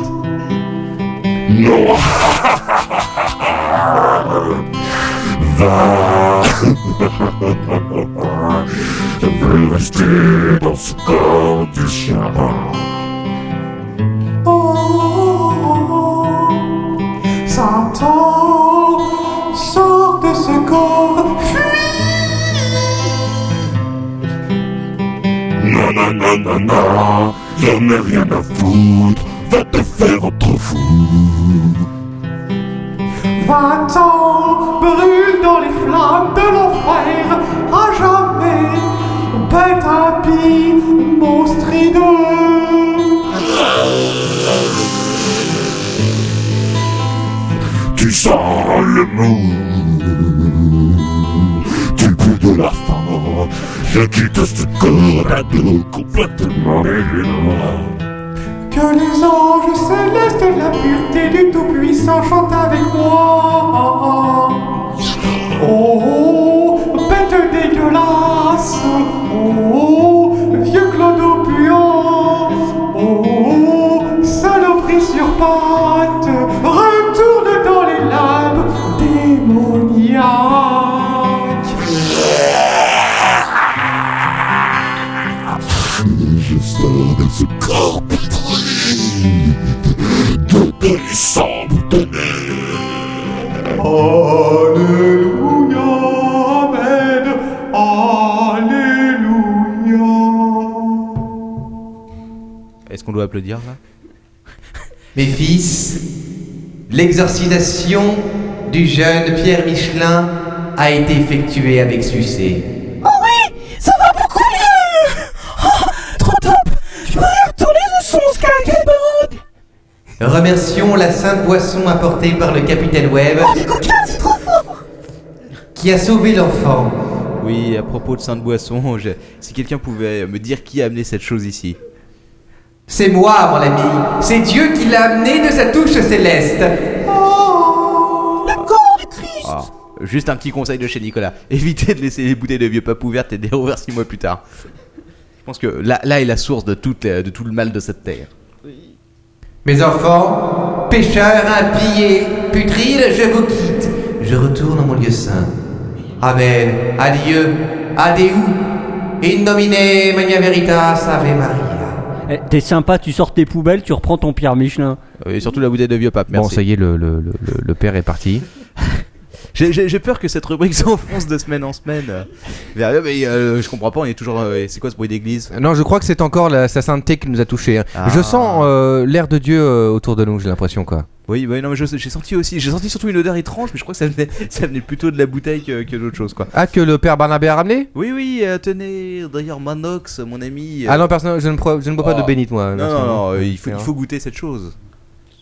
Non. Va. Je veux rester dans ce corps du chien.
Oh, Satan, sors de ce corps, fuis
Non, non, non, non, non. J'en ai rien à foutre. Va te faire autre fou.
Va-t'en, brûle dans les flammes de l'enfer, à jamais, bête impie, monstre
Tu sens le mou Tu plus de la fin Je quitte ce corps à dos complètement mêlant
Que les anges célestes de la pureté du Tout-Puissant chantent avec moi. Oh, oh, bête dégueulasse. Oh, oh, vieux clodo puant. Oh, oh, saloperie sur pattes. Retourne dans les lames démoniaques.
Je sors de ce corps pétri De périssant boutonné
Alléluia, Amen, Alléluia.
Est-ce qu'on doit applaudir là
Mes fils, l'exorcisation du jeune Pierre Michelin a été effectuée avec succès.
Oh oui, ça va beaucoup mieux oh, Trop top Je peux retourner de son skateboard
Remercions la sainte boisson apportée par le capitaine Webb
Oh, c'est trop fort
qui a sauvé l'enfant.
Oui, à propos de Sainte-Boisson, je- si quelqu'un pouvait me dire qui a amené cette chose ici.
C'est moi, mon ami. C'est Dieu qui l'a amené de sa touche céleste.
Le corps du Christ
Ah, juste un petit conseil de chez Nicolas évitez de laisser les bouteilles de vieux papes ouvertes et de les rouvrir six mois plus tard. Je pense que là, là est la source de tout, euh, de tout le mal de cette terre.
Mes enfants, pécheurs impillés, putriles, je vous quitte. Je retourne en mon lieu saint. Amen. Adieu. Adeu. In nomine magna veritas. Ave Maria.
Eh, T'es sympa, tu sors tes poubelles, tu reprends ton Pierre Michelin.
Euh, Et surtout la bouteille de vieux pape, merci.
Bon, ça y est, le, le- le- le- le père est parti.
J'ai- J'ai j'ai peur que cette rubrique s'enfonce de semaine en semaine. euh, vers- Mais euh, je comprends pas, on est toujours. euh, C'est quoi ce bruit d'église
Non, je crois que c'est encore la, sa sainteté qui nous a touchés. hein.
Ah.
Je sens euh, l'air de Dieu euh, autour de nous, j'ai l'impression, quoi.
Oui, oui, non, mais je- j'ai senti aussi, j'ai senti surtout une odeur étrange, mais je crois que ça venait, ça venait plutôt de la bouteille que, que d'autre chose, quoi.
Ah, que le père Barnabé a ramené
Oui, oui, euh, tenez, d'ailleurs, Manox, mon ami. euh,
Ah non, personne, je ne, pro- je ne bois pas de
oh.
bénite, moi.
Non, non, non, euh, il faut, il
C'est
faut goûter cette chose.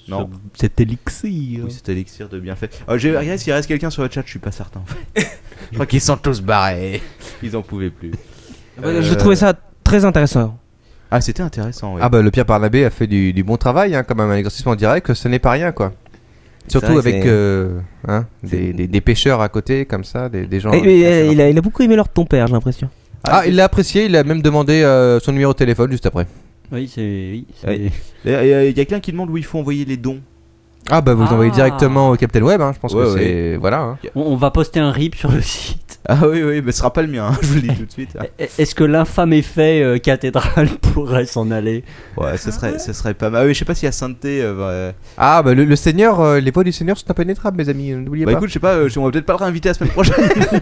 Non,
Cet élixir.
oui, cet élixir de bienfait. Euh, je regarde s'il reste quelqu'un sur le chat, je suis pas certain. en fait. je crois qu'ils sont tous barrés. Ils en pouvaient plus.
Je
Euh,
trouvais ça très intéressant.
Ah, c'était intéressant, oui.
Ah bah le Pierre Barnabé a fait du, du bon travail hein, quand même un exercice en direct ce n'est pas rien quoi.
vrai
Surtout
que
avec
c'est-
euh, hein, des, des- des pêcheurs à côté comme ça, des, des gens.
Eh, mais,
euh,
euh, il, a, il a beaucoup aimé l'heure de ton père, j'ai l'impression.
Ah il l'a apprécié, il a même demandé euh, son numéro de téléphone juste après.
Oui, c'est. Oui, c'est-
Oui. Il y a, y a quelqu'un qui demande où il faut envoyer les dons.
Ah bah vous
Ah.
envoyez directement au Captain Web, hein, je pense
Ouais,
que
ouais.
c'est voilà. hein.
On, on va poster un rip sur le site.
Ah oui, oui, mais ce sera pas le mien, hein, je vous le dis tout de suite.
Eh, Est-ce que l'infâme effet euh, cathédrale pourrait s'en aller
Ouais, ce serait, ce serait pas mal. Ah oui, je sais pas si la sainteté. euh, va-
Ah, bah le, le Seigneur, euh, les voix du Seigneur sont impénétrables, mes amis, n'oubliez
Bah
pas.
écoute, je sais pas, euh, on va peut-être pas le réinviter la semaine prochaine.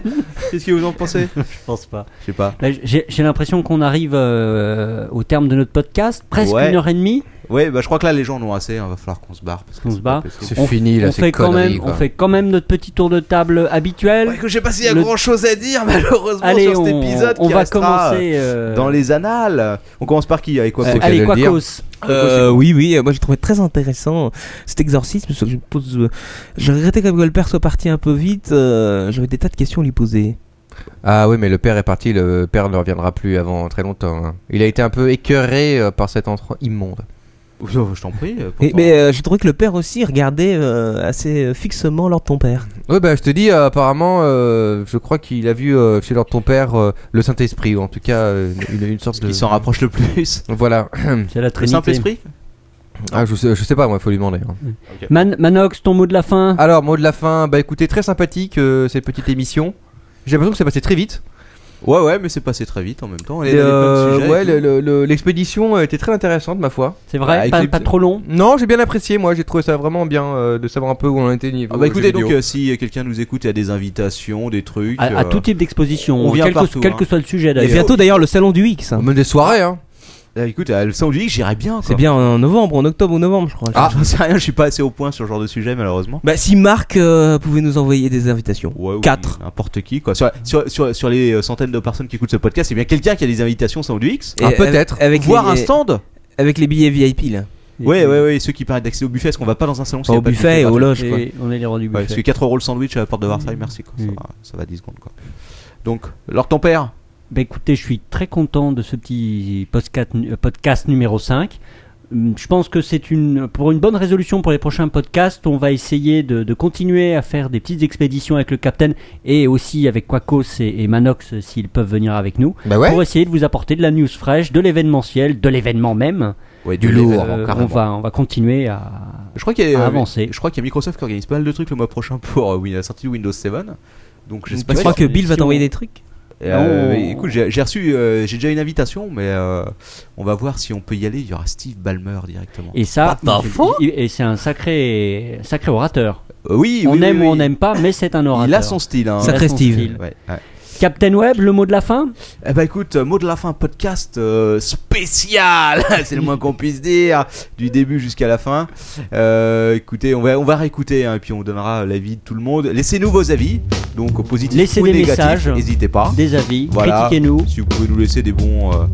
Qu'est-ce que vous en pensez
Je pense pas.
Je sais pas.
Là, J'ai j'ai l'impression qu'on arrive euh, au terme de notre podcast, presque
Ouais.
une heure et demie.
Ouais, bah je crois que là les gens en ont assez, hein, va falloir qu'on se barre. Parce
On se bat.
C'est fini, là,
on
ces
fait quand
conneries,
même,
quoi.
on fait quand même notre petit tour de table habituel.
que je sais pas s'il y a
Le-
grand chose à dire malheureusement
Allez,
sur cet
on-
épisode
on
qui
va
restera,
commencer,
euh,
euh,
dans les annales. On commence par qui Avec quoi
Euh,
faut-
Allez,
J'allais le dire.
Quacos.
Euh, oui, oui, euh, moi j'ai trouvé très intéressant euh, cet exorcisme. Sauf que je me pose, euh, j'ai regretté que le père soit parti un peu vite. euh, J'avais des tas de questions à lui poser.
Ah oui, mais le père est parti, le père ne reviendra plus avant très longtemps. hein. Il a été un peu écœuré euh, par cet enfant immonde.
Oh, Je t'en prie. euh,
Et,
pourtant.
mais euh, j'ai trouvé que le père aussi regardait euh, assez euh, fixement l'ordre de ton père.
Ouais, bah je te dis, euh, apparemment, euh, je crois qu'il a vu euh, chez leur ton père euh, le Saint-Esprit, ou en tout cas euh, une, une sorte de.
Qui s'en rapproche le plus
Voilà.
C'est la
Le
Trinité.
Saint-Esprit
Ah, je, sais, je sais pas, moi, faut lui demander. hein.
Man- Manox, ton mot de la fin.
Ah,
Alors, mot de la fin, bah écoutez, très sympathique euh, cette petite émission. J'ai l'impression que c'est passé très vite.
Ouais, ouais, mais c'est passé très vite en même temps. On est
Et,
dans les
euh,
pleins de sujets
ouais,
et tout.
le- le- le- l'expédition euh, était très intéressante, ma foi.
C'est vrai,
Bah,
pas,
écoute,
pas trop long.
Non, j'ai bien apprécié, moi, j'ai trouvé ça vraiment bien euh, de savoir un peu où on en était niveau.
Ah bah
jeux
écoutez, donc
vidéo.
euh, si euh, quelqu'un nous écoute, il y a des invitations, des trucs.
À, à
euh,
tout type d'exposition,
on vient
quel, que-
partout,
quel
hein.
que soit le sujet
Et
d'ailleurs.
bientôt d'ailleurs le salon du X. hein.
Même des soirées, hein.
euh, écoute, à le Sound Geek, j'irais bien. quoi.
C'est bien en novembre, en octobre ou novembre, je crois.
Ah, j'en sais rien, je suis pas assez au point sur ce genre de sujet malheureusement.
Bah si Marc euh, pouvait nous envoyer des invitations.
Ouais, ou
Quatre.
N'importe qui quoi. Sur, sur, sur, sur les euh, centaines de personnes qui écoutent ce podcast, c'est bien quelqu'un qui a des invitations Sound X.
Ah,
Et
peut-être.
Avec, avec
Voir
les,
un stand
Avec les billets VIP là.
Ouais, ouais, ouais, ceux qui permettent d'accéder au buffet, est-ce qu'on va pas dans un salon s'il y
Au
a pas de
buffet et aux loges.
gratuit
quoi.
euh, Et on est les rois du
Ouais, parce que
buffet.
4 euros le sandwich à la porte de Versailles, merci quoi. Ça,
Mm.
va, ça va 10 secondes quoi. Donc, alors ton père
Bah, écoutez, je suis très content de ce petit podcast, nu- euh, podcast numéro 5. Hum, Je pense que c'est une, pour une bonne résolution pour les prochains podcasts. On va essayer de, de continuer à faire des petites expéditions avec le Capitaine et aussi avec Quacos et, et Manox euh, s'ils peuvent venir avec nous
Bah ouais.
pour essayer de vous apporter de la news fraîche, de l'événementiel, de l'événement même.
Ouais,
du lourd,
Euh,
carrément.
on, va, on va continuer à.
Je crois qu'il y a,
à
euh,
avancer.
Je crois qu'il y a Microsoft qui organise pas mal de trucs le mois prochain pour euh, Win- la sortie de Windows 7. Donc
Je
j'espère.
crois que Bill va
si
t'envoyer
on-
des trucs.
Euh,
Non.
mais écoute, j'ai j'ai reçu, euh, j'ai déjà une invitation, mais euh, on va voir si on peut y aller. Il y aura Steve Ballmer directement.
Et ça, et et c'est un sacré, sacré orateur.
Euh, oui,
on
oui,
aime
oui,
ou on
oui.
n'aime pas, mais c'est un orateur.
Il a son style. Hein.
Il a
Sacré
son
Steve.
style.
Ouais, ouais.
Captain Web, le mot de la fin
Eh ben écoute, euh, mot de la fin, podcast euh, spécial, c'est le moins qu'on puisse dire, du début jusqu'à la fin. Euh, écoutez, on va, on va réécouter hein, et puis on donnera l'avis de tout le monde. Laissez-nous vos avis, donc positifs
Laissez
ou
des
négatifs,
messages.
n'hésitez pas.
Des avis,
Voilà.
critiquez-nous.
Si vous pouvez nous laisser des bons, euh,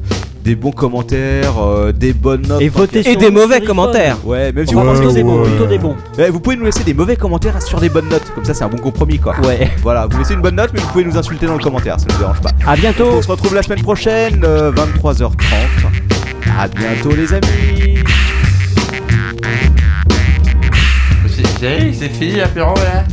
des bons commentaires, euh, des bonnes notes.
Et votez
Et des
sur nous sur
mauvais
iPhone.
commentaires.
Ouais, même si
Enfin,
vous pensez
plutôt,
que
des
c'est
bons,
mauvais.
plutôt des bons.
Ouais, vous pouvez nous laisser des mauvais commentaires sur des bonnes notes, comme ça c'est un bon compromis quoi.
Ouais.
Voilà, vous laissez une bonne note, mais vous pouvez nous insulter dans le commentaire, ça ne nous dérange pas.
À bientôt.
On se retrouve la semaine prochaine, euh, 23h30. À bientôt les amis.
C'est fini l'apéro là